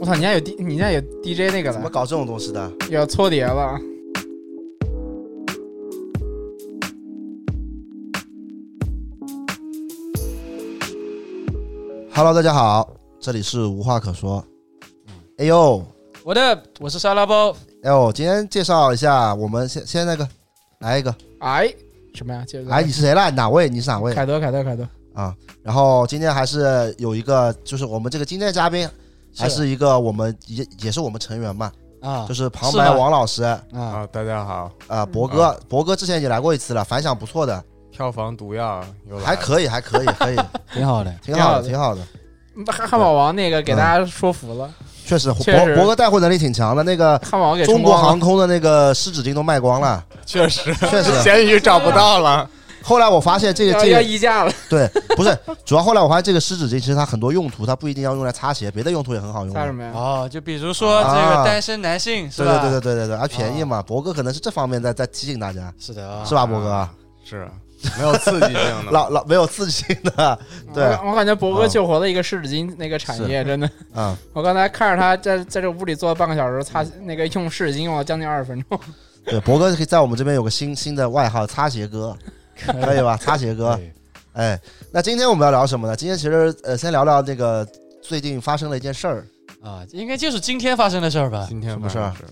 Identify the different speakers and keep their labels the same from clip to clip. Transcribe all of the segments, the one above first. Speaker 1: 我操，你家有 D，你家有 DJ 那个
Speaker 2: 怎么
Speaker 1: 了，
Speaker 2: 搞这种东西的？
Speaker 1: 有搓碟了。
Speaker 2: Hello，大家好，这里是无话可说。哎呦，
Speaker 3: 我的，我是沙拉包，
Speaker 2: 哎呦，今天介绍一下，我们先先那个，来一个，
Speaker 1: 哎，什么呀？接着来
Speaker 2: 哎，你是谁啦？哪位？你是哪位
Speaker 1: 凯德，凯德，凯德，
Speaker 2: 啊？然后今天还是有一个，就是我们这个今天的嘉宾，还是一个我们也也是我们成员嘛，
Speaker 3: 啊
Speaker 2: 就是旁
Speaker 3: 是
Speaker 2: 白
Speaker 3: 吗
Speaker 2: 王老师
Speaker 3: 啊，
Speaker 4: 啊，大家好，
Speaker 2: 啊，博哥，博哥之前也来过一次了，反响不错的，
Speaker 4: 票房毒药又来
Speaker 2: 还
Speaker 4: 了
Speaker 2: 可以，还可以，可以，
Speaker 3: 挺好的，
Speaker 2: 挺好
Speaker 1: 挺好
Speaker 2: 的，
Speaker 1: 的
Speaker 2: 挺好的。
Speaker 1: 汉汉堡王那个给
Speaker 2: 嗯
Speaker 1: 大家说服了，
Speaker 2: 确实，
Speaker 1: 确
Speaker 2: 博
Speaker 1: 实
Speaker 2: 博哥带货能力挺强的，那个
Speaker 1: 汉堡王给
Speaker 2: 中
Speaker 1: 冲
Speaker 2: 国
Speaker 1: 光
Speaker 2: 航
Speaker 1: 了。
Speaker 2: 空的那个湿纸巾都卖光了。
Speaker 4: 确实
Speaker 2: 确实
Speaker 4: 咸鱼找不到了，
Speaker 2: 后来我发现这个
Speaker 1: 要
Speaker 2: 这
Speaker 1: 要
Speaker 2: 个
Speaker 1: 议价了，
Speaker 2: 对，不是主要后来我发现这个湿纸巾其实它很多用途，它不一定要用来擦鞋，别的用途也很好用
Speaker 1: 算什
Speaker 2: 的。
Speaker 1: 么呀？
Speaker 3: 哦，就比如说这
Speaker 2: 啊
Speaker 3: 个单身男性是
Speaker 2: 对
Speaker 3: 吧？
Speaker 2: 对对对对对对，还便宜嘛。博哥可能是这方面在在提醒大家，
Speaker 3: 是的啊
Speaker 2: 是，吧，博哥？
Speaker 4: 是没有刺激性的。
Speaker 2: 老老没有自信的，对
Speaker 1: 我我感觉博哥
Speaker 3: 啊
Speaker 2: 嗯
Speaker 1: 救活了一个湿纸巾那个产业，真的。
Speaker 2: 嗯，
Speaker 1: 我刚才看着他在在这屋里坐了半个小时，擦
Speaker 3: 嗯
Speaker 1: 那个用湿纸巾用了将近二十分钟。
Speaker 2: 对，博哥可以在我们这边有个新新的外号“擦鞋哥”，可以吧？擦鞋哥，
Speaker 3: 哎对
Speaker 2: 哎，那今天我们要聊什么呢？今天其实呃，先聊聊那个最近发生了一件事儿，
Speaker 3: 啊，应该就是今天发生的事儿吧？
Speaker 4: 今天
Speaker 2: 什么事
Speaker 4: 反
Speaker 2: 儿
Speaker 4: 正是？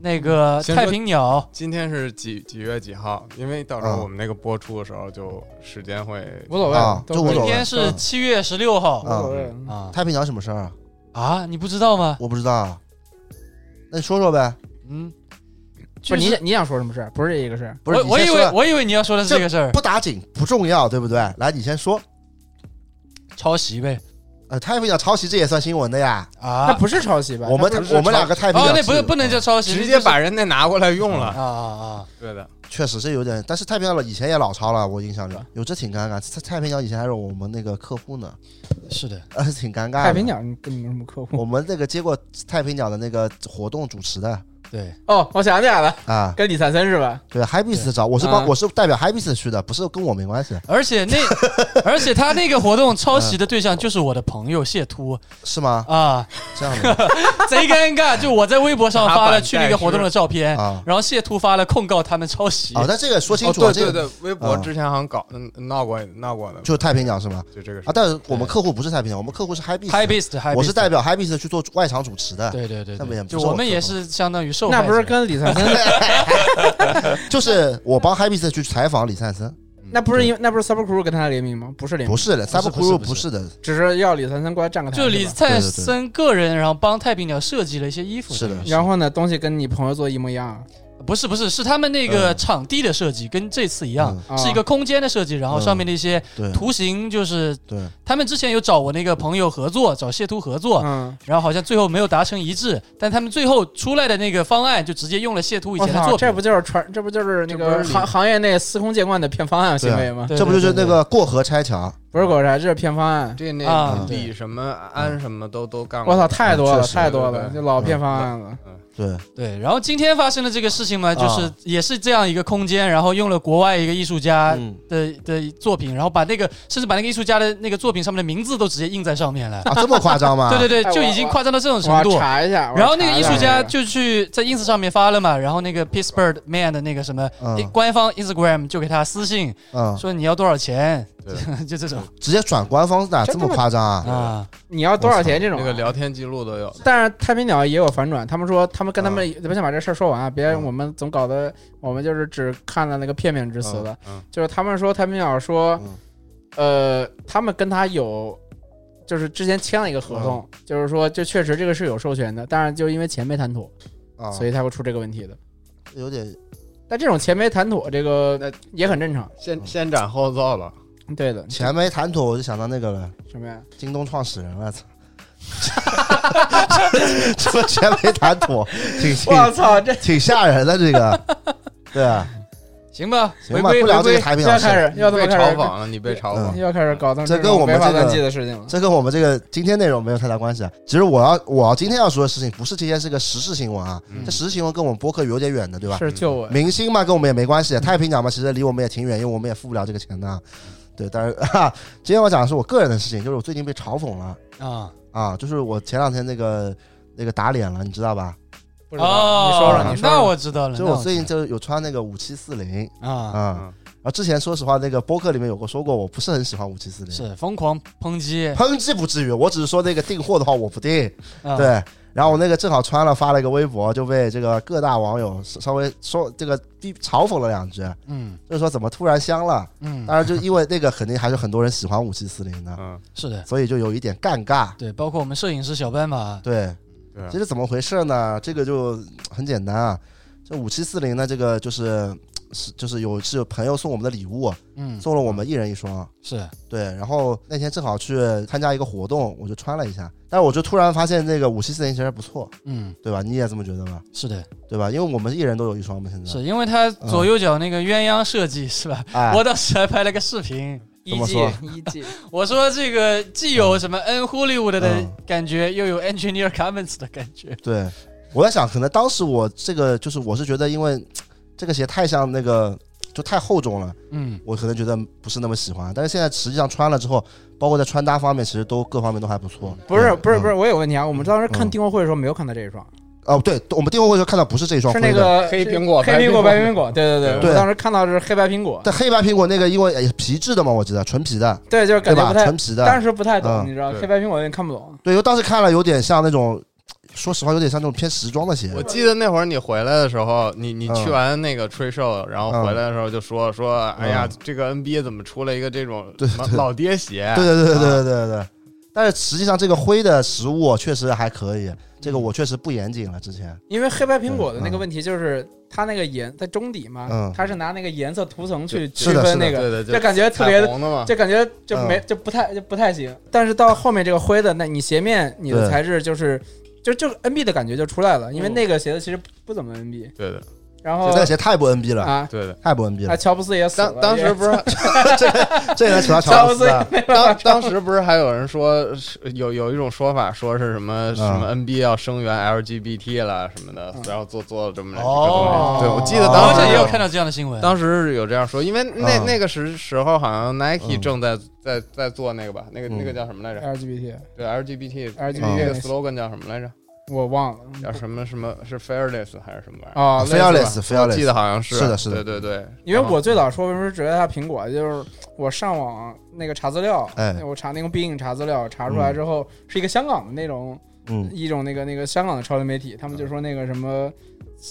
Speaker 3: 那个
Speaker 4: 先
Speaker 3: 太
Speaker 4: 说
Speaker 3: 平鸟，
Speaker 4: 今天是几几月几号？因为到时
Speaker 2: 嗯
Speaker 4: 候我们那个播出的时候，就时间会
Speaker 1: 无所谓
Speaker 2: 啊，
Speaker 1: 都
Speaker 2: 这无
Speaker 1: 可以
Speaker 2: 所
Speaker 3: 今
Speaker 2: 谓
Speaker 3: 天是七月十六 号
Speaker 1: 无所谓。
Speaker 3: 啊
Speaker 2: 太平鸟什么事儿啊？
Speaker 3: 啊，你不知道吗？
Speaker 2: 我不知道啊，那你说说呗。
Speaker 3: 嗯，
Speaker 1: 不
Speaker 3: 就是
Speaker 1: 你
Speaker 3: 是
Speaker 1: 想你想说什么事儿？不是这一个事儿。
Speaker 2: 不是，
Speaker 3: 我
Speaker 2: 你
Speaker 3: 我
Speaker 2: 先
Speaker 3: 以
Speaker 2: 说
Speaker 3: 为我以为你要说的是这个事儿，
Speaker 2: 不打紧不重要，对不对？来，你先说。
Speaker 3: 抄袭呗
Speaker 2: 呃，太平鸟抄袭这也算新闻的呀。
Speaker 1: 那
Speaker 3: 啊，
Speaker 1: 不是抄袭吧？
Speaker 2: 我们
Speaker 1: 他不是
Speaker 2: 我们
Speaker 1: 抄
Speaker 2: 两个太平鸟是，
Speaker 3: 哦，
Speaker 2: 嗯
Speaker 3: 那不是不能叫抄袭，
Speaker 4: 直
Speaker 3: 那
Speaker 4: 接
Speaker 3: 就是
Speaker 4: 把人那拿过来用
Speaker 3: 啊
Speaker 4: 了。
Speaker 3: 啊啊，
Speaker 4: 对的，
Speaker 2: 确实是有点，但是太平鸟以前也老抄了，我印象里有这挺尴尬。太太平鸟以前还是我们那个客户呢，
Speaker 3: 是的，
Speaker 2: 呃，挺尴尬的。
Speaker 1: 太平，鸟，你跟你们什么客户？
Speaker 2: 我们那个接过太平鸟的那个活动主持的
Speaker 3: 对，
Speaker 1: 哦，我想起来了，
Speaker 2: 啊，
Speaker 1: 跟李灿森是吧？
Speaker 2: 对 h a p p y s 找我是帮、
Speaker 1: 啊
Speaker 2: 我是代表 h a p p y s 去的，不是跟我没关系，
Speaker 3: 而且那而且他那个活动抄袭
Speaker 2: 嗯
Speaker 3: 的对象就是我的朋友谢突
Speaker 2: 是吗？
Speaker 3: 啊，
Speaker 2: 这样 的
Speaker 3: 贼尴尬，就我在微博上发了去那个活动的照片，
Speaker 2: 啊
Speaker 3: 然后谢突发了控告他们抄袭。
Speaker 2: 啊，那这个说清
Speaker 4: 哦，
Speaker 2: 楚、啊，
Speaker 4: 对
Speaker 2: 这
Speaker 4: 对
Speaker 2: 个
Speaker 4: 对，微博
Speaker 2: 啊
Speaker 4: 之前好像搞嗯闹过闹过的，
Speaker 2: 就是太平鸟是吗？
Speaker 4: 就这个事
Speaker 2: 啊，。但是我们客户不是太平鸟，我们客户是 h a p p
Speaker 3: High
Speaker 2: y s
Speaker 3: Beast，High
Speaker 2: 我是代表 h a p p y s 去做外场主持的。
Speaker 3: 对对对
Speaker 2: 那么
Speaker 3: 对，
Speaker 2: 也不
Speaker 3: 就是
Speaker 2: 我
Speaker 3: 我们
Speaker 2: 客
Speaker 3: 也
Speaker 2: 户
Speaker 3: 是相当于受害
Speaker 1: 那
Speaker 3: 者。
Speaker 1: 不是跟李灿森，
Speaker 2: 就是我帮 h a p p y s 去采访李灿森，
Speaker 1: 那不是因为那不是 Super Crew 跟他联名吗？不是联
Speaker 2: 不
Speaker 1: 名，
Speaker 2: 是的 s u
Speaker 3: 不
Speaker 2: b
Speaker 3: 是
Speaker 2: c r u
Speaker 3: 不是
Speaker 2: 不是的，
Speaker 1: 只是要李灿森过来站个台。
Speaker 3: 就李
Speaker 1: 是吧
Speaker 3: 灿
Speaker 2: 对对对
Speaker 3: 森个人，然后帮太平鸟设计了一些衣服。
Speaker 2: 是的
Speaker 3: 等于
Speaker 1: 然后呢，东西跟你朋友做一模一样，
Speaker 3: 不是不是是他们那个
Speaker 2: 嗯
Speaker 3: 场地的设计跟这次一样，
Speaker 2: 嗯
Speaker 1: 啊
Speaker 3: 是一个空间的设计，然后上面的一些
Speaker 2: 对
Speaker 3: 图形就是
Speaker 2: 对，
Speaker 3: 他们之前有找我那个朋友合作，找谢突合作，
Speaker 1: 嗯，
Speaker 3: 然后好像最后没有达成一致，但他们最后出来的那个方案就直接用了谢突以
Speaker 1: 我
Speaker 3: 前的
Speaker 1: 操，
Speaker 3: 作品
Speaker 1: 这。不就是传，这不就是那
Speaker 4: 这
Speaker 1: 个
Speaker 4: 不是李
Speaker 1: 行行业内司空见惯的骗方案行为吗？
Speaker 3: 对
Speaker 2: 啊这不就是
Speaker 3: 对对
Speaker 2: 那个过河拆桥？
Speaker 1: 不是狗柴，这是骗方案。
Speaker 4: 这
Speaker 3: 啊
Speaker 4: 那
Speaker 3: 对
Speaker 4: 李什么安什么都都干过。
Speaker 1: 我操，太多
Speaker 2: 嗯
Speaker 1: 了，
Speaker 2: 确实嗯
Speaker 1: 太多
Speaker 4: 对
Speaker 1: 了，
Speaker 4: 对
Speaker 1: 就老骗方案了。
Speaker 2: 对，
Speaker 3: 对，然后今天发生的这个事情嘛，
Speaker 2: 啊
Speaker 3: 就是也是这样一个空间，然后用了国外一个艺术家的、
Speaker 2: 嗯
Speaker 3: 的作品，然后把那个甚至把那个艺术家的那个作品上面的名字都直接印在上面了。
Speaker 2: 啊，这么夸张吗？
Speaker 3: 对对
Speaker 1: 哎
Speaker 3: 对，就已经
Speaker 1: 我
Speaker 3: 夸张到这种
Speaker 1: 我
Speaker 3: 程
Speaker 1: 要
Speaker 3: 度。
Speaker 1: 查一下。我要
Speaker 3: 然后那个艺术
Speaker 1: 查一下
Speaker 3: 家
Speaker 1: 这个
Speaker 3: 就去在 ins 上面发了嘛，然后那个 Pittsburgh Man 的那个什么、
Speaker 2: 嗯
Speaker 3: 官方 Instagram 就给他私信
Speaker 2: 嗯，
Speaker 3: 说你要多少钱，
Speaker 4: 对
Speaker 3: 就这种
Speaker 2: 直接转官方的，
Speaker 1: 这
Speaker 2: 这么夸张啊？
Speaker 3: 啊
Speaker 1: 你要多少钱这种
Speaker 4: 那
Speaker 1: 啊？
Speaker 4: 个聊天记录都有。
Speaker 1: 但是太平鸟也有反转，他们说他们跟他们，咱们先把这事儿说完啊，别
Speaker 2: 嗯
Speaker 1: 我们总搞得我们就是只看了那个片面之词了。
Speaker 4: 嗯，
Speaker 1: 就是他们说太平鸟说，
Speaker 2: 啊嗯
Speaker 1: 呃，他们跟他有，就是之前签了一个合
Speaker 2: 啊
Speaker 1: 同，就是说就确实这个是有授权的，但是就因为钱没谈妥，
Speaker 3: 嗯
Speaker 2: 啊，
Speaker 1: 所以才会出这个问题的。
Speaker 2: 有点
Speaker 1: 但这种钱没谈妥，这个
Speaker 4: 那
Speaker 1: 也很正常。
Speaker 4: 先先斩后奏了。
Speaker 1: 对的，
Speaker 2: 前没谈妥，我就想到那个了，
Speaker 1: 什么呀？
Speaker 2: 京东创始人了， 操！ 这么前没谈妥，挺
Speaker 1: 我
Speaker 2: 挺
Speaker 1: 操，这
Speaker 2: 挺吓人的这 个，对啊，
Speaker 3: 行吧，
Speaker 2: 行
Speaker 3: 回
Speaker 2: 吧，
Speaker 3: 归
Speaker 2: 不聊
Speaker 3: 回
Speaker 2: 这个
Speaker 3: 归。
Speaker 2: 太平
Speaker 1: 又
Speaker 2: 鸟
Speaker 1: 要
Speaker 2: 事
Speaker 1: 开
Speaker 2: 儿，
Speaker 1: 始，又要
Speaker 4: 你
Speaker 1: 这么
Speaker 4: 被
Speaker 1: 开
Speaker 4: 嘲
Speaker 1: 始
Speaker 4: 讽了，你被嘲
Speaker 2: 嗯
Speaker 4: 讽
Speaker 1: 又。要开始搞他
Speaker 2: 这跟我们
Speaker 1: 违法
Speaker 2: 这个
Speaker 1: 乱纪的事情了。
Speaker 2: 这跟我们这个今天内容没有太大关系啊。其实我要我要今天要说的事情，不是这些是个时事新闻啊，
Speaker 4: 嗯
Speaker 2: 这时事新闻跟我们播客有点远的，对吧？
Speaker 1: 是救我，
Speaker 2: 明星嘛，跟我们也没关系。啊太平鸟嘛，其实离我们也挺远，因为我们也付不了这个钱的啊。对，但是哈，今天我讲的是我个人的事情，就是我最近被嘲讽了
Speaker 3: 啊
Speaker 2: 啊，就是我前两天那个那个打脸了，你知道吧？
Speaker 1: 不知道，你说
Speaker 2: 哦
Speaker 1: 说，你说说
Speaker 3: 哦那我知道了。
Speaker 2: 就是
Speaker 3: 那
Speaker 2: 我
Speaker 3: 知
Speaker 2: 最近就有穿那个五七四零
Speaker 3: 啊，
Speaker 4: 嗯
Speaker 2: 啊，然后之前说实话，那个播客里面有过说过，我不是很喜欢五七四零，
Speaker 3: 是疯狂抨击，
Speaker 2: 抨击不至于，我只是说那个订货的话我不订，
Speaker 3: 啊，
Speaker 2: 对。然后我那个正好穿了，发了一个微博，就被这个各大网友 稍微说这个逼嘲讽了两句，
Speaker 3: 嗯
Speaker 2: 就是说怎么突然香了？
Speaker 3: 嗯，
Speaker 2: 当然就因为那个肯定还是很多人喜欢五七四零的，
Speaker 4: 嗯，
Speaker 3: 是的，
Speaker 2: 所以就有一点尴尬。
Speaker 3: 对，包括我们摄影师小斑马，
Speaker 2: 对，
Speaker 3: 啊
Speaker 4: 对
Speaker 2: 其实怎么回事呢？这个就嗯很简单啊，这五七四零呢，这个就是是就是有是有朋友送我们的礼物，
Speaker 3: 嗯，
Speaker 2: 送了我们一人一双。
Speaker 3: 是
Speaker 2: 对，然后那天正好去参加一个活动，我就穿了一下，但是我就突然发现那个五七四零其实不错，
Speaker 3: 嗯
Speaker 2: 对吧？你也这么觉得吧？
Speaker 3: 是的，
Speaker 2: 对吧？因为我们一人都有一双嘛，现在
Speaker 3: 是因为它左右脚那个鸳鸯设计是吧？
Speaker 2: 哎，
Speaker 3: 我当时还拍了个视频。
Speaker 2: 怎
Speaker 1: 一
Speaker 2: 么
Speaker 1: 季
Speaker 2: 说
Speaker 1: 一季，
Speaker 3: 我说这个既有什么 N Hollywood 的
Speaker 2: 嗯
Speaker 3: 感觉，又有 Engineer Comments 的感觉。
Speaker 2: 对，我在想，可能当时我这个就是我是觉得，因为这个鞋太像那个就太厚重了，
Speaker 3: 嗯，
Speaker 2: 我可能觉得不是那么喜欢。但是现在实际上穿了之后，包括在穿搭方面，其实都各方面都还不错。
Speaker 1: 不是
Speaker 2: 嗯
Speaker 1: 不是不是，
Speaker 2: 嗯
Speaker 1: 我有问题啊！我们当时看
Speaker 2: 嗯
Speaker 1: 订货会的时候没有看到这一双，
Speaker 2: 哦，对，我们订货会的时候看到不是这一双
Speaker 1: 是
Speaker 2: 灰
Speaker 1: 那
Speaker 2: 的，
Speaker 1: 个
Speaker 4: 黑苹果
Speaker 1: 黑
Speaker 4: 白
Speaker 1: 苹果、
Speaker 4: 苹果
Speaker 1: 白苹果，对对
Speaker 2: 对
Speaker 1: 我当时看到的是黑白苹果，
Speaker 2: 但黑白苹果那个因为也是皮质的嘛，我知道纯皮的，
Speaker 1: 对，就是
Speaker 2: 对
Speaker 1: 感觉
Speaker 2: 吧？
Speaker 1: 不太
Speaker 2: 纯，皮的。
Speaker 1: 当时不太懂，
Speaker 2: 嗯
Speaker 1: 你知道，
Speaker 4: 对
Speaker 1: 黑白苹果有点看不懂。
Speaker 2: 对，因为当时看了有点像那种，说实话有点像那种偏时装的鞋。
Speaker 4: 我记得那会儿你回来的时候，你你
Speaker 2: 嗯
Speaker 4: 去完那个 trade show，然后
Speaker 2: 嗯
Speaker 4: 回来的时候就说说，哎呀
Speaker 2: 嗯，
Speaker 4: 这个 NBA 怎么出了一个这种
Speaker 2: 对
Speaker 4: 什么
Speaker 2: 对
Speaker 4: 老爹鞋？
Speaker 2: 对对对对对对对对。但是实际上，这个灰的实物确实还可以，这个我确实不严谨了。之前，
Speaker 1: 因为黑白苹果的那个
Speaker 2: 嗯
Speaker 1: 问题就是它那个颜在中底嘛
Speaker 2: 嗯，
Speaker 1: 它是拿那个颜色涂层去
Speaker 2: 是
Speaker 1: 区
Speaker 2: 的嗯
Speaker 1: 分
Speaker 2: 是的
Speaker 1: 那个，
Speaker 4: 对对，
Speaker 1: 就感觉特别
Speaker 4: 彩
Speaker 1: 的
Speaker 4: 虹的嘛，
Speaker 1: 就感觉就没就不太就不太行。但是到后面这个灰的，那你鞋面你的
Speaker 2: 对
Speaker 1: 材质就是就就 NB 的感觉就出来了，因为
Speaker 4: 嗯
Speaker 1: 那个鞋子其实不怎么 NB。
Speaker 4: 对的
Speaker 1: 然后
Speaker 2: 这个鞋太不 NB 了，
Speaker 1: 哦啊
Speaker 4: 对的。
Speaker 2: 太不 NB
Speaker 1: 啊，
Speaker 2: 了。
Speaker 1: 乔布斯也死了
Speaker 4: 当。当时
Speaker 1: 也
Speaker 4: 不是
Speaker 2: 这也能扯到乔
Speaker 1: 乔
Speaker 2: 布
Speaker 1: 布
Speaker 2: 斯
Speaker 1: 斯
Speaker 2: 啊？
Speaker 1: 也没办法
Speaker 4: 当
Speaker 1: 穿
Speaker 4: 当时不是还有人说是有有一种说法，说是什
Speaker 2: 嗯
Speaker 4: 么什么 NBA 要声援 LGBT 了什么的
Speaker 1: 嗯，
Speaker 4: 然后做做了这么一个
Speaker 2: 哦
Speaker 4: 东西。对，我记得
Speaker 2: 哦
Speaker 3: 然
Speaker 4: 当
Speaker 3: 后这
Speaker 4: 时
Speaker 3: 也有看到这样的新闻。
Speaker 4: 当时有这样说，因为那
Speaker 2: 嗯
Speaker 4: 那个时时候好像 Nike
Speaker 2: 嗯
Speaker 4: 正在在在做那个吧，那个
Speaker 2: 嗯
Speaker 4: 那个叫什么来着？
Speaker 1: LGBT，
Speaker 4: 对 LGBT 那个
Speaker 2: 啊
Speaker 1: LGBT
Speaker 4: slogan 叫什么来着？
Speaker 1: 我忘了
Speaker 4: 叫什么什么是 fairness 还是什么玩意儿？
Speaker 1: 啊，
Speaker 2: 非要
Speaker 1: 类似吧
Speaker 2: Fearless，fearless
Speaker 4: 我记得好像啊
Speaker 2: 是的是的
Speaker 4: 对对对，
Speaker 1: 因为我最早说为什么只爱它苹果，就是我上网那个查资料，
Speaker 2: 哎
Speaker 1: 我查那个 Bing 查资料，查出
Speaker 4: 嗯
Speaker 1: 来之后是一个香港的那种
Speaker 2: 嗯，
Speaker 1: 一种那个那个香港的潮流媒体，他们
Speaker 4: 嗯
Speaker 1: 就说那个什么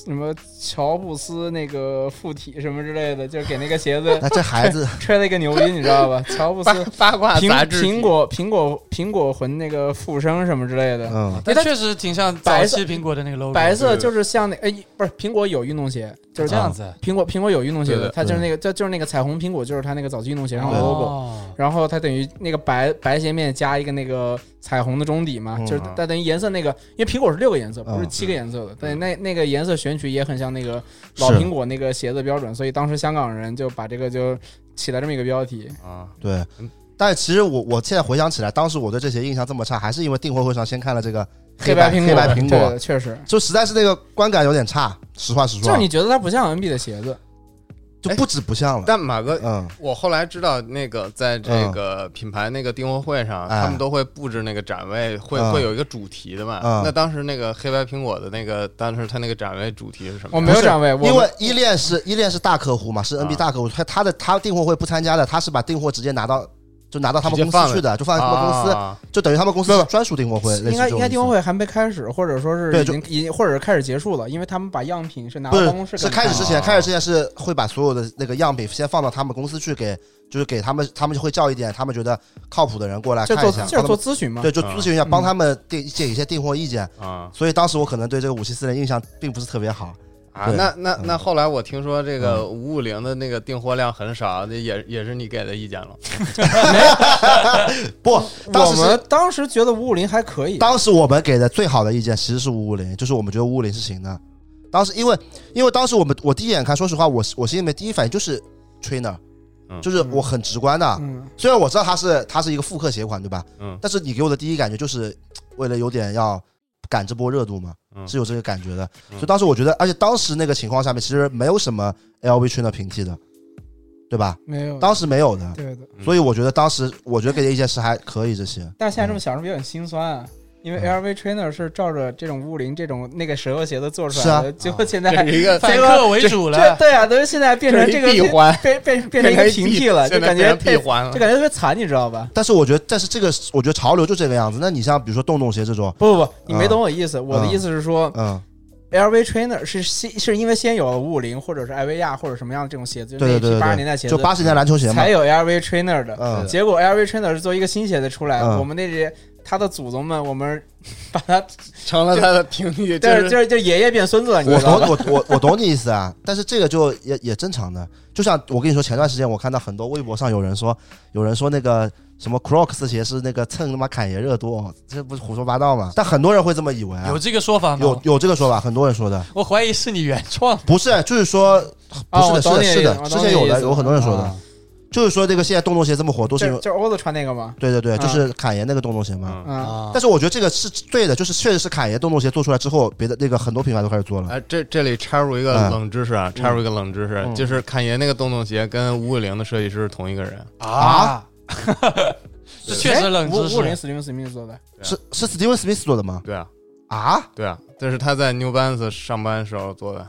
Speaker 1: 什么乔布斯那个附体什么之类的，就给那个鞋 子
Speaker 2: 那这孩子，
Speaker 1: 吹了一个牛逼，你知道吧？乔布斯
Speaker 4: 八八卦
Speaker 1: 苹
Speaker 4: 杂志
Speaker 1: 苹果苹果苹果魂那个附身什么之类的，
Speaker 2: 嗯，
Speaker 3: 但
Speaker 1: 但
Speaker 3: 确实挺像早期苹果的那个 logo，
Speaker 1: 白色啊就是像那哎不是苹果有运动鞋，就是
Speaker 3: 这
Speaker 2: 啊
Speaker 3: 样。子。
Speaker 1: 苹果苹果有运动鞋
Speaker 4: 对
Speaker 1: 的，
Speaker 4: 的
Speaker 1: 它就是那个，它就是那个彩虹苹果，就是它那个早期运动鞋上的
Speaker 2: 对
Speaker 1: logo。
Speaker 3: 哦
Speaker 1: 然后它等于那个白白鞋面加一个那个彩虹的中底嘛，
Speaker 2: 嗯
Speaker 1: 就是它等于颜色那个，因为苹果是六个颜色，
Speaker 2: 嗯
Speaker 1: 不是七个颜色的，对，那那个颜色选取也很像那个
Speaker 2: 是
Speaker 1: 老苹果那个鞋子标准，所以当时香港人就把这个就起了这么一个标题，
Speaker 4: 啊，
Speaker 2: 对。但其实我我现在回想起来，当时我对这鞋印象这么差，还是因为订货会上先看了这个
Speaker 1: 白
Speaker 2: 白
Speaker 1: 苹
Speaker 2: 黑白苹
Speaker 1: 对
Speaker 2: 果，
Speaker 1: 的确实，
Speaker 2: 就实在是那个观感有点差。实话实
Speaker 1: 就
Speaker 2: 说
Speaker 1: 是，你觉得它不像 NB 的鞋子，
Speaker 2: 就不止不像了。
Speaker 4: 但马哥。
Speaker 2: 嗯，
Speaker 4: 我后来知道，那个在这个品牌那个订货会上，
Speaker 2: 哎
Speaker 4: 他们都会布置那个展位，会
Speaker 2: 嗯
Speaker 4: 会有一个主题的嘛
Speaker 2: 嗯。
Speaker 4: 那当时那个黑白苹果的那个，当时他那个展位主题是什么
Speaker 1: 我
Speaker 4: 呀？
Speaker 1: 没有
Speaker 2: 不是
Speaker 1: 展位，我
Speaker 2: 因为依恋是依恋是大客户嘛，是
Speaker 4: 啊
Speaker 2: NB 大客户，他他的他订货会不参加的，他是把订货直接拿到就拿到他们
Speaker 4: 直
Speaker 2: 公
Speaker 4: 接放
Speaker 2: 司去的，就放在他们公司，
Speaker 4: 啊
Speaker 2: 就等于他们公司
Speaker 1: 不
Speaker 2: 是
Speaker 1: 不
Speaker 2: 专属订货会，类似
Speaker 1: 应该
Speaker 2: 这
Speaker 1: 应
Speaker 2: 种
Speaker 1: 该
Speaker 2: 意思
Speaker 1: 订货会还没开始，或者说是
Speaker 2: 对
Speaker 1: 已经已经或者是开始结束了，因为他们把样品是拿
Speaker 2: 不
Speaker 1: 到办啊公室给
Speaker 2: 是，是
Speaker 1: 你看
Speaker 2: 开
Speaker 1: 的
Speaker 2: 始之前，
Speaker 4: 哦
Speaker 2: 开始之前是会把所有的那个样品先放到他们公司去给，就是给他们，他们就会叫一点他们觉得靠谱的人过来
Speaker 1: 就
Speaker 2: 看一
Speaker 1: 做
Speaker 2: 下，
Speaker 1: 就是
Speaker 2: 帮他
Speaker 1: 做
Speaker 2: 们
Speaker 1: 咨询嘛，
Speaker 2: 对，就咨询一下，
Speaker 1: 嗯
Speaker 2: 帮他们订借一些订货意见。
Speaker 4: 啊
Speaker 2: 所以当时我可能对这个五七四零印象并不是特别好，
Speaker 4: 啊！
Speaker 2: 对
Speaker 4: 那那
Speaker 2: 嗯
Speaker 4: 那后来我听说这个五五零的那个订货量很少，那也也是你给的意见了。
Speaker 2: 不，当
Speaker 1: 我
Speaker 2: 时是
Speaker 1: 们当时觉得五五零还可以，
Speaker 2: 当时我们给的最好的意见其实是五五零，就是我们觉得五五零是行的。当时因为因为当时我们我第一眼看，说实话，我我心里面第一反应就是 trainer，、
Speaker 4: 嗯
Speaker 2: 就是我很直观的，
Speaker 1: 嗯。
Speaker 2: 虽然我知道它是它是一个复刻鞋款，对吧？
Speaker 4: 嗯
Speaker 2: 但是你给我的第一感觉就是为了有点要赶这波热度嘛，
Speaker 4: 嗯
Speaker 2: 是有这个感觉的。
Speaker 4: 嗯
Speaker 2: 所以当时我觉得，而且当时那个情况下面，其实没有什么 LV 圈的平替的，对吧？
Speaker 1: 没有，
Speaker 2: 当时没有的，
Speaker 1: 对的。
Speaker 4: 嗯
Speaker 2: 所以我觉得当时我觉得给的意见是还可以这些。
Speaker 1: 但是现在这么想是不是有点心酸啊？因为
Speaker 2: 嗯
Speaker 1: LV trainer 是照着这种巫灵这种那个蛇头鞋都做出
Speaker 2: 是
Speaker 1: 来
Speaker 2: 啊
Speaker 1: 的，结果现在
Speaker 4: 这是一个
Speaker 1: 反
Speaker 3: 反
Speaker 1: 结果
Speaker 3: 客为主
Speaker 1: 这
Speaker 3: 了。
Speaker 1: 对啊，都是现在变成这个
Speaker 4: 闭环，
Speaker 1: 变变变成一个平替了，就
Speaker 4: 现在
Speaker 1: 感觉
Speaker 4: 变成闭
Speaker 1: 特
Speaker 4: 环了
Speaker 1: 就。感觉特别惨，你知道吧？
Speaker 2: 但是我觉得，但是这个我觉得潮流就这个样子。那你像比如说洞洞鞋这种，
Speaker 1: 不不不，你没懂我意思，我的
Speaker 2: 嗯
Speaker 1: 意思是说
Speaker 2: 嗯，
Speaker 1: ，LV trainer 是先是因为先有了五五零或者是艾薇亚或者什么样的这种鞋子，就那
Speaker 2: 对对
Speaker 1: 一批
Speaker 2: 对
Speaker 1: 八十
Speaker 2: 对
Speaker 1: 年代鞋
Speaker 2: 对，
Speaker 1: 子
Speaker 2: 就八十年代篮球鞋嘛
Speaker 1: 才，有 LV trainer 的，
Speaker 2: 嗯
Speaker 1: 结果 LV trainer 是做一个新鞋子出来，
Speaker 2: 嗯
Speaker 1: 我们那些他的祖宗们，我们把它
Speaker 4: 成了他的平地，就
Speaker 1: 但是
Speaker 4: 是
Speaker 1: 就是就爷爷变孙子了，你
Speaker 2: 我
Speaker 1: 知
Speaker 2: 懂
Speaker 1: 道吧？
Speaker 2: 我我我懂你意思啊，但是这个就也也正常的。就像我跟你说，前段时间我看到很多微博上有人说，有人说那个什么 Crocs 鞋是那个蹭他妈侃爷热度，哦这不是胡说八道吗？但很多人会这么以为啊
Speaker 3: 有，这个说法
Speaker 2: 有
Speaker 3: 吗？
Speaker 2: 有这个说法，很多人说的
Speaker 3: 我怀疑是你原创。
Speaker 2: 不是，啊就是说不
Speaker 1: 啊
Speaker 2: 是
Speaker 1: 我
Speaker 2: 的，
Speaker 1: 懂你
Speaker 2: 是的，是
Speaker 1: 我懂
Speaker 2: 的，
Speaker 1: 你
Speaker 2: 之前有
Speaker 1: 意
Speaker 2: 的
Speaker 1: 思
Speaker 2: 有很多人说的
Speaker 1: 啊，
Speaker 2: 就是说这个现在洞洞鞋这么火，都是因
Speaker 1: 就
Speaker 2: 为
Speaker 1: 就是欧子穿那个嘛，
Speaker 2: 对对对，
Speaker 1: 啊
Speaker 2: 就是侃爷那个洞洞鞋嘛。
Speaker 4: 嗯
Speaker 1: 嗯，
Speaker 3: 啊
Speaker 2: 但是我觉得这个是对的，就是确实是侃爷洞洞鞋做出来之后，别的那个很多品牌都开始做了。
Speaker 4: 哎，这这里插入一个
Speaker 2: 嗯
Speaker 4: 冷知识啊，插入一个冷知识，
Speaker 2: 嗯
Speaker 4: 就是侃爷那个洞洞鞋跟五五零的设计师是同一个人，
Speaker 2: 啊，
Speaker 3: 这确实冷知
Speaker 1: 五五零
Speaker 3: 识。
Speaker 1: 史蒂文史密斯做的，
Speaker 4: 对啊
Speaker 2: 是是 Steven Smith 做的吗？
Speaker 4: 对啊，
Speaker 2: 啊，
Speaker 4: 对啊，这是他在 New Balance 上班时候做的，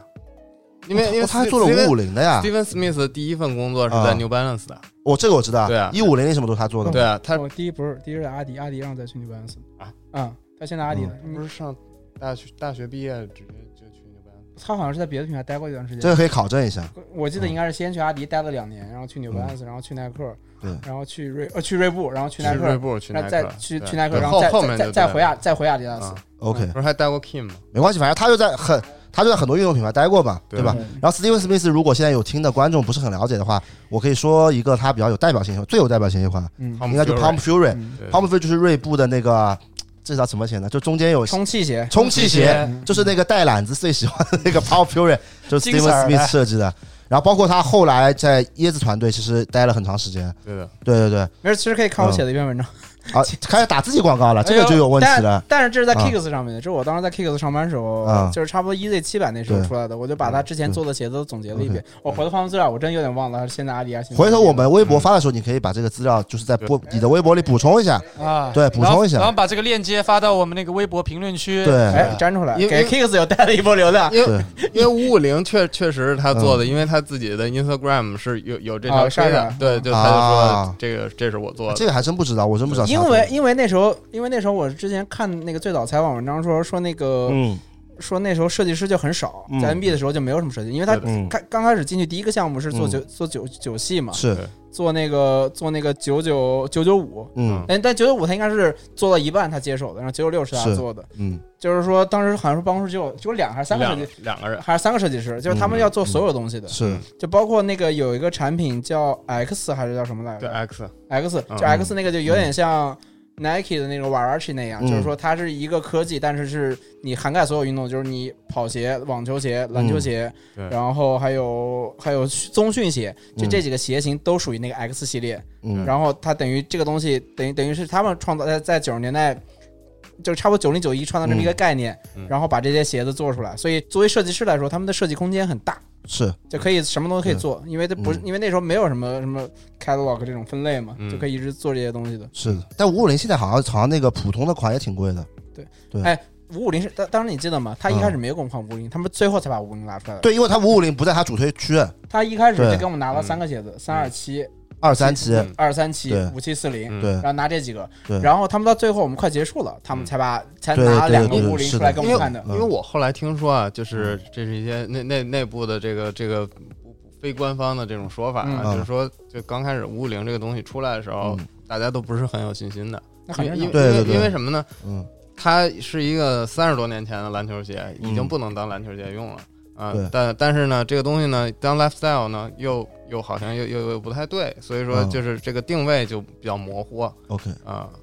Speaker 4: 因为因为
Speaker 2: 我哦他还做了啊五五零的呀，
Speaker 4: Steven Smith 的第一份工作是在
Speaker 2: 啊
Speaker 4: New Balance 的，
Speaker 2: 我这个我知道，
Speaker 4: 对啊
Speaker 2: 一五零零什么都是他做的，
Speaker 4: 对，啊，他
Speaker 1: 我哦第一不是第一是阿迪，阿迪让我再去 New Balance
Speaker 4: 啊，
Speaker 1: 嗯，他现在阿迪了，
Speaker 4: 不
Speaker 1: 嗯
Speaker 4: 是上大学大学毕业直接就去 New Balance，
Speaker 1: 他好像是在别的品牌待过一段时
Speaker 2: 这
Speaker 1: 间。
Speaker 2: 个可以考证一
Speaker 4: 嗯
Speaker 2: 下。
Speaker 1: 我记得应该是先去阿迪待了两年，然后去 New
Speaker 2: 嗯
Speaker 1: Balance，然后去耐克，
Speaker 2: 对
Speaker 1: 然后去瑞呃去瑞布，然后去耐
Speaker 4: 去锐
Speaker 1: 克，
Speaker 4: 步去
Speaker 1: 然
Speaker 4: 耐
Speaker 1: 后
Speaker 4: 克，
Speaker 1: 再去
Speaker 4: 对
Speaker 1: 去耐克，
Speaker 4: 对
Speaker 1: 然后再
Speaker 4: 后后面
Speaker 1: 再
Speaker 4: 就
Speaker 1: 再再
Speaker 4: 对
Speaker 1: 回亚再回亚迪达斯
Speaker 4: 啊。
Speaker 2: OK，、
Speaker 4: 不是还带过 Kim 吗？
Speaker 2: 没关系，反正他就在很，他就在很多运动品牌待过嘛，
Speaker 4: 对
Speaker 2: 对吧？
Speaker 1: 嗯
Speaker 2: 然后 Steven Smith 如果现在有听的观众不是很了解的话，我可以说一个他比较有代表性一款、最有代表性一款，
Speaker 1: 嗯
Speaker 2: 应该就 Palm Fury。
Speaker 1: 嗯，
Speaker 4: 对
Speaker 2: Palm Fury 就是锐步的那个，这叫什么鞋呢？就中间有
Speaker 1: 充气鞋，
Speaker 2: 充气
Speaker 3: 充气
Speaker 2: 鞋
Speaker 3: 鞋，
Speaker 1: 嗯
Speaker 2: 就是那个带篮子最喜欢的那个 Palm Fury，就是 Steven
Speaker 3: 金色儿的
Speaker 1: 哎
Speaker 2: Smith 设计的。然后包括他后来在椰子团队其实待了很长时间，
Speaker 4: 对的，
Speaker 2: 对对对，
Speaker 1: 没事，其实可以看我写的一篇文
Speaker 4: 嗯
Speaker 1: 章。
Speaker 2: 啊，开始打自己广告了，这个就有问
Speaker 1: 哎
Speaker 2: 题
Speaker 1: 呦
Speaker 2: 了。
Speaker 1: 但是这是在
Speaker 4: 嗯
Speaker 2: 啊
Speaker 1: Kicks 上面的，这是我当时在 Kicks 上班时候
Speaker 2: 啊，
Speaker 1: 就是差不多 EZ 七版那时候
Speaker 2: 对
Speaker 1: 出来的，我就
Speaker 4: 嗯
Speaker 1: 把他之前做的鞋子都总结了一遍。我回头翻翻资料，我真有点忘了他是现在阿迪还是现在
Speaker 2: 回头我们微博
Speaker 4: 嗯
Speaker 2: 发的时候，你可以把这个资料就是在
Speaker 4: 对
Speaker 1: 嗯
Speaker 2: 播你的微博里补充一下，
Speaker 3: 啊，
Speaker 2: 对补
Speaker 3: 然后
Speaker 2: 充一下
Speaker 3: 然后把这个链接发到我们那个微博评论区。
Speaker 2: 对
Speaker 1: 哎粘出来，
Speaker 4: 嗯因
Speaker 1: 给
Speaker 4: 为
Speaker 1: Kicks 有带了一波流量。
Speaker 4: 因为
Speaker 2: 对
Speaker 4: 因为五五零确确实是他
Speaker 2: 嗯
Speaker 4: 做的，因为他自己的 Instagram 是有有这条
Speaker 1: 啊
Speaker 4: 推
Speaker 1: 是
Speaker 4: 的
Speaker 1: 啊，
Speaker 4: 对，就他就
Speaker 2: 啊
Speaker 4: 说这个这是我做
Speaker 2: 这
Speaker 4: 的，
Speaker 2: 个还真不知道，我真不知道他
Speaker 1: 因
Speaker 2: 做的。
Speaker 1: 为因为那时候，因为那时候我之前看那个最早采访文章说说那个、
Speaker 2: 嗯
Speaker 1: 说那时候设计师就很少，
Speaker 2: 嗯
Speaker 1: 在 NB 的时候就没有什么设计，因为他
Speaker 4: 对的
Speaker 2: 嗯
Speaker 1: 开刚开始进去第一个项目是做
Speaker 2: 嗯
Speaker 1: 九、做九九系嘛，
Speaker 2: 是
Speaker 4: 对
Speaker 1: 做那个做那个九九九九五，
Speaker 2: 嗯
Speaker 1: 但但九九五他应该是做到一半他接手的，然后九九六是他
Speaker 2: 是
Speaker 1: 做的，
Speaker 2: 嗯
Speaker 1: 就是说当时好像是办公室只有只有两还是三个设
Speaker 4: 两
Speaker 1: 计，
Speaker 4: 两个人，
Speaker 1: 还是三个设计师，就是他们
Speaker 2: 嗯
Speaker 1: 要做所有东西的，
Speaker 2: 是
Speaker 1: 就包括那个有一个产品叫 X 还是叫什么来
Speaker 4: 对
Speaker 1: 着
Speaker 4: X，
Speaker 1: ？X
Speaker 4: 嗯
Speaker 1: 就 X 那个就有点像 Nike 的那种 w a r a c h i 那样，
Speaker 2: 嗯
Speaker 1: 就是说它是一个科技，但是是你涵盖所有运动，就是你跑鞋、网球鞋、篮球鞋，
Speaker 4: 嗯对
Speaker 1: 然后还有还有棕训鞋，就
Speaker 2: 嗯
Speaker 1: 这几个鞋型都属于那个 X 系列。
Speaker 2: 嗯，
Speaker 1: 然后他等于这个东西等于等于是他们创造在在九十年代，就是差不多九零九一创造这么一个概念，
Speaker 4: 嗯
Speaker 1: 然后把这些鞋子做出来。所以作为设计师来说，他们的设计空间很大，
Speaker 2: 是
Speaker 1: 就可以什么东西可以做，因为这不是、
Speaker 2: 嗯
Speaker 1: 因为那时候没有什么什么 catalog 这种分类嘛，
Speaker 4: 嗯
Speaker 1: 就可以一直做这些东西的。
Speaker 2: 是的，但五五零现在好像好像那个普通的款也挺贵的。
Speaker 1: 五五零是当当时你记得吗？他一开始没有跟我们换五五零，他们最后才把五五零拉出来的。
Speaker 2: 啊对，因为它五五零不在它主推区，
Speaker 1: 他一开始
Speaker 2: 对
Speaker 1: 就给我们拿了三个鞋子，三二七、
Speaker 2: 二三七，
Speaker 4: 嗯
Speaker 1: 二三七
Speaker 2: 对、
Speaker 1: 五七四零。
Speaker 4: 嗯
Speaker 2: 对
Speaker 1: 然后拿这几个
Speaker 2: 对，嗯
Speaker 1: 然后他们到最后我们快结束了，他们才把才
Speaker 2: 对
Speaker 1: 拿了
Speaker 2: 对
Speaker 1: 两个
Speaker 2: 对
Speaker 1: 五五零
Speaker 2: 是
Speaker 1: 出来
Speaker 2: 的
Speaker 1: 给我
Speaker 4: 因
Speaker 1: 们
Speaker 4: 为
Speaker 1: 看的。
Speaker 4: 因
Speaker 2: 嗯
Speaker 4: 为我后来听说啊，就是这是一些内内内部的这个这个非官方的这种说法
Speaker 1: 嗯
Speaker 4: 啊，就是说就刚开始五五零这个东西出来的时候
Speaker 2: 嗯，
Speaker 4: 大家都不是很有信心的，
Speaker 1: 那很
Speaker 4: 因
Speaker 1: 正常
Speaker 4: 为因为
Speaker 2: 对对
Speaker 4: 因为
Speaker 2: 对
Speaker 4: 因为什么呢？
Speaker 2: 嗯，
Speaker 4: 它是一个三十多年前的篮球鞋，已经
Speaker 2: 嗯
Speaker 4: 不能当篮球鞋用了啊、
Speaker 2: 对
Speaker 4: 但但是呢，这个东西呢，当 lifestyle 呢，又又好像又又又不太对，所以说
Speaker 2: 嗯
Speaker 4: 就是这个定位就比较模糊啊、
Speaker 2: OK，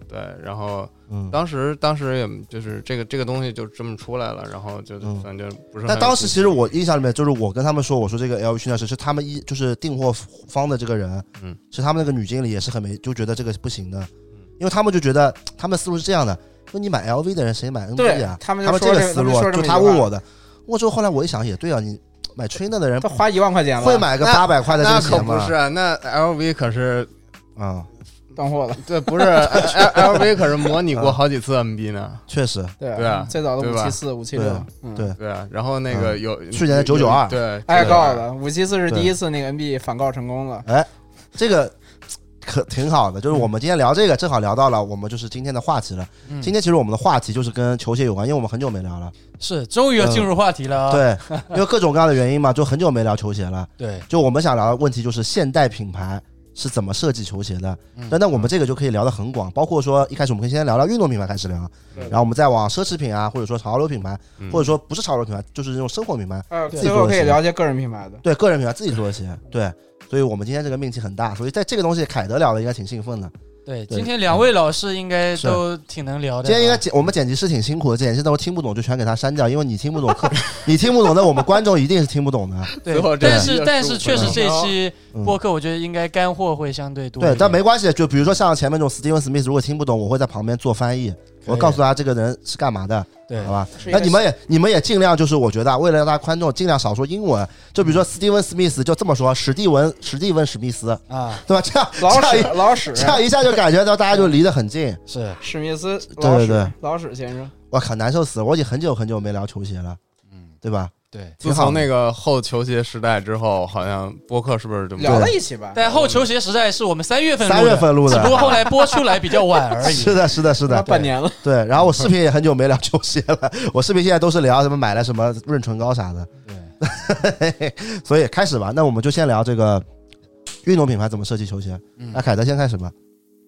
Speaker 4: 对，然后
Speaker 2: 嗯。
Speaker 4: 当时当时也就是这个这个东西就这么出来了，然后就
Speaker 2: 嗯
Speaker 4: 反正不是很有信心。
Speaker 2: 但当时其实我印象里面，就是我跟他们说，我说这个 LV 训练师是他们一就是订货方的这个人，
Speaker 4: 嗯，
Speaker 2: 是他们那个女经理也是很没就觉得这个不行的，
Speaker 4: 嗯
Speaker 2: 因为他们就觉得他们的思路是这样的，说你买 LV 的人谁买
Speaker 1: 对
Speaker 2: NB 啊？
Speaker 1: 他们就
Speaker 2: 他
Speaker 1: 说
Speaker 2: 们这个
Speaker 1: 这
Speaker 2: 思
Speaker 1: 他们
Speaker 2: 路
Speaker 1: 说这
Speaker 2: 就
Speaker 1: 么
Speaker 2: 他
Speaker 1: 一句话
Speaker 2: 问我的，我之后后来我一想也对啊，你买 trainer 的人
Speaker 1: 他花一万块钱了，
Speaker 2: 会买个
Speaker 4: 那
Speaker 2: 八百块的这
Speaker 4: 那
Speaker 2: 个
Speaker 4: 可
Speaker 2: 鞋
Speaker 4: 不
Speaker 2: 吗
Speaker 4: 是？啊，那 LV 可是
Speaker 2: 啊，
Speaker 1: 断货了。
Speaker 4: 对，不是哎 L L V 可是模拟
Speaker 2: 嗯
Speaker 4: 过好几次 MB 呢，
Speaker 2: 确实，
Speaker 1: 对
Speaker 4: 对啊
Speaker 1: 最早的
Speaker 4: 对
Speaker 1: 五
Speaker 4: 吧
Speaker 1: 七四、五七
Speaker 2: 对
Speaker 1: 六
Speaker 2: 啊，
Speaker 1: 嗯
Speaker 2: 对
Speaker 4: 对啊。然后那个有
Speaker 2: 嗯去年的
Speaker 4: 有
Speaker 2: 992
Speaker 4: 对，
Speaker 1: 挨
Speaker 4: 992
Speaker 1: 告了。五七四是
Speaker 2: 对
Speaker 1: 第一次那个 NB 反告成功了，
Speaker 2: 这个可挺好的。就是我
Speaker 1: 嗯
Speaker 2: 们今天聊这个，正好聊到了我们就是今天的话题了。
Speaker 3: 嗯
Speaker 2: 今天其实我们的话题就是跟球鞋有关，因为我们很久没聊了，
Speaker 3: 是终于要进入话题了啊。
Speaker 2: 对，因为各种各样的原因嘛，就很久没聊球鞋了。
Speaker 3: 对，
Speaker 2: 就我们想聊的问题就是现代品牌是怎么设计球鞋的。
Speaker 3: 嗯
Speaker 2: 那那我们这个就可以聊得很广，包括说一开始我们可以先聊聊运动品牌开始聊，
Speaker 1: 对
Speaker 2: 然后我们再往奢侈品啊，或者说潮流品牌，
Speaker 4: 嗯
Speaker 2: 或者说不是潮流品牌，就是那种生活品牌，
Speaker 1: 还有
Speaker 2: 对
Speaker 1: 呃最后可以聊一些个人品牌的。
Speaker 2: 对个人品牌自己做的鞋，对。所以我们今天这个命题很大，所以在这个东西凯德聊的应该挺兴奋的。
Speaker 3: 对，
Speaker 2: 对
Speaker 3: 今天两位老师应该
Speaker 2: 是
Speaker 3: 都挺能聊的啊。
Speaker 2: 今天应该剪我们剪辑师挺辛苦的，剪辑师都听不懂就全给他删掉，因为你听不懂， 可你听不懂的我们观众一定是听不懂的。
Speaker 4: 最后
Speaker 3: 对，
Speaker 4: 这
Speaker 3: 但
Speaker 4: 期
Speaker 3: 是
Speaker 4: 就
Speaker 3: 但
Speaker 4: 15
Speaker 3: 是确实
Speaker 4: 分钟
Speaker 3: 这期
Speaker 2: 嗯
Speaker 3: 播客我觉得应该干货会相对多一点。
Speaker 2: 对，但没关系，就比如说像前面这种 Steven Smith，如果听不懂，我会在旁边做翻译，我会告诉他这个人是干嘛的，
Speaker 3: 对
Speaker 2: 好吧？
Speaker 1: 是一
Speaker 2: 那
Speaker 1: 个
Speaker 2: 你们也你们也尽量就是，我觉得啊为了让大家观众尽量少说英文，就比如说 Steven Smith 就这么说，史蒂文史蒂文史密斯，
Speaker 3: 啊，
Speaker 2: 对吧？这样
Speaker 1: 老史
Speaker 2: 这
Speaker 1: 啊
Speaker 2: 样
Speaker 1: 老史
Speaker 2: 一这样一下就感觉到大家就离得很近，
Speaker 3: 是
Speaker 1: 史密斯老
Speaker 2: 对
Speaker 1: 史
Speaker 2: 对
Speaker 1: 老史先生，
Speaker 2: 我靠，难受死了！我已经很久很久没聊球鞋了，嗯，对吧？
Speaker 3: 对。
Speaker 2: 挺
Speaker 4: 自
Speaker 2: 好的
Speaker 4: 从那个后球鞋时代之后，好像播客是不是就没
Speaker 1: 聊了一起吧。
Speaker 3: 但后球鞋时代是我们三月份录的
Speaker 2: 三月份录
Speaker 3: 只不过
Speaker 2: 的，
Speaker 3: 后来播出来比较晚而 已。
Speaker 2: 是的，是的，是
Speaker 1: 那
Speaker 2: 的，
Speaker 1: 半年了，
Speaker 2: 对。然后我视频也很久没聊球鞋了， 我视频现在都是聊什么买了什么润唇膏啥的。
Speaker 3: 对，
Speaker 2: 所以开始吧，那我们就先聊这个运动品牌怎么设计球鞋。
Speaker 3: 嗯
Speaker 2: 那凯德先开始吧。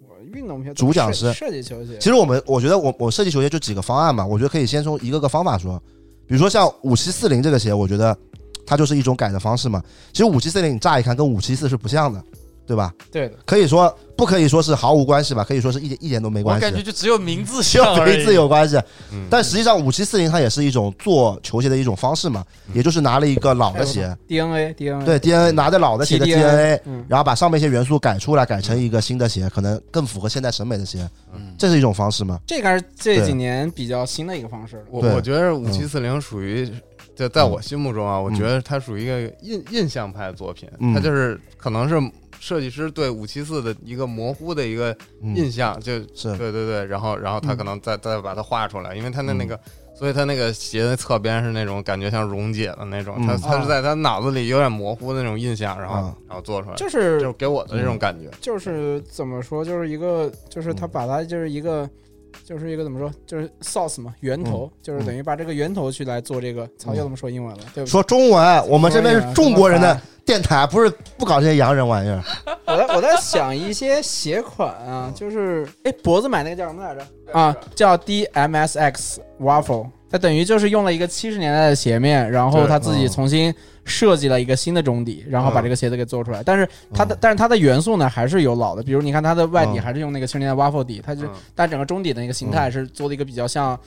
Speaker 1: 我运动鞋
Speaker 2: 主讲师
Speaker 1: 设设计球鞋
Speaker 2: 其，实我们我觉得我我设计球鞋就几个方案嘛，我觉得可以先从一个个方法说。比如说像五七四零这个鞋，我觉得它就是一种改的方式嘛。其实五七四零你乍一看跟五七四是不像的，对吧？
Speaker 1: 对的，
Speaker 2: 可以说不可以说是毫无关系吧，可以说是一点一点都没
Speaker 3: 我
Speaker 2: 关
Speaker 3: 感觉
Speaker 2: 系。
Speaker 3: 就只有名字
Speaker 2: 只有
Speaker 3: 像而
Speaker 2: 名
Speaker 3: 已。
Speaker 2: 字有关系，
Speaker 4: 嗯
Speaker 2: 但实际上五七四零它也是一种做球鞋的一种方式嘛，
Speaker 3: 嗯
Speaker 2: 也就是拿了一个老的鞋，
Speaker 1: DNA DNA
Speaker 2: 对 DNA 拿着老的鞋的
Speaker 1: TDNA
Speaker 2: DNA，
Speaker 1: 嗯，
Speaker 2: 然后把上面一些元素改出来，改成一个新的鞋，可能更符合现代审美的鞋，
Speaker 3: 嗯，
Speaker 2: 这是一种方式吗？
Speaker 1: 这个是这
Speaker 2: 对
Speaker 1: 几年比较新的一个方式了。
Speaker 4: 我
Speaker 2: 对嗯
Speaker 4: 我觉得五七四零属于，就在我心目中啊，我觉得它属于一个印印象派作品，
Speaker 2: 嗯
Speaker 4: 它就是可能是设计师对五七四的一个模糊的一个印
Speaker 2: 嗯，
Speaker 4: 象，就对
Speaker 2: 是，
Speaker 4: 对对，然后然后他
Speaker 1: 嗯
Speaker 4: 可能再再把它画出来，因为他的
Speaker 2: 嗯
Speaker 4: 那个。所以他那个鞋的侧边是那种感觉像溶解的那种，
Speaker 2: 嗯
Speaker 4: 他他
Speaker 1: 啊
Speaker 4: 是在他脑子里有点模糊的那种印象，然后
Speaker 2: 啊
Speaker 4: 然后做出来，
Speaker 1: 就
Speaker 4: 就是是给我的这种感觉。
Speaker 1: 就是怎么说，就是一个，就是他
Speaker 2: 嗯
Speaker 1: 把它就是一个，就是一个怎么说，就是 source 嘛，源头，
Speaker 2: 嗯
Speaker 1: 就是等于把这个源头去来做这个。操，又怎么说英文了？对不对？
Speaker 2: 说中文，我们这边是中国人的
Speaker 1: 哎呀。
Speaker 2: 电台，不是不搞这些洋人玩意儿。
Speaker 1: 这么烦我在我在想一些鞋款
Speaker 2: 哦
Speaker 1: 啊，就是哎，脖子买那个叫什么来着？啊，叫 DMSX Waffle。它等于就是用了一个七十年代的鞋面，然后
Speaker 4: 对
Speaker 1: 他自己
Speaker 2: 嗯
Speaker 1: 重新设计了一个新的中底，然后把
Speaker 2: 嗯
Speaker 1: 这个鞋子给做出来。但是它的
Speaker 2: 嗯
Speaker 1: 但是它的元素呢还是有老的，比如你看它的外底
Speaker 2: 嗯
Speaker 1: 还是用那个七十年代 waffle 底，它就是
Speaker 4: 嗯
Speaker 1: 但整个中底的那个形态是做的一个比较像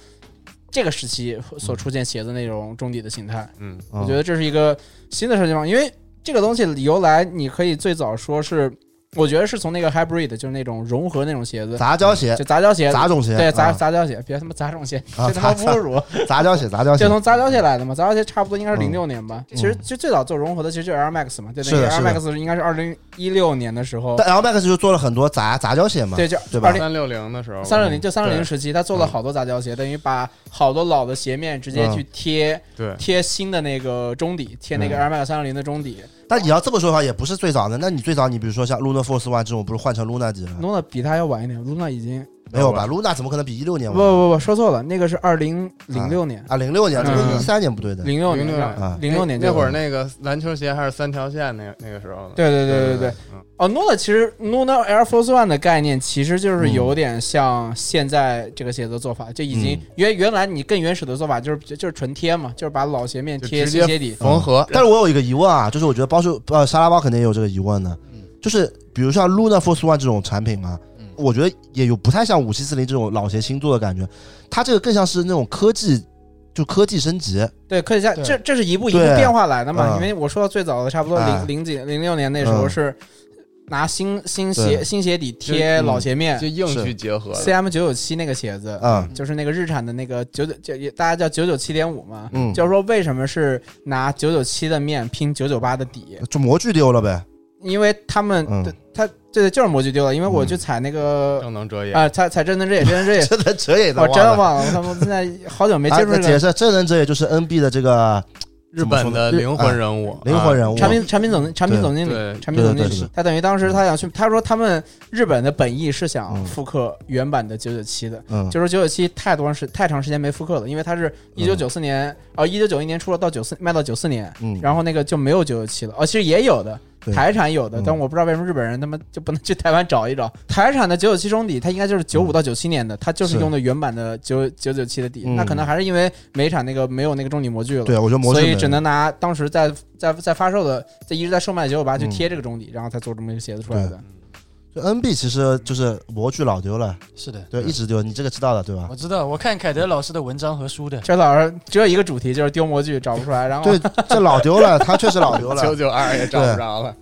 Speaker 1: 这个时期
Speaker 2: 嗯
Speaker 1: 所出现鞋子那种中底的形态。
Speaker 4: 嗯，
Speaker 1: 我觉得这是一个新的设计方法，因为这个东西由来，你可以最早说是，我觉得是从那个 hybrid，就是那种融合那种鞋
Speaker 2: 嗯
Speaker 1: 子，
Speaker 2: 杂交鞋
Speaker 1: 就，杂交鞋。
Speaker 2: 杂种鞋，
Speaker 1: 对杂
Speaker 2: 啊
Speaker 1: 杂交鞋，别他妈杂种鞋，
Speaker 2: 啊
Speaker 1: 这他妈
Speaker 2: 杂杂
Speaker 1: 侮辱！
Speaker 2: 杂交鞋，杂交鞋
Speaker 1: 就，从杂交鞋来的嘛，杂交鞋差不多应该是零六年吧。
Speaker 2: 嗯
Speaker 1: 其实就最早做融合的其实就 Air Max 嘛，对，那
Speaker 2: 是
Speaker 1: 个
Speaker 2: 的是
Speaker 1: Air
Speaker 2: 的
Speaker 1: Max 应该是二零一六年的时候，
Speaker 2: 但 L Max 就做了很多杂杂交鞋嘛，
Speaker 1: 对，就
Speaker 2: 对吧嗯
Speaker 1: 二零
Speaker 4: 三六零的时候，
Speaker 1: 三六零就三六零
Speaker 4: 对
Speaker 1: 时期，他做了好多杂交鞋，等于把好多老的鞋面直接去贴
Speaker 4: 对，
Speaker 1: 贴新的那个中底，贴
Speaker 2: 嗯
Speaker 1: 那个 Air Max 三六零的中底。
Speaker 2: 但你要这么说的话，也不是最早的。那你最早，你比如说像 Luna Force One 这种，不是换成 Luna 级了？
Speaker 1: Luna 比它要晚一点，Luna 已经
Speaker 2: 没有吧？Luna 怎么可能比一六年
Speaker 1: 不
Speaker 2: 晚？
Speaker 1: 不不说错了，那个是二零零六年，
Speaker 2: 啊，零六年，这
Speaker 1: 嗯
Speaker 2: 跟一三年不对的。
Speaker 1: 零六
Speaker 4: 06
Speaker 1: 年，
Speaker 2: 啊，
Speaker 1: 零六年
Speaker 4: 那
Speaker 1: 就
Speaker 4: 那会儿那个篮球鞋还是三条线那那个时候的。
Speaker 1: 对对对对对。，
Speaker 4: 嗯
Speaker 1: 哦，Luna 其实 Luna Air Force One 的概念其实
Speaker 2: 嗯
Speaker 1: 就是有点像现在这个鞋子的做法，就已经
Speaker 2: 嗯
Speaker 1: 原原来你更原始的做法就是就是纯贴嘛，就是把老鞋面
Speaker 4: 就
Speaker 1: 贴
Speaker 4: 直
Speaker 1: 新
Speaker 4: 接
Speaker 1: 鞋底。
Speaker 4: 缝合。
Speaker 2: 啊但是我有一个疑问啊，就是我觉得包叔呃沙拉包肯定也有这个疑问的，就是比如像 Luna Force One 这种产品嘛，
Speaker 3: 嗯
Speaker 2: 我觉得也有不太像五七四零这种老鞋新做的感觉，它这个更像是那种科技，就科技升级。啊
Speaker 1: 对，科学家，
Speaker 3: 对
Speaker 1: 这这是一步一步
Speaker 2: 对
Speaker 1: 变化来的嘛？因
Speaker 2: 嗯
Speaker 1: 为我说到最早的，差不多
Speaker 2: 哎
Speaker 1: 零零几零六年那时候
Speaker 2: 嗯
Speaker 1: 是拿新新
Speaker 2: 对
Speaker 1: 鞋新鞋底贴
Speaker 2: 嗯
Speaker 1: 老鞋面
Speaker 4: 就硬
Speaker 2: 是
Speaker 4: 去结合的。
Speaker 1: ，CM 九九七那个鞋子，
Speaker 2: 嗯
Speaker 1: 就是那个日产的那个九九就也大家叫九九七点五嘛，
Speaker 2: 嗯，
Speaker 1: 就是说为什么是拿九九七的面拼九九八的底？
Speaker 2: 就模具丢了呗。
Speaker 1: 因为他们
Speaker 2: 嗯
Speaker 1: 对他对对就是模具丢了，因为我
Speaker 2: 嗯，
Speaker 1: 去踩那个
Speaker 4: 正能遮掩。
Speaker 1: 啊踩踩真能之眼，真能之眼
Speaker 2: 真的折也
Speaker 1: 我哦真的
Speaker 2: 吗？
Speaker 1: 忘了，我他妈现在好久没接触
Speaker 2: 啊
Speaker 1: 这
Speaker 2: 那解
Speaker 1: 个
Speaker 2: 释，真人者也就是 NB 的这个
Speaker 4: 日本的灵魂人
Speaker 1: 啊
Speaker 4: 物，
Speaker 2: 灵魂人物，
Speaker 1: 产品产品总产品
Speaker 2: 对
Speaker 1: 总经理。
Speaker 4: 对，
Speaker 1: 产品总经
Speaker 2: 对对对
Speaker 1: 理，他等于当时他想去，他说他们日本的本意是想
Speaker 2: 嗯
Speaker 1: 复刻原版的九九七的，
Speaker 2: 嗯，
Speaker 1: 就是九九七太多时太长时间没复刻了，因为它是一九九四年，哦一九九一年出了，到九四卖到九四年，
Speaker 2: 嗯
Speaker 1: 然后那个就没有九九七了。哦，其实也有的，
Speaker 2: 对
Speaker 1: 台产有的，
Speaker 2: 嗯
Speaker 1: 但我不知道为什么日本人他们就不能去台湾找一找。台产的九九七中底，它应该就是九五到九七年的，它就是
Speaker 2: 是
Speaker 1: 用的原版的九九九七的底，
Speaker 2: 嗯
Speaker 1: 那可能还是因为美产那个没有那个中底模具了。
Speaker 2: 对，我觉得模式
Speaker 1: 所以
Speaker 2: 美
Speaker 1: 只能拿当时在在在发售的，在一直在售卖的九九八去
Speaker 2: 嗯
Speaker 1: 贴这个中底，然后才做这么一个鞋子出来的。
Speaker 2: 就 NB 其实就是模具老丢了，
Speaker 3: 是的，
Speaker 2: 对，一直丢，你这个知道的对吧
Speaker 3: 我？知道，我看凯德老师的文章和书的，
Speaker 1: 这老师只有一个主题，就是丢模具找不出来，然后
Speaker 2: 对， 这老丢了，它确实老丢了。
Speaker 4: 九九二也找不着了。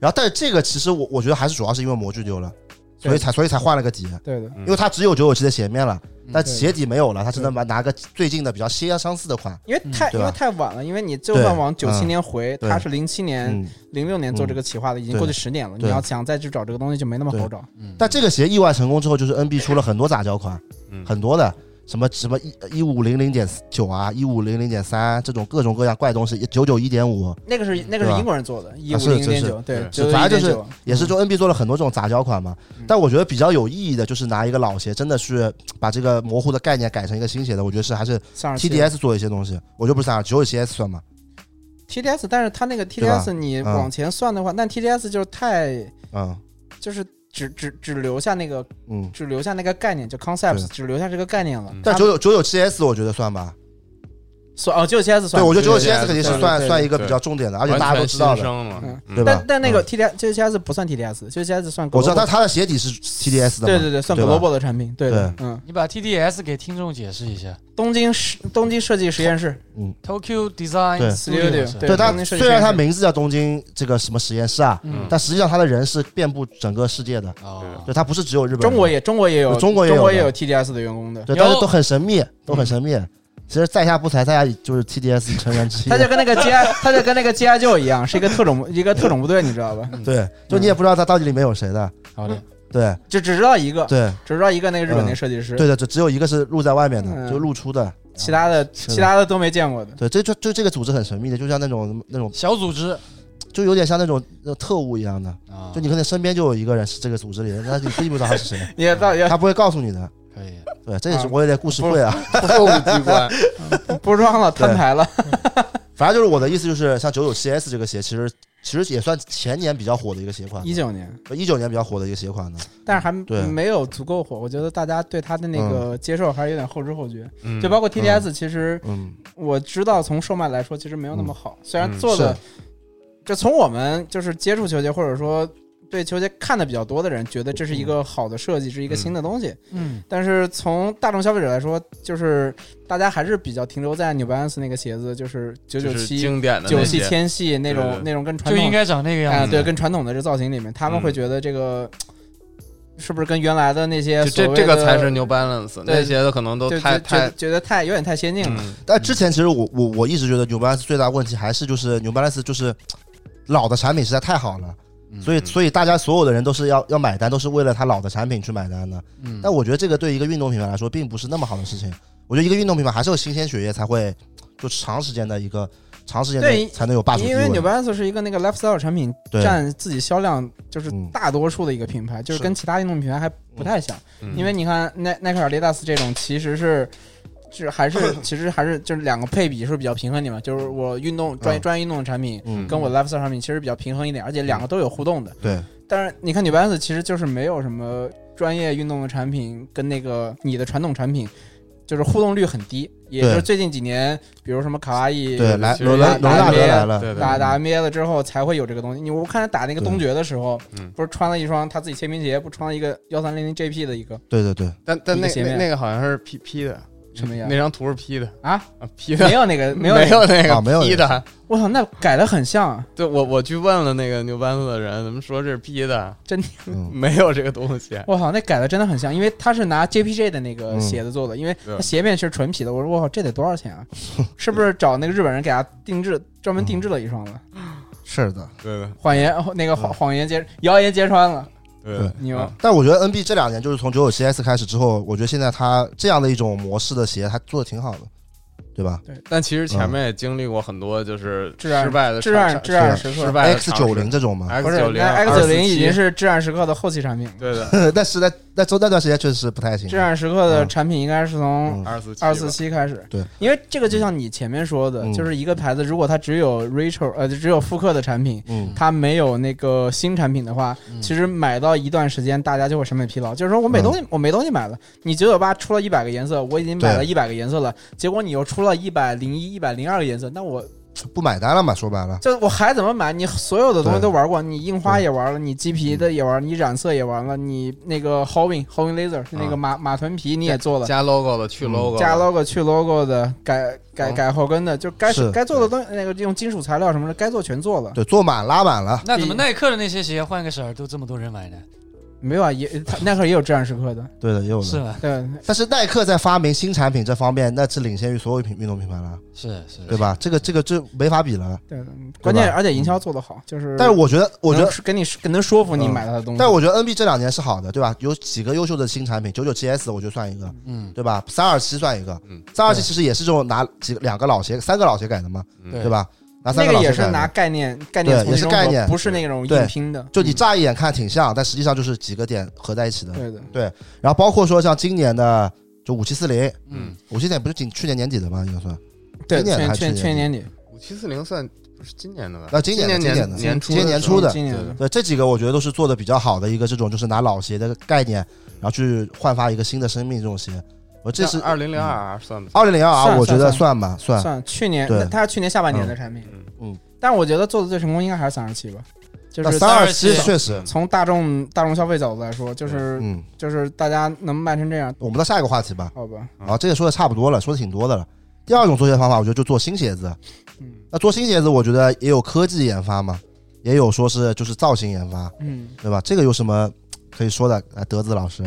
Speaker 2: 然后，但是这个其实我我觉得还是主要是因为模具丢了，所以才所以才换了个底，
Speaker 1: 对的，
Speaker 2: 因为它只有九九七的鞋面了，但
Speaker 1: 嗯对
Speaker 2: 鞋底没有了，它只能拿拿个最近的比较相相似的款。
Speaker 1: 因为太、
Speaker 2: 嗯对
Speaker 1: 因
Speaker 2: 吧
Speaker 1: 为太晚了，因为你就算往
Speaker 2: 对
Speaker 1: 九
Speaker 2: 嗯
Speaker 1: 七年回，
Speaker 2: 对
Speaker 1: 他是零七年、
Speaker 2: 嗯，
Speaker 1: 零六年做这个企划的，已经
Speaker 2: 对
Speaker 1: 过去十年了。
Speaker 2: 对
Speaker 1: 你要想再去找这个东西，就没那么好找。
Speaker 2: 但这个鞋意外成功之后，就是 NB 出了很多杂交款，
Speaker 4: 嗯
Speaker 2: 很多的什么什么一一五零零点九啊，一五零零点三这种各种各样怪东西，九九一点五
Speaker 1: 那个是那个
Speaker 2: 对吧啊
Speaker 1: 是英国人做的，一五
Speaker 2: 是
Speaker 1: 零
Speaker 2: 是
Speaker 1: 点
Speaker 2: 是
Speaker 1: 九，对，
Speaker 4: 对
Speaker 1: 91.9
Speaker 2: 反正就是也是就 NB 做了很多这种杂交款嘛。
Speaker 1: 嗯
Speaker 2: 但我觉得比较有意义的就是拿一个老鞋，真的是把这个模糊的概念改成一个新鞋的，我觉得是还是
Speaker 1: 三十
Speaker 2: TDS 做一些东西，我就不是啥九九七 S 算嘛，
Speaker 1: TDS，但是他那个
Speaker 2: 对吧
Speaker 1: TDS 你
Speaker 2: 嗯
Speaker 1: 往前算的话，但 TDS 就是太
Speaker 2: 嗯
Speaker 1: 就是只只只留下那个
Speaker 2: 嗯。
Speaker 1: 只留下那个概念，就
Speaker 2: 对
Speaker 1: concepts 只留下这个概念了
Speaker 4: 嗯。
Speaker 2: 但
Speaker 1: 他
Speaker 2: 九九九九七 S 我觉得算吧，
Speaker 1: 算哦，九九七 S
Speaker 2: 对
Speaker 1: 算，
Speaker 2: 我觉得九九七
Speaker 4: 997S
Speaker 2: 肯定是
Speaker 1: 对
Speaker 2: 算
Speaker 1: 对
Speaker 2: 算一个
Speaker 4: 对
Speaker 2: 比较重点的，而且大家都知道
Speaker 4: 完全新
Speaker 2: 的。
Speaker 4: 生了
Speaker 1: 嗯，
Speaker 2: 对吧
Speaker 1: 但但那个
Speaker 2: 嗯
Speaker 1: TDS 九九七 S 不算 TDS，九九七 S 算 global，
Speaker 2: 我知道，但它的鞋底是 TDS 的嘛，
Speaker 1: 对对对，算
Speaker 2: 吧
Speaker 1: global 的产品，对的，嗯。
Speaker 3: 你把 TDS 给听众解释一下
Speaker 1: 东京设东京设计实验室，
Speaker 3: ，Tokyo Design
Speaker 2: 对
Speaker 3: Studio 是吧
Speaker 1: 对
Speaker 2: 对
Speaker 1: 东
Speaker 2: 它
Speaker 1: 京设计
Speaker 2: 虽然
Speaker 1: 实验
Speaker 2: 它
Speaker 1: 室
Speaker 2: 名字叫东京这个什么实验室啊，
Speaker 3: 嗯，
Speaker 2: 但实际上它的人是遍布整个世界的，
Speaker 3: 哦，
Speaker 2: 对，它不是只有日本人，
Speaker 1: 中国也中国也有
Speaker 2: 中国也有
Speaker 1: 中国也
Speaker 2: 的
Speaker 1: 有 TDS 的员工的，
Speaker 2: 对，
Speaker 3: 有
Speaker 2: 但是都很神秘，
Speaker 1: 嗯
Speaker 2: 都很神秘。其实在下不才，在下就是 TDS 成员之
Speaker 1: 他就
Speaker 2: 一，
Speaker 1: 跟那 个 G I 他就跟那个 G I 舅一样，是一个特种一个特种部队，你知道吧？
Speaker 2: 对，就你也不知道他到底里面有谁的，
Speaker 3: 好的，
Speaker 2: 对
Speaker 1: 就只知道一个，
Speaker 2: 对嗯
Speaker 1: 只知道一个那个日本那个设计师，
Speaker 2: 对的，只只有一个是露在外面的，
Speaker 1: 嗯
Speaker 2: 就露出的，
Speaker 1: 其他的
Speaker 2: 是的
Speaker 1: 其他的都没见过的。
Speaker 2: 对，这就就这个组织很神秘的，就像那种那种，
Speaker 3: 小组织
Speaker 2: 就有点像那种那种特务一样的，
Speaker 3: 啊，
Speaker 2: 就你可能身边就有一个人是这个组织里的，但是你并不知道他是 谁，
Speaker 1: 你也到也
Speaker 2: 他不会告诉你的。
Speaker 3: 可以，
Speaker 2: 对，这也是我有点故事会啊，
Speaker 4: 特务机 关，
Speaker 1: 不装了，摊牌了。
Speaker 2: 反正就是我的意思就是，像九九七 S 这个鞋，其实其实也算前年比较火的一个鞋款，
Speaker 1: 一九年，
Speaker 2: 一九年比较火的一个鞋款呢。
Speaker 1: 但是还
Speaker 2: 对
Speaker 1: 没有足够火，我觉得大家对他的那个接受还是有点后知后觉。
Speaker 4: 嗯
Speaker 1: 就包括 TDS，其实
Speaker 2: 嗯，
Speaker 1: 我知道从售卖来说，其实没有那么好，虽然做
Speaker 2: 是
Speaker 1: 的，这从我们就是接触球鞋或者说。对球鞋看的比较多的人，觉得这是一个好的设计，是一个新的东西。
Speaker 3: 嗯，
Speaker 1: 但是从大众消费者来说，就是大家还是比较停留在 New Balance 那个鞋子，就是九
Speaker 4: 就
Speaker 1: 九
Speaker 4: 是
Speaker 1: 七、
Speaker 4: 经典的那
Speaker 1: 九
Speaker 4: 些
Speaker 1: 系、千系那
Speaker 4: 对对
Speaker 1: 种
Speaker 4: 对
Speaker 1: 那种跟传
Speaker 3: 就应
Speaker 1: 统
Speaker 3: 该长那个
Speaker 1: 啊、
Speaker 3: 样子，
Speaker 1: 对，跟传统的这造型里面，他们
Speaker 4: 嗯
Speaker 1: 会觉得这个、是不是跟原来的那些
Speaker 4: 就
Speaker 1: 所
Speaker 4: 这
Speaker 1: 谓
Speaker 4: 这个才
Speaker 1: 的
Speaker 4: 是 New Balance，
Speaker 1: 对
Speaker 4: 那些的可能都
Speaker 1: 就
Speaker 4: 太
Speaker 1: 就觉得
Speaker 4: 太
Speaker 1: 觉得太有点太先进了。
Speaker 4: 嗯
Speaker 2: 但之前其实我我我一直觉得 New Balance 最大问题还是就是 New Balance 就是老的产品实在太好了，
Speaker 3: 嗯
Speaker 2: 所以所以大家所有的人都是要要买单，都是为了它老的产品去买单的。
Speaker 3: 嗯
Speaker 2: 但我觉得这个对一个运动品牌来说并不是那么好的事情。我觉得一个运动品牌还是有新鲜血液才会就长时间的一个长时间
Speaker 1: 对
Speaker 2: 的才能有霸主地
Speaker 1: 因为 New
Speaker 2: 位。嗯
Speaker 1: Balance 是一个那个 lifestyle 产品
Speaker 2: 对
Speaker 1: 占自己销量就是
Speaker 2: 嗯
Speaker 1: 大多数的一个品牌，就是
Speaker 2: 是
Speaker 1: 跟其他运动品牌还不太像。
Speaker 4: 嗯
Speaker 1: 因为你看耐耐克、阿迪达斯这种，其实是是还 是其实还是就是两个配比是比较平衡的嘛，就是我运动专业
Speaker 2: 嗯
Speaker 1: 专业运动的产品
Speaker 2: 嗯，
Speaker 1: 跟我 lifestyle 产品其实比较平衡一点，而且两个都有互动的。
Speaker 2: 对，
Speaker 1: 但是你看 New Balance 其实就是没有什么专业运动的产品跟那个你的传统产品就是互动率很低，也
Speaker 2: 对
Speaker 1: 就是最近几年，比如什么卡哇伊。
Speaker 2: 对，来
Speaker 4: 其实
Speaker 2: 罗
Speaker 1: 打
Speaker 2: 兰罗纳
Speaker 1: 打
Speaker 2: 德
Speaker 1: NBA 啊
Speaker 2: 来了，
Speaker 4: 对对
Speaker 1: 打打 NBA 了之后才会有这个东西。你我看他打那个
Speaker 2: 对
Speaker 1: 东决的时候
Speaker 4: 嗯，
Speaker 1: 不是穿了一双他自己签名鞋，不穿了一个幺三零零 JP 的一个
Speaker 2: 对对对，
Speaker 4: 但但那
Speaker 1: 一个鞋
Speaker 4: 那
Speaker 1: 面
Speaker 4: 那个好像是 P P 的，嗯
Speaker 1: 什么呀
Speaker 4: 那张图是 P 的
Speaker 1: 啊？
Speaker 4: 啊，P 的
Speaker 1: 没有那个 没有那个
Speaker 4: 没有那
Speaker 2: 啊
Speaker 4: 个
Speaker 2: 没有
Speaker 4: P
Speaker 2: 那
Speaker 4: 的，
Speaker 1: 我操，那改的很像啊，
Speaker 4: 对我我去问了那个 New Balance 的人，他们说这是 P 的，
Speaker 1: 真的，
Speaker 2: 嗯，
Speaker 4: 没有这个东西。
Speaker 1: 我操，那改的真的很像，因为他是拿 JPG 的那个
Speaker 2: 嗯
Speaker 1: 鞋子做的，因为
Speaker 4: 对
Speaker 1: 它鞋面是纯皮的。我说我靠，这得多少钱啊？是不是找那个日本人给他定制，专门定制了一双了？
Speaker 2: 是的，
Speaker 4: 对的，
Speaker 1: 谎言 那个谎谎言揭谣言揭穿了，
Speaker 4: 对
Speaker 2: 对嗯
Speaker 4: 的，
Speaker 1: 牛
Speaker 4: 啊
Speaker 2: 但我觉得 NB 这两年就是从九九七 S 开始之后，我觉得现在它这样的一种模式的鞋，它做的挺好的，对吧
Speaker 4: 但其实
Speaker 2: 嗯
Speaker 4: 前面也经历过很多就是
Speaker 1: 至暗
Speaker 4: 失败的
Speaker 1: 至暗
Speaker 4: 尝
Speaker 1: 至暗
Speaker 4: 失
Speaker 1: 时
Speaker 4: 失
Speaker 1: 刻，
Speaker 4: 败的
Speaker 2: ？X
Speaker 4: 尝试
Speaker 2: 九零这种嘛，
Speaker 1: 不
Speaker 4: X
Speaker 1: 是
Speaker 4: 九零啊
Speaker 1: 哎 X 九零已经
Speaker 4: 是
Speaker 1: 是至暗时刻的后期产品，
Speaker 4: 对的
Speaker 2: 但是在在中那段时间确实是不太行
Speaker 1: 至。暗时刻的产品应该是从
Speaker 2: 嗯
Speaker 4: 二四
Speaker 1: 二四七开始，
Speaker 2: 对，
Speaker 1: 因为这个就像你前面说的，
Speaker 2: 嗯
Speaker 1: 就是一个牌子如果它只有 retro 呃只有复刻的产品，
Speaker 2: 嗯，
Speaker 1: 它没有那个新产品的话，其实买到一段时间，大家就会审美疲劳。就是说我没东西，我没东西买了。你九九八出了一百个颜色，我已经买了
Speaker 2: 嗯对
Speaker 1: 一百个颜色了，结果你又出了一百零一、一百零二个颜色，那我
Speaker 2: 不买单了嘛，说白了，
Speaker 1: 这我还怎么买？你所有的东西
Speaker 2: 对
Speaker 1: 都玩过，你印花也玩了，你鸡皮的也玩，你染色也玩了，你那个 Howin Howin Laser 是那个马马臀皮你也做了。
Speaker 4: 加 logo 的去
Speaker 2: 嗯
Speaker 4: logo 的
Speaker 1: 加 logo 去 logo 的，改改
Speaker 4: 嗯
Speaker 1: 改后跟的，就该
Speaker 2: 是
Speaker 1: 该做的东西，那个用金属材料什么的，该做全做了。
Speaker 2: 对，做满拉满了，
Speaker 3: 那怎么耐克的那些鞋换个色儿都这么多人买呢？
Speaker 1: 没有啊，也他耐克也有至暗时刻的，
Speaker 2: 对的，也有
Speaker 3: 是
Speaker 2: 的。
Speaker 3: 吗？
Speaker 1: 对，
Speaker 2: 但是耐克在发明新产品这方面，那是领先于所有品运动品牌了，
Speaker 3: 是是，
Speaker 2: 对？吧？这个这个就没法比了。
Speaker 1: 对，嗯关键
Speaker 2: 吧嗯
Speaker 1: 而且营销做得好，就是
Speaker 2: 但是我觉得，我觉得
Speaker 1: 能跟你跟能说服你
Speaker 2: 嗯
Speaker 1: 买他的东西。
Speaker 2: 但我觉得 NB 这两年是好的，对吧？有几个优秀的新产品，九九七 S 我就算一个，
Speaker 3: 嗯，
Speaker 2: 对吧？三二七算一个
Speaker 4: 嗯，
Speaker 2: 三二七其实也是这种拿几个两个老鞋、三个老鞋改的嘛，
Speaker 4: 嗯
Speaker 3: 对
Speaker 2: 对吧？拿三
Speaker 1: 那
Speaker 2: 老
Speaker 1: 个
Speaker 2: 鞋
Speaker 1: 也是
Speaker 2: 改的
Speaker 1: 拿概念概念
Speaker 2: 对
Speaker 1: 从
Speaker 2: 也
Speaker 1: 其
Speaker 2: 是
Speaker 1: 中
Speaker 2: 概
Speaker 1: 合
Speaker 2: 念
Speaker 1: 不是那种
Speaker 2: 对
Speaker 1: 硬拼的，
Speaker 2: 就你乍一眼看挺像，但实际上就是几个点合在一起的。
Speaker 1: 对的，
Speaker 2: 对，然后包括说像今年的就五七四零，
Speaker 3: 嗯，
Speaker 2: 五七点不是今去年年底的吗？应该算。
Speaker 1: 对，
Speaker 2: 今年
Speaker 1: 去
Speaker 2: 还
Speaker 1: 去
Speaker 2: 去
Speaker 1: 去
Speaker 2: 年
Speaker 1: 年底，
Speaker 4: 五七四零算不是今年的吧？
Speaker 2: 啊今年的
Speaker 4: 年
Speaker 2: 今年的
Speaker 4: 年
Speaker 2: 今年年初的
Speaker 1: 今年的
Speaker 2: 对，这几个我觉得都是做的比较好的一个这种，就是拿老鞋的概念，然后去焕发一个新的生命这种鞋。我这是
Speaker 4: 二零零二算不算？
Speaker 2: 二零零二啊，
Speaker 1: 算
Speaker 2: 我觉得
Speaker 1: 算
Speaker 2: 算吧，算。
Speaker 1: 算去年，
Speaker 2: 对
Speaker 1: 那它是去年下半年的产品，
Speaker 4: 嗯
Speaker 2: 嗯，
Speaker 1: 但我觉得做的最成功应该还是三十七吧，就
Speaker 2: 那
Speaker 1: 是
Speaker 2: 三二七
Speaker 3: 327
Speaker 2: 确
Speaker 4: 嗯
Speaker 2: 实，
Speaker 1: 从大众大众消费角度来说，就是
Speaker 2: 嗯，
Speaker 1: 就是大家能卖成这样，
Speaker 2: 我们到下一个话题吧。
Speaker 1: 好吧，
Speaker 4: 嗯
Speaker 2: 啊，这个说的差不多了，说的挺多的了。第二种做鞋方法，我觉得就做新鞋子。
Speaker 1: 嗯
Speaker 2: 那做新鞋子，我觉得也有科技研发嘛，也有说是就是造型研发，
Speaker 1: 嗯。
Speaker 2: 对吧？这个有什么可以说的？哎，德子老师，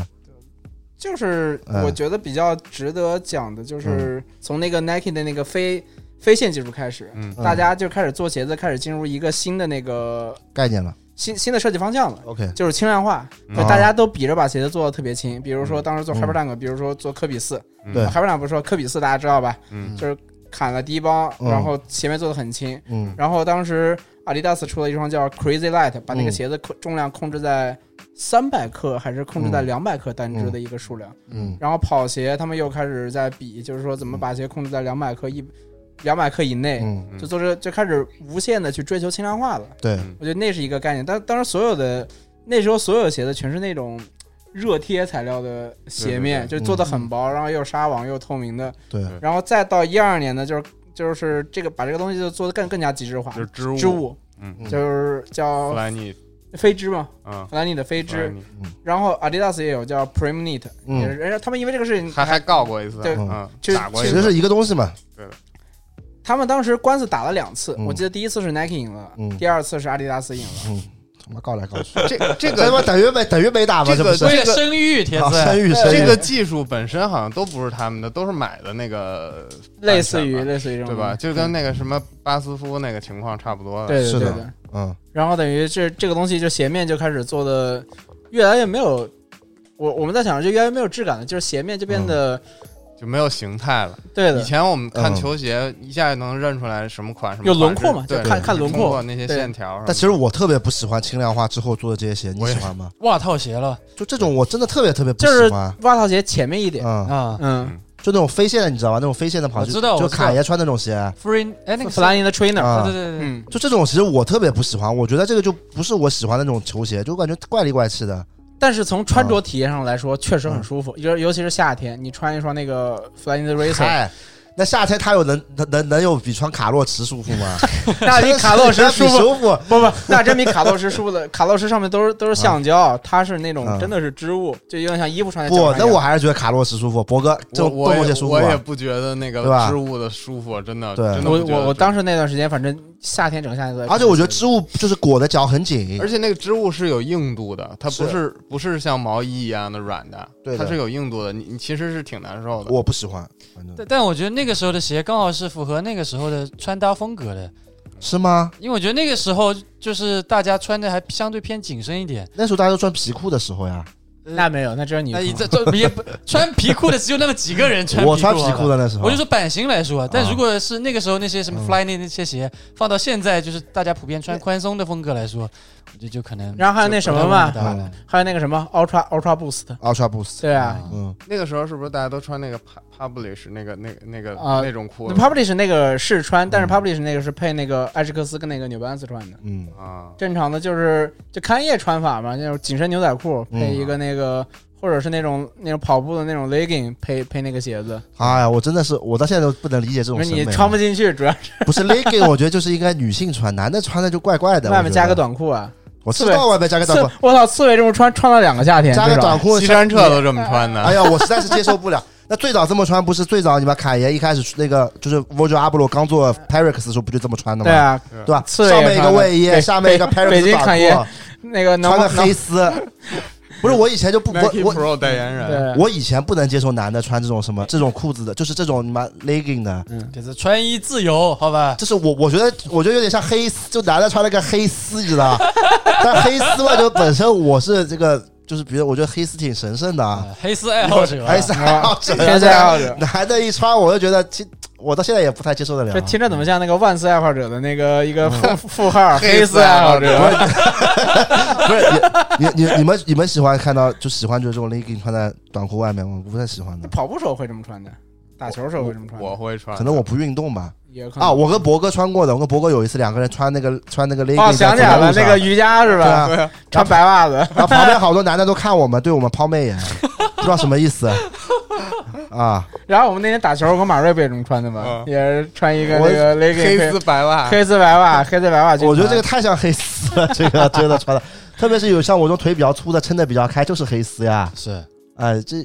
Speaker 1: 就是
Speaker 2: 嗯
Speaker 1: 我觉得比较值得讲的，就是从那个 Nike 的那个飞飞线技术开始，
Speaker 4: 嗯
Speaker 1: 大家就开始做鞋子，开始进入一个新的那个
Speaker 2: 概念了。
Speaker 1: 新新的设计方向了。
Speaker 2: OK，
Speaker 1: 就是轻量化，
Speaker 4: 嗯
Speaker 1: 就大家都比着把鞋子做的特别轻，比如说
Speaker 4: 嗯
Speaker 1: 当时做 Hyperdunk，比如说做科比四
Speaker 4: 嗯
Speaker 2: 对
Speaker 1: ，Hyperdunk 不是说科比四大家知道吧？
Speaker 4: 嗯
Speaker 1: 就是砍了第一帮，
Speaker 2: 嗯
Speaker 1: 然后前面做的很轻，
Speaker 2: 嗯
Speaker 1: 然后当时阿迪达斯出了一双叫 Crazy Light，把那个
Speaker 2: 嗯
Speaker 1: 鞋子控重量控制在三百克还是控制在
Speaker 2: 嗯
Speaker 1: 两百克单只的一个数量，
Speaker 2: 嗯
Speaker 1: 然后跑鞋他们又开始在比，就是说怎么把鞋控制在两百克一两百克以内，
Speaker 2: 嗯，
Speaker 1: 就做这就开始无限的去追求轻量化了。
Speaker 2: 对，
Speaker 1: 我觉得那是一个概念，但当时所有的那时候所有鞋子全是那种热贴材料的鞋面，
Speaker 4: 对嗯
Speaker 2: 对
Speaker 1: 就做的很薄，然后又纱网又透明的，
Speaker 2: 对，
Speaker 1: 然后再到一二年呢，就是就是这个把这个东西就做的更更加极致化
Speaker 4: 就，是织物
Speaker 1: 织物
Speaker 4: 嗯，
Speaker 2: 嗯
Speaker 1: 就是
Speaker 4: 弗
Speaker 1: 叫
Speaker 4: 莱尼
Speaker 1: 飞织嘛，
Speaker 4: 啊，
Speaker 1: 弗兰尼的飞
Speaker 4: 弗莱
Speaker 1: 织，
Speaker 4: 尼
Speaker 1: 然后 Adidas 也有叫 Primknit，也是
Speaker 2: 嗯，
Speaker 1: 人家他们因为这个事情
Speaker 4: 还还告过一次，
Speaker 1: 对
Speaker 4: 嗯，
Speaker 1: 就
Speaker 4: 打过
Speaker 2: 其
Speaker 4: 一
Speaker 2: 实
Speaker 4: 次，
Speaker 2: 是一个东西嘛。
Speaker 1: 他们当时官司打了两次，
Speaker 2: 嗯
Speaker 1: 我记得第一次是 Nike 赢了，
Speaker 2: 嗯
Speaker 1: 第二次是阿迪达斯赢了。
Speaker 2: 嗯，他妈告来告去，
Speaker 4: 这这
Speaker 2: 他妈
Speaker 4: 个
Speaker 2: 等于没等于没打嘛，
Speaker 4: 这
Speaker 2: 这
Speaker 4: 个
Speaker 2: 不是
Speaker 3: 为了生育，铁
Speaker 2: 啊
Speaker 3: 子，
Speaker 2: 生育生
Speaker 4: 这
Speaker 2: 育
Speaker 4: 个技术本身好像都不是他们的，都是买的那个
Speaker 1: 类似于
Speaker 4: 版权嗯吧
Speaker 1: 类似于这种嗯
Speaker 4: 对吧？就跟那个什么巴斯夫那个情况差不多的。
Speaker 1: 对对
Speaker 2: 是
Speaker 1: 对
Speaker 2: 的
Speaker 1: 对。
Speaker 2: 嗯
Speaker 1: 然后等于这这个东西就鞋面就开始做的越来越没有，我我们在想就越来越没有质感了，就是鞋面就变得、
Speaker 4: 就没有形态了。
Speaker 1: 对
Speaker 4: 以
Speaker 1: 的，
Speaker 4: 前我们看
Speaker 2: 嗯
Speaker 4: 球鞋，一下就能认出来什么款什么款式，
Speaker 1: 有轮廓嘛，就
Speaker 4: 对，
Speaker 1: 看
Speaker 2: 对
Speaker 1: 看轮
Speaker 4: 通过
Speaker 1: 廓。
Speaker 4: 那些
Speaker 1: 对
Speaker 4: 线条什么的。
Speaker 2: 但其实我特别不喜欢轻量化之后做的这些鞋，你
Speaker 4: 我也
Speaker 2: 喜欢吗？
Speaker 3: 袜套鞋了
Speaker 2: 就这种我真的特别特别不
Speaker 1: 就是
Speaker 2: 喜欢。
Speaker 1: 袜套鞋前面一点，
Speaker 2: 嗯，
Speaker 3: 啊
Speaker 1: 嗯，
Speaker 2: 就那种飞线的，你知道吧？那种飞线的跑
Speaker 3: 我
Speaker 2: 鞋，
Speaker 3: 知道
Speaker 2: 就
Speaker 3: 我知道
Speaker 2: 卡爷穿那种鞋，
Speaker 3: ，Free 哎那个
Speaker 1: 弗兰尼的 trainer，、
Speaker 2: 啊
Speaker 3: 对对对对，
Speaker 1: 嗯，
Speaker 2: 就这种其实我特别不喜欢。我觉得这个就不是我喜欢的那种球鞋，就感觉怪里怪气的。
Speaker 1: 但是从穿着体验上来说，确实很舒服，尤、尤其是夏天，你穿一双那个弗 兰尼的 racer，
Speaker 2: 嗨，那夏天它有能能能能有比穿卡洛驰舒服吗？
Speaker 1: 那比卡洛驰
Speaker 2: 真是
Speaker 1: 舒
Speaker 2: 比
Speaker 1: 服
Speaker 2: 舒服。
Speaker 1: 不不，那真比卡洛斯舒服的。卡洛斯上面都是都是橡胶，它是那
Speaker 2: 啊
Speaker 1: 种真的是织物，就有点像衣服穿在脚
Speaker 2: 不
Speaker 1: 上，一
Speaker 2: 那
Speaker 1: 样。
Speaker 2: 我还是觉得卡洛驰舒服。博哥，这
Speaker 4: 我
Speaker 2: 种
Speaker 4: 我
Speaker 2: 动物鞋
Speaker 4: 也
Speaker 2: 舒服
Speaker 4: 我也
Speaker 2: 啊。
Speaker 4: 不觉得那
Speaker 2: 对吧
Speaker 4: 个织物的舒服，真的，
Speaker 2: 对
Speaker 4: 真的
Speaker 1: 我啊
Speaker 4: 不觉得
Speaker 1: 我我
Speaker 4: 织
Speaker 1: 当时那段时间，反正夏天整个夏天都在。
Speaker 2: 而且我觉得织物就是裹的脚很紧
Speaker 4: 而，且那个织物是有硬度的，它不
Speaker 2: 是
Speaker 4: 是不是像毛衣一样的软的，
Speaker 2: 对的
Speaker 4: 它是有硬度的，你你其实是挺难受的。
Speaker 2: 我不喜欢。反正
Speaker 3: 但但我觉得那个时候的鞋刚好是符合那个时候的穿搭风格的，
Speaker 2: 是吗？
Speaker 3: 因为我觉得那个时候就是大家穿的还相对偏紧身一点，哎
Speaker 2: 那时候大家都穿皮裤的时候呀，
Speaker 1: 那没有，那只有你
Speaker 3: 那你这这也不穿皮裤的只有那么几个人穿
Speaker 1: 啊
Speaker 3: 啊
Speaker 2: 我
Speaker 3: 穿
Speaker 2: 穿皮裤
Speaker 3: 的。
Speaker 2: 的那时候
Speaker 3: 我就，说版型来说，但
Speaker 2: 啊
Speaker 3: 如果是那个时候那些
Speaker 2: 嗯
Speaker 3: 什么 Fly 那那些鞋，放到现在就是大家普遍穿宽松的风格来说，我觉得就可能。
Speaker 1: 然后还有那什么嘛
Speaker 3: 就不太会搭了
Speaker 1: 还有那个什么 Ultra Ultra Boost，
Speaker 2: Ultra Boost，
Speaker 1: 对啊，
Speaker 2: 嗯，
Speaker 4: 那个时候是不是大家都穿那个 pu- publish 那个那个那个
Speaker 1: 啊
Speaker 4: 那种裤
Speaker 1: 那
Speaker 4: 子
Speaker 1: Publish 那个是穿，但是
Speaker 2: 嗯
Speaker 1: Publish 那个是配那个艾什克斯跟那个纽班斯穿的。
Speaker 2: 嗯，
Speaker 4: 啊？
Speaker 1: 正常的就是就开业穿法嘛，那种紧身牛仔裤配一个那个，或者是那种那种跑步的那种 legging 配配那个鞋子，
Speaker 2: 哎呀，我真的是，我到现在都不能理解这种
Speaker 1: 那
Speaker 2: 审美啊
Speaker 1: 你
Speaker 2: 了。
Speaker 1: 穿不进去，主要是
Speaker 2: 不是 legging，我觉得就是应该女性穿，男的穿的就怪怪的。
Speaker 1: 外面加个
Speaker 2: 我觉得，
Speaker 1: 短裤啊。
Speaker 2: 我知道外面加个短
Speaker 1: 刺
Speaker 2: 裤，，
Speaker 1: 我操，刺猬这么穿穿了两个夏天，
Speaker 2: 加个
Speaker 1: 至少
Speaker 2: 短裤
Speaker 4: 西，山彻都这么穿的
Speaker 2: 哎，呀，我实在是接受不了。 那最早这么穿，不是最早你们侃爷一开始那个就是 Virgil Abloh 刚做 Perix 的时候，不就这么穿的吗？
Speaker 1: 对，啊，
Speaker 2: 对吧？
Speaker 1: 刺猬
Speaker 2: 上面一个卫
Speaker 1: 也穿
Speaker 2: 衣，
Speaker 1: 的
Speaker 2: 下面一个
Speaker 1: 北
Speaker 2: Perix
Speaker 1: 北京
Speaker 2: 短
Speaker 1: 侃爷
Speaker 2: 裤，
Speaker 1: 那个能
Speaker 2: 穿个
Speaker 1: 能
Speaker 2: 黑 丝。不是，我以前就不我
Speaker 4: Nike
Speaker 2: 我
Speaker 4: Pro 代言人，啊
Speaker 1: 对，
Speaker 2: 我以前不能接受男的穿这种什么这种裤子的，就是这种你妈 legging 的，
Speaker 3: 这是穿衣自由，好吧？
Speaker 2: 就是我我觉得我觉得有点像黑丝，就男的穿了个黑丝，你知道吧？但黑丝吧，就本身我是这个，就是比如我觉得黑丝挺神圣的啊，
Speaker 3: 啊黑丝爱好者啊，
Speaker 2: 黑丝爱好者，
Speaker 1: 黑丝爱好者
Speaker 2: 男的一穿我就觉得，其我到现在也不太接受得了
Speaker 1: 这
Speaker 2: 啊。
Speaker 1: 听着怎么像那个万斯爱好者的那个一个
Speaker 2: 嗯
Speaker 1: 副副号黑
Speaker 4: 啊
Speaker 1: 丝爱好者？
Speaker 2: 不是你你你你们你们喜欢看到就喜欢就是这种 legging 穿在短裤外面吗？我不太喜欢的，
Speaker 1: 跑步时候会这么穿的，打球时候会这么穿的，
Speaker 4: 我会穿。
Speaker 2: 可能我不运动吧。
Speaker 1: 也可能哦
Speaker 2: 啊，我跟博哥穿过的，我跟博哥有一次两个人穿那个穿那个 legging，
Speaker 1: 哦，想起来了，那个瑜伽是吧？
Speaker 2: 对啊
Speaker 1: 穿白袜子，
Speaker 2: 然后旁边好多男的都看我们，对我们抛媚眼，不知道什么意思 啊。
Speaker 1: 然后我们那天打球，我跟马瑞不也这么穿的吗？
Speaker 4: 嗯
Speaker 1: 也是穿一个
Speaker 2: 我
Speaker 1: 那个 legging
Speaker 4: 黑丝白袜，
Speaker 1: 黑丝白袜，黑丝白袜军团。
Speaker 2: 我觉得这个太像黑丝了，这个真的穿的，特别是有像我这种腿比较粗的，撑的比较开，就是黑丝呀。
Speaker 3: 是
Speaker 2: 哎，这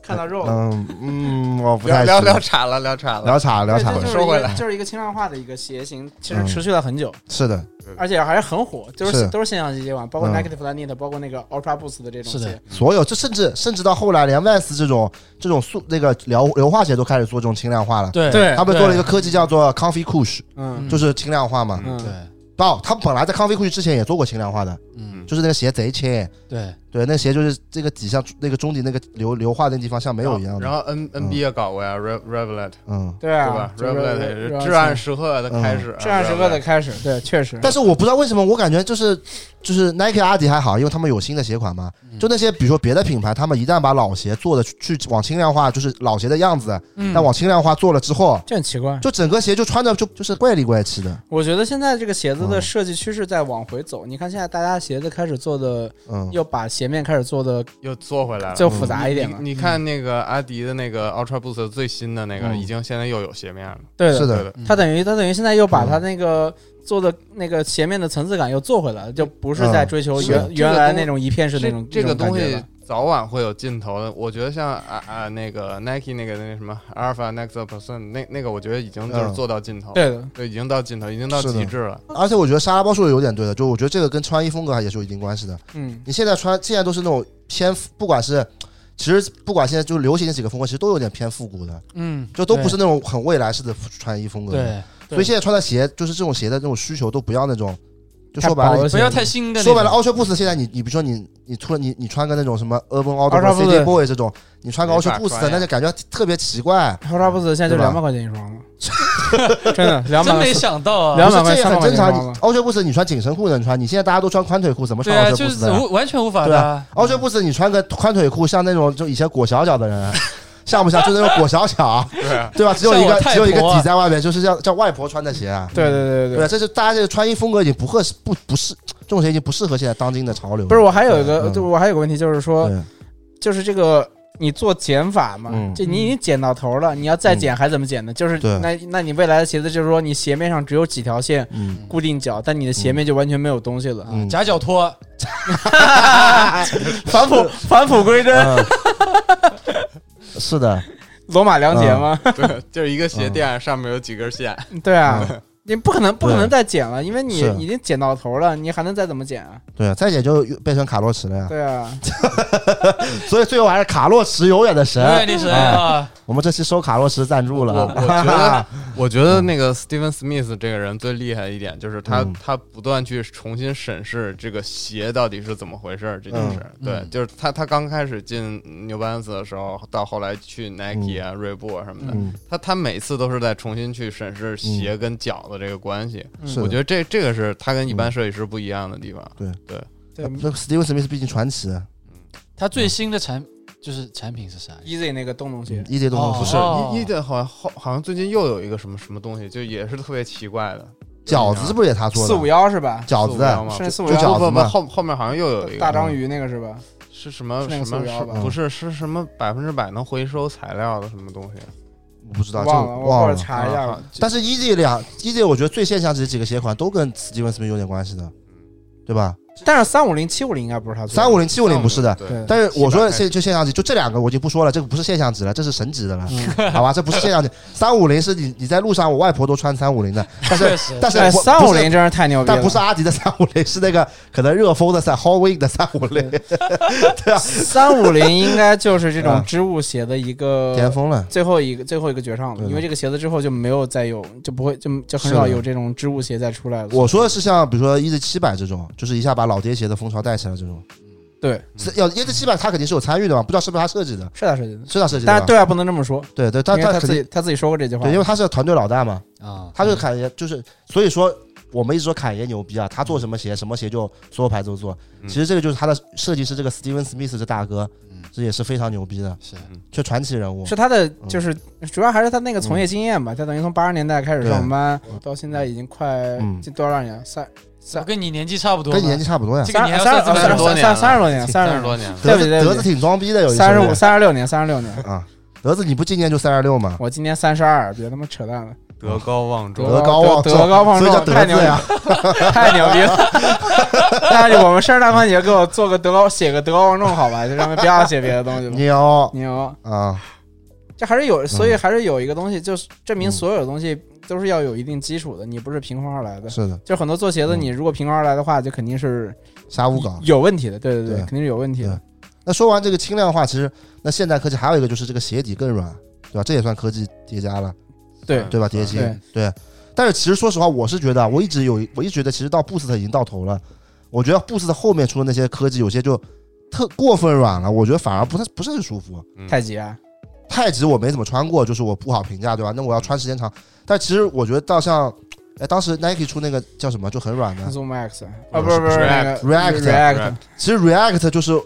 Speaker 1: 看到肉，
Speaker 2: 嗯嗯，我不
Speaker 4: 聊
Speaker 2: 太喜
Speaker 4: 聊
Speaker 2: 欢
Speaker 4: 聊岔了，聊岔了。
Speaker 2: 聊岔聊
Speaker 1: 对这
Speaker 2: 岔
Speaker 1: 就
Speaker 2: 了，
Speaker 1: 是
Speaker 4: 收回
Speaker 1: 一个
Speaker 4: 来
Speaker 1: 就是一个轻量化的一个鞋型，其实
Speaker 2: 嗯
Speaker 1: 持续了很久，
Speaker 2: 是的，
Speaker 1: 而且还是很火，就是
Speaker 2: 是
Speaker 1: 都是现象级街网，包括
Speaker 2: 嗯
Speaker 1: Nike Flyknit，包括那个 Ultra Boost 的这种
Speaker 3: 是的
Speaker 1: 鞋。
Speaker 2: 所有这甚至甚至到后来连 Vans 这种这种塑那个硫硫化鞋都开始做这种轻量化了。
Speaker 3: 对
Speaker 1: 对
Speaker 2: 他们做了一个科技叫做 Comfy Cush，
Speaker 1: 嗯
Speaker 2: 就是轻量化嘛。
Speaker 1: 嗯
Speaker 3: 对，
Speaker 2: 哦，他们本来在 Comfy Cush 之前也做过轻量化的，
Speaker 3: 嗯
Speaker 2: 就是那个鞋贼轻。
Speaker 3: 对，
Speaker 2: 对，那鞋就是这个底下那个中底那个硫硫化那地方像没有一样的，
Speaker 4: 然后 N NBA 搞过呀，Rev Revlet
Speaker 2: 嗯。
Speaker 1: 对
Speaker 4: 对
Speaker 1: 啊
Speaker 4: 吧，
Speaker 1: 就是
Speaker 4: ？Revlet 也是
Speaker 1: 热
Speaker 4: 至暗时刻的开始啊，
Speaker 1: 至暗时刻的开始，对，确实。
Speaker 2: 但是我不知道为什么，我感觉就是就是 Nike、阿迪还好，因为他们有新的鞋款嘛。
Speaker 4: 嗯
Speaker 2: 就那些比如说别的品牌，他们一旦把老鞋做的去去往轻量化，就是老鞋的样子，
Speaker 3: 嗯
Speaker 2: 但往轻量化做了之后，
Speaker 1: 这很奇怪，
Speaker 4: 嗯
Speaker 2: 就整个鞋就穿着就就是怪里怪气的，
Speaker 1: 我觉得现在这个鞋子的
Speaker 2: 嗯
Speaker 1: 设计趋势在往回走。你看现在大家鞋子开始做的，
Speaker 2: 嗯，
Speaker 1: 又把鞋面开始做的
Speaker 4: 又缩回来了。
Speaker 1: 就复杂一点了。
Speaker 4: 你你看那个阿迪的那个 Ultra Boost 最新的那个，
Speaker 2: 嗯
Speaker 4: 已经现在又有鞋面了。
Speaker 1: 对的
Speaker 2: 是
Speaker 4: 对
Speaker 2: 的，
Speaker 4: 的，
Speaker 1: 它等于它等于现在又把它那个做的那个鞋面的层次感又做回来了，就不是在追求
Speaker 2: 嗯
Speaker 1: 原
Speaker 4: 是
Speaker 1: 原来那种一片式那
Speaker 4: 这
Speaker 1: 种
Speaker 4: 这个
Speaker 1: 那
Speaker 4: 东。
Speaker 1: 种感觉
Speaker 4: 西
Speaker 1: 了
Speaker 4: 早晚会有尽头的。我觉得像啊啊那个 Nike 那个那个什么 Alpha Next Percent 那那个，我觉得已经就是
Speaker 2: 嗯
Speaker 4: 做到尽头，
Speaker 1: 对的，
Speaker 4: 对，已经到尽头，已经到
Speaker 2: 是的
Speaker 4: 极致了。
Speaker 2: 而且我觉得沙拉包说的有点对的，就我觉得这个跟穿衣风格还也是有一定关系的。
Speaker 1: 嗯，
Speaker 2: 你现在穿现在都是那种偏，不管是其实不管现在就是流行的几个风格，其实都有点偏复古的，
Speaker 3: 嗯
Speaker 2: 就都不是那种很未来式的穿衣风格。，
Speaker 3: 对，
Speaker 2: 所以现在穿的鞋就是这种鞋的这种需求都不要那种，就
Speaker 1: 太
Speaker 2: 嗯说白
Speaker 1: 薄
Speaker 2: 了
Speaker 1: 了，
Speaker 3: 不要太新的那种。
Speaker 2: 说白了，Ultra Boost 现在你你比如说你你突然你你穿个那种什么 Urban Outdoor
Speaker 1: Ultra Boost
Speaker 2: City Boy 这种，你穿个
Speaker 4: 没法
Speaker 2: Ultra Boost，
Speaker 4: 穿呀
Speaker 2: 那就感觉特别奇怪。
Speaker 1: Ultra Boost 现在就
Speaker 2: 对吧
Speaker 1: 两百块钱一双了，真的两
Speaker 3: 真
Speaker 1: 百
Speaker 3: 没想到啊
Speaker 1: 两！
Speaker 2: 不
Speaker 1: 百
Speaker 2: 是
Speaker 1: 块
Speaker 2: 这也
Speaker 1: 三百
Speaker 2: 很
Speaker 1: 块
Speaker 2: 正
Speaker 1: 钱
Speaker 2: 常
Speaker 1: 一双吧。
Speaker 2: Ultra Boost 你穿紧身裤能穿，你现在大家都穿宽腿裤，怎么
Speaker 3: 对
Speaker 2: 穿
Speaker 3: 啊，
Speaker 2: Ultra
Speaker 3: 就
Speaker 2: Boost
Speaker 3: 是
Speaker 2: 的呀？
Speaker 3: 无完全无法
Speaker 2: 对
Speaker 3: 的啊。
Speaker 2: Ultra Boost 你穿个宽腿裤，像那种就以前裹小脚的人，啊像不像？就那种裹小脚，
Speaker 4: 对 啊，
Speaker 2: 对吧？只有一
Speaker 3: 像我
Speaker 2: 个
Speaker 3: 太
Speaker 2: 只有一个
Speaker 3: 婆啊
Speaker 2: 底在外面，就是像像外婆穿的鞋啊。
Speaker 1: 对对对
Speaker 2: 对吧，
Speaker 1: 对，
Speaker 2: 这就大家这个穿衣风格已经不合适，不不适，这种鞋已经不适合现在当今的潮流了。
Speaker 1: 不是我还有一个，
Speaker 2: 嗯
Speaker 1: 就我还有个问题就是说，
Speaker 2: 对
Speaker 1: 就是这个你做减法嘛，
Speaker 2: 嗯
Speaker 1: 这你已经减到头了，你要再减还怎么减呢？就是
Speaker 2: 对
Speaker 1: 那那你未来的鞋子就是说你鞋面上只有几条线
Speaker 2: 嗯。
Speaker 1: 固定脚，但你的鞋面就完全没有东西了。
Speaker 2: 嗯
Speaker 3: 夹脚拖，
Speaker 1: 返璞返璞归真，
Speaker 2: 嗯，是的，
Speaker 1: 罗马凉鞋吗？
Speaker 2: 嗯
Speaker 4: 嗯对，就是一个鞋垫上面有几根线，
Speaker 1: 对啊，你不可能不可能再剪了，因为你
Speaker 2: 嗯是
Speaker 1: 已经剪到头了，你还能再怎么剪啊？
Speaker 2: 对啊，再剪就变成卡洛驰了呀。
Speaker 1: 对啊，
Speaker 2: 所以最后还是卡洛驰永远的神。
Speaker 3: 永远的神啊！
Speaker 2: 我们这期收卡洛驰赞助了
Speaker 4: 我
Speaker 2: 啊。
Speaker 4: 我觉得， 我觉得那个 Steven Smith 这个人最厉害一点，就是他、
Speaker 2: 嗯
Speaker 4: 他不断去重新审视这个鞋到底是怎么回事儿这件事儿。
Speaker 3: 嗯
Speaker 4: 对
Speaker 3: 嗯，
Speaker 4: 就是他他刚开始进 New Balance 的时候，到后来去 Nike 啊、锐步啊什么的，
Speaker 2: 嗯，
Speaker 4: 他他每次都是在重新去审视鞋跟脚的这个关系。
Speaker 1: 嗯
Speaker 2: 是的
Speaker 4: 我觉得这这个是他跟一般设计师不一样的地方。
Speaker 1: 对
Speaker 2: 那 Steven Smith 毕竟传奇，啊
Speaker 3: 他最新的产就是产品是啥？
Speaker 1: ，Easy 那个洞洞鞋，
Speaker 2: 一点都
Speaker 3: 哦
Speaker 2: 不
Speaker 4: 不是
Speaker 3: 哦
Speaker 4: 一一的，好像好好像最近又有一个什么什么东西，就也是特别奇怪的
Speaker 2: 饺子，是不是也他做
Speaker 1: 四五
Speaker 2: 的？
Speaker 1: 幺是 吧？
Speaker 2: 饺
Speaker 4: 四五
Speaker 2: 子
Speaker 4: 幺吗
Speaker 1: 是那四五
Speaker 4: 不
Speaker 2: 就饺
Speaker 1: 幺
Speaker 2: 子
Speaker 4: 不不
Speaker 2: 嘛
Speaker 4: 后后面好像又有一个
Speaker 1: 大章鱼那个是吧？
Speaker 4: 是什么
Speaker 1: 是那个
Speaker 4: 什么
Speaker 1: 塑料吧
Speaker 4: 是不是是什么百分之百能回收材料的什么东西？
Speaker 2: 我不知道，这
Speaker 1: 忘了，
Speaker 2: 个
Speaker 1: 我过
Speaker 2: 忘
Speaker 1: 来
Speaker 2: 了。
Speaker 1: 查一下吧。
Speaker 4: 啊
Speaker 2: 但是 Easy 两 Easy，我觉得最现象级的几个鞋款都跟 Steven Smith 有点关系的，对吧？
Speaker 1: 但是三五零、七五零应该不是他做的。
Speaker 2: 三五零、七五零不是的，
Speaker 4: 对啊
Speaker 1: 对，
Speaker 2: 但是我说的
Speaker 4: 七八开
Speaker 2: 现就现象级，就这两个我就不说了，这个不是现象级了，这是神级的了，好吧？这不是现象级，三五零是你你在路上，我外婆都穿三五零的，但是
Speaker 3: 确实，
Speaker 2: 但是
Speaker 1: 哎，
Speaker 2: 我
Speaker 1: 三五
Speaker 2: 不是
Speaker 1: 零真是太牛逼了，
Speaker 2: 但不是阿迪的三五零，是那个可能热风的三 Hall Wing 的三五零
Speaker 1: 三五零应该就是这种
Speaker 2: 嗯
Speaker 1: 织物鞋的一个
Speaker 2: 巅峰了。
Speaker 1: 最后一个最后一个绝唱
Speaker 2: 对
Speaker 1: 了，
Speaker 2: 的
Speaker 1: 因为这个鞋子之后就没有再有，就不会就就很少有这种织物鞋再出来了。
Speaker 2: 我说的是像比如说 EZ 七百这种，就是一下把老爹鞋的风潮带起来这种。
Speaker 1: 嗯对，
Speaker 2: 是要 EZ 七百他肯定是有参与的嘛，不知道是不是他设计的，
Speaker 1: 是他设计的，
Speaker 2: 是他设计的吧。
Speaker 1: 但是对外啊不能这么说，
Speaker 2: 对对，他
Speaker 1: 因为
Speaker 2: 他
Speaker 1: 他
Speaker 2: 肯
Speaker 1: 自
Speaker 2: 定
Speaker 1: 己嗯他自己说过这句话
Speaker 2: 对，。因为他是团队老大嘛，
Speaker 3: 啊，
Speaker 2: 他就是侃爷，就是所以说我们一直说侃爷牛逼啊，他做什么鞋，什么鞋就所有牌子都做。
Speaker 4: 嗯
Speaker 2: 其实这个就是他的设计师这个 Steven Smith 这大哥
Speaker 3: 嗯，
Speaker 2: 这也是啊非常牛逼的，
Speaker 3: 是
Speaker 2: 就传奇人物。
Speaker 1: 是他的，
Speaker 2: 嗯
Speaker 1: 就是主要还是他那个从业经验吧。他等于从八十年代开始上班，到现在已经快
Speaker 2: 嗯
Speaker 1: 这多少年？三
Speaker 3: 我
Speaker 1: 三
Speaker 3: 跟你年纪差不多嘛，
Speaker 2: 跟你年纪差不多呀，
Speaker 3: 这个
Speaker 1: 三
Speaker 3: 年
Speaker 1: 三
Speaker 3: 要
Speaker 1: 三
Speaker 3: 算
Speaker 1: 三
Speaker 3: 这
Speaker 1: 三哦
Speaker 3: 么
Speaker 4: 多年了
Speaker 1: 三三十多 年，三
Speaker 4: 三
Speaker 1: 十多
Speaker 4: 十多
Speaker 1: 年，
Speaker 4: 年了，
Speaker 1: 对
Speaker 2: 德子
Speaker 1: 不起对不起
Speaker 2: 德子挺装逼的，有一
Speaker 1: 三十
Speaker 2: 说
Speaker 1: 五、三十六年、三十六年。
Speaker 2: 啊，德子你不今年就三十六吗？
Speaker 1: 我今年三十二，别他妈扯淡了，
Speaker 4: 德高望重
Speaker 1: 德
Speaker 2: 德高望重，
Speaker 1: 德高望重
Speaker 2: 所以叫德
Speaker 1: 太牛
Speaker 2: 字
Speaker 1: 逼
Speaker 2: 呀。
Speaker 1: 太牛逼了！ 但是我们生日大宽节给我做个德高，写个德高望重好吧，就让他们不要写别的东西了。
Speaker 2: 牛
Speaker 1: 牛，
Speaker 2: 啊，
Speaker 1: 这还是有，所
Speaker 2: 嗯
Speaker 1: 以还是有一个东西，就是证明所有的东西都是要有一定基础的，你不是凭空而来的。
Speaker 2: 是的，
Speaker 1: 就很多做鞋的，
Speaker 2: 嗯
Speaker 1: 你如果凭空而来的话，就肯定是
Speaker 2: 瞎胡搞。
Speaker 1: 有问题的。对对对，
Speaker 2: 对
Speaker 1: 肯定是有问题的。
Speaker 2: 那说完这个轻量化，其实那现代科技还有一个就是这个鞋底更软，对吧？这也算科技叠加了，
Speaker 1: 对
Speaker 2: 对吧？叠加
Speaker 1: 对
Speaker 2: 对。但是其实说实话，我是觉得啊，我一直有，我一直觉得其实到 Boost 已经到头了。我觉得 Boost 后面出的那些科技有些就特过分软了，我觉得反而不是不是很舒服。
Speaker 4: 嗯
Speaker 1: 太极啊，
Speaker 2: 太极我没怎么穿过，就是我不好评价，对吧？那我要穿时间长，但其实我觉得到像，哎，当时 Nike 出那个叫什么就很软的，
Speaker 1: Zoom Max 啊，
Speaker 4: 嗯
Speaker 1: 不是不是
Speaker 4: 是
Speaker 1: 那个
Speaker 2: React
Speaker 1: React，
Speaker 2: 其实 React 就是，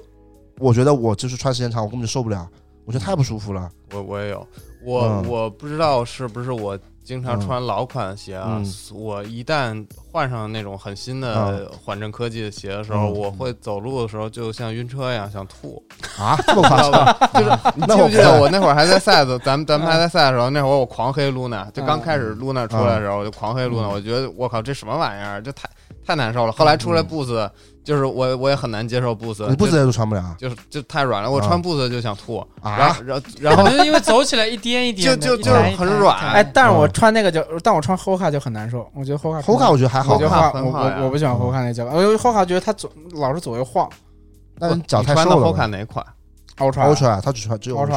Speaker 2: 我觉得我就是穿时间长，我根本就受不了，我觉得太不舒服了。
Speaker 4: 我我也有，我、
Speaker 2: 嗯
Speaker 4: 我不知道是不是我经常穿老款鞋啊，
Speaker 2: 嗯
Speaker 4: 我一旦换上那种很新的缓震科技的鞋的时候，
Speaker 2: 嗯
Speaker 4: 我会走路的时候就像晕车一样想吐，
Speaker 2: 啊，这么
Speaker 4: 知
Speaker 2: 夸
Speaker 4: 道
Speaker 2: 张？
Speaker 4: 吧？就是 你
Speaker 2: 那
Speaker 4: 记
Speaker 2: 我
Speaker 4: 不
Speaker 2: 不
Speaker 4: 记得
Speaker 2: 看
Speaker 4: 我那会儿还在赛子，咱们咱们还在赛的时候，那会儿我狂黑露娜，就刚开始露娜出来的时候，我就狂黑露娜，
Speaker 2: 嗯
Speaker 4: 我觉得我靠这什么玩意儿，这太太难受了。后来出来
Speaker 2: 嗯
Speaker 4: Boost，就是我我也很难接受 Boost，
Speaker 2: 你不直
Speaker 4: 就
Speaker 2: 接就穿不了啊
Speaker 4: 就是就太软了，我
Speaker 2: 啊
Speaker 4: 穿 Boost 就想吐，然
Speaker 2: 啊？
Speaker 4: 后然后然
Speaker 3: 然
Speaker 4: 后
Speaker 3: 后因为走起来一颠一颠的，
Speaker 4: 就就
Speaker 3: 一弹
Speaker 2: 就
Speaker 3: 一
Speaker 4: 很
Speaker 3: 弹
Speaker 4: 软
Speaker 3: 一弹
Speaker 1: 哎，但是我
Speaker 2: 嗯
Speaker 1: 穿那个就，但我穿 Hoka 就很难受，我觉得 Hoka
Speaker 2: 猴卡我觉得还好啊
Speaker 1: 我觉得
Speaker 2: 吧，嗯
Speaker 1: Hoka
Speaker 4: 很
Speaker 1: 我
Speaker 4: 好呀
Speaker 1: 我我不喜欢 Hoka 那脚，哎因为 Hoka 觉得它左老是左右晃
Speaker 2: 但是你脚
Speaker 4: 你
Speaker 2: 太
Speaker 4: 穿的
Speaker 2: 瘦了
Speaker 4: 后
Speaker 2: 吧
Speaker 4: 看。哪款？
Speaker 1: ，Ultra
Speaker 2: Ultra，他只啊穿只有
Speaker 1: Ultra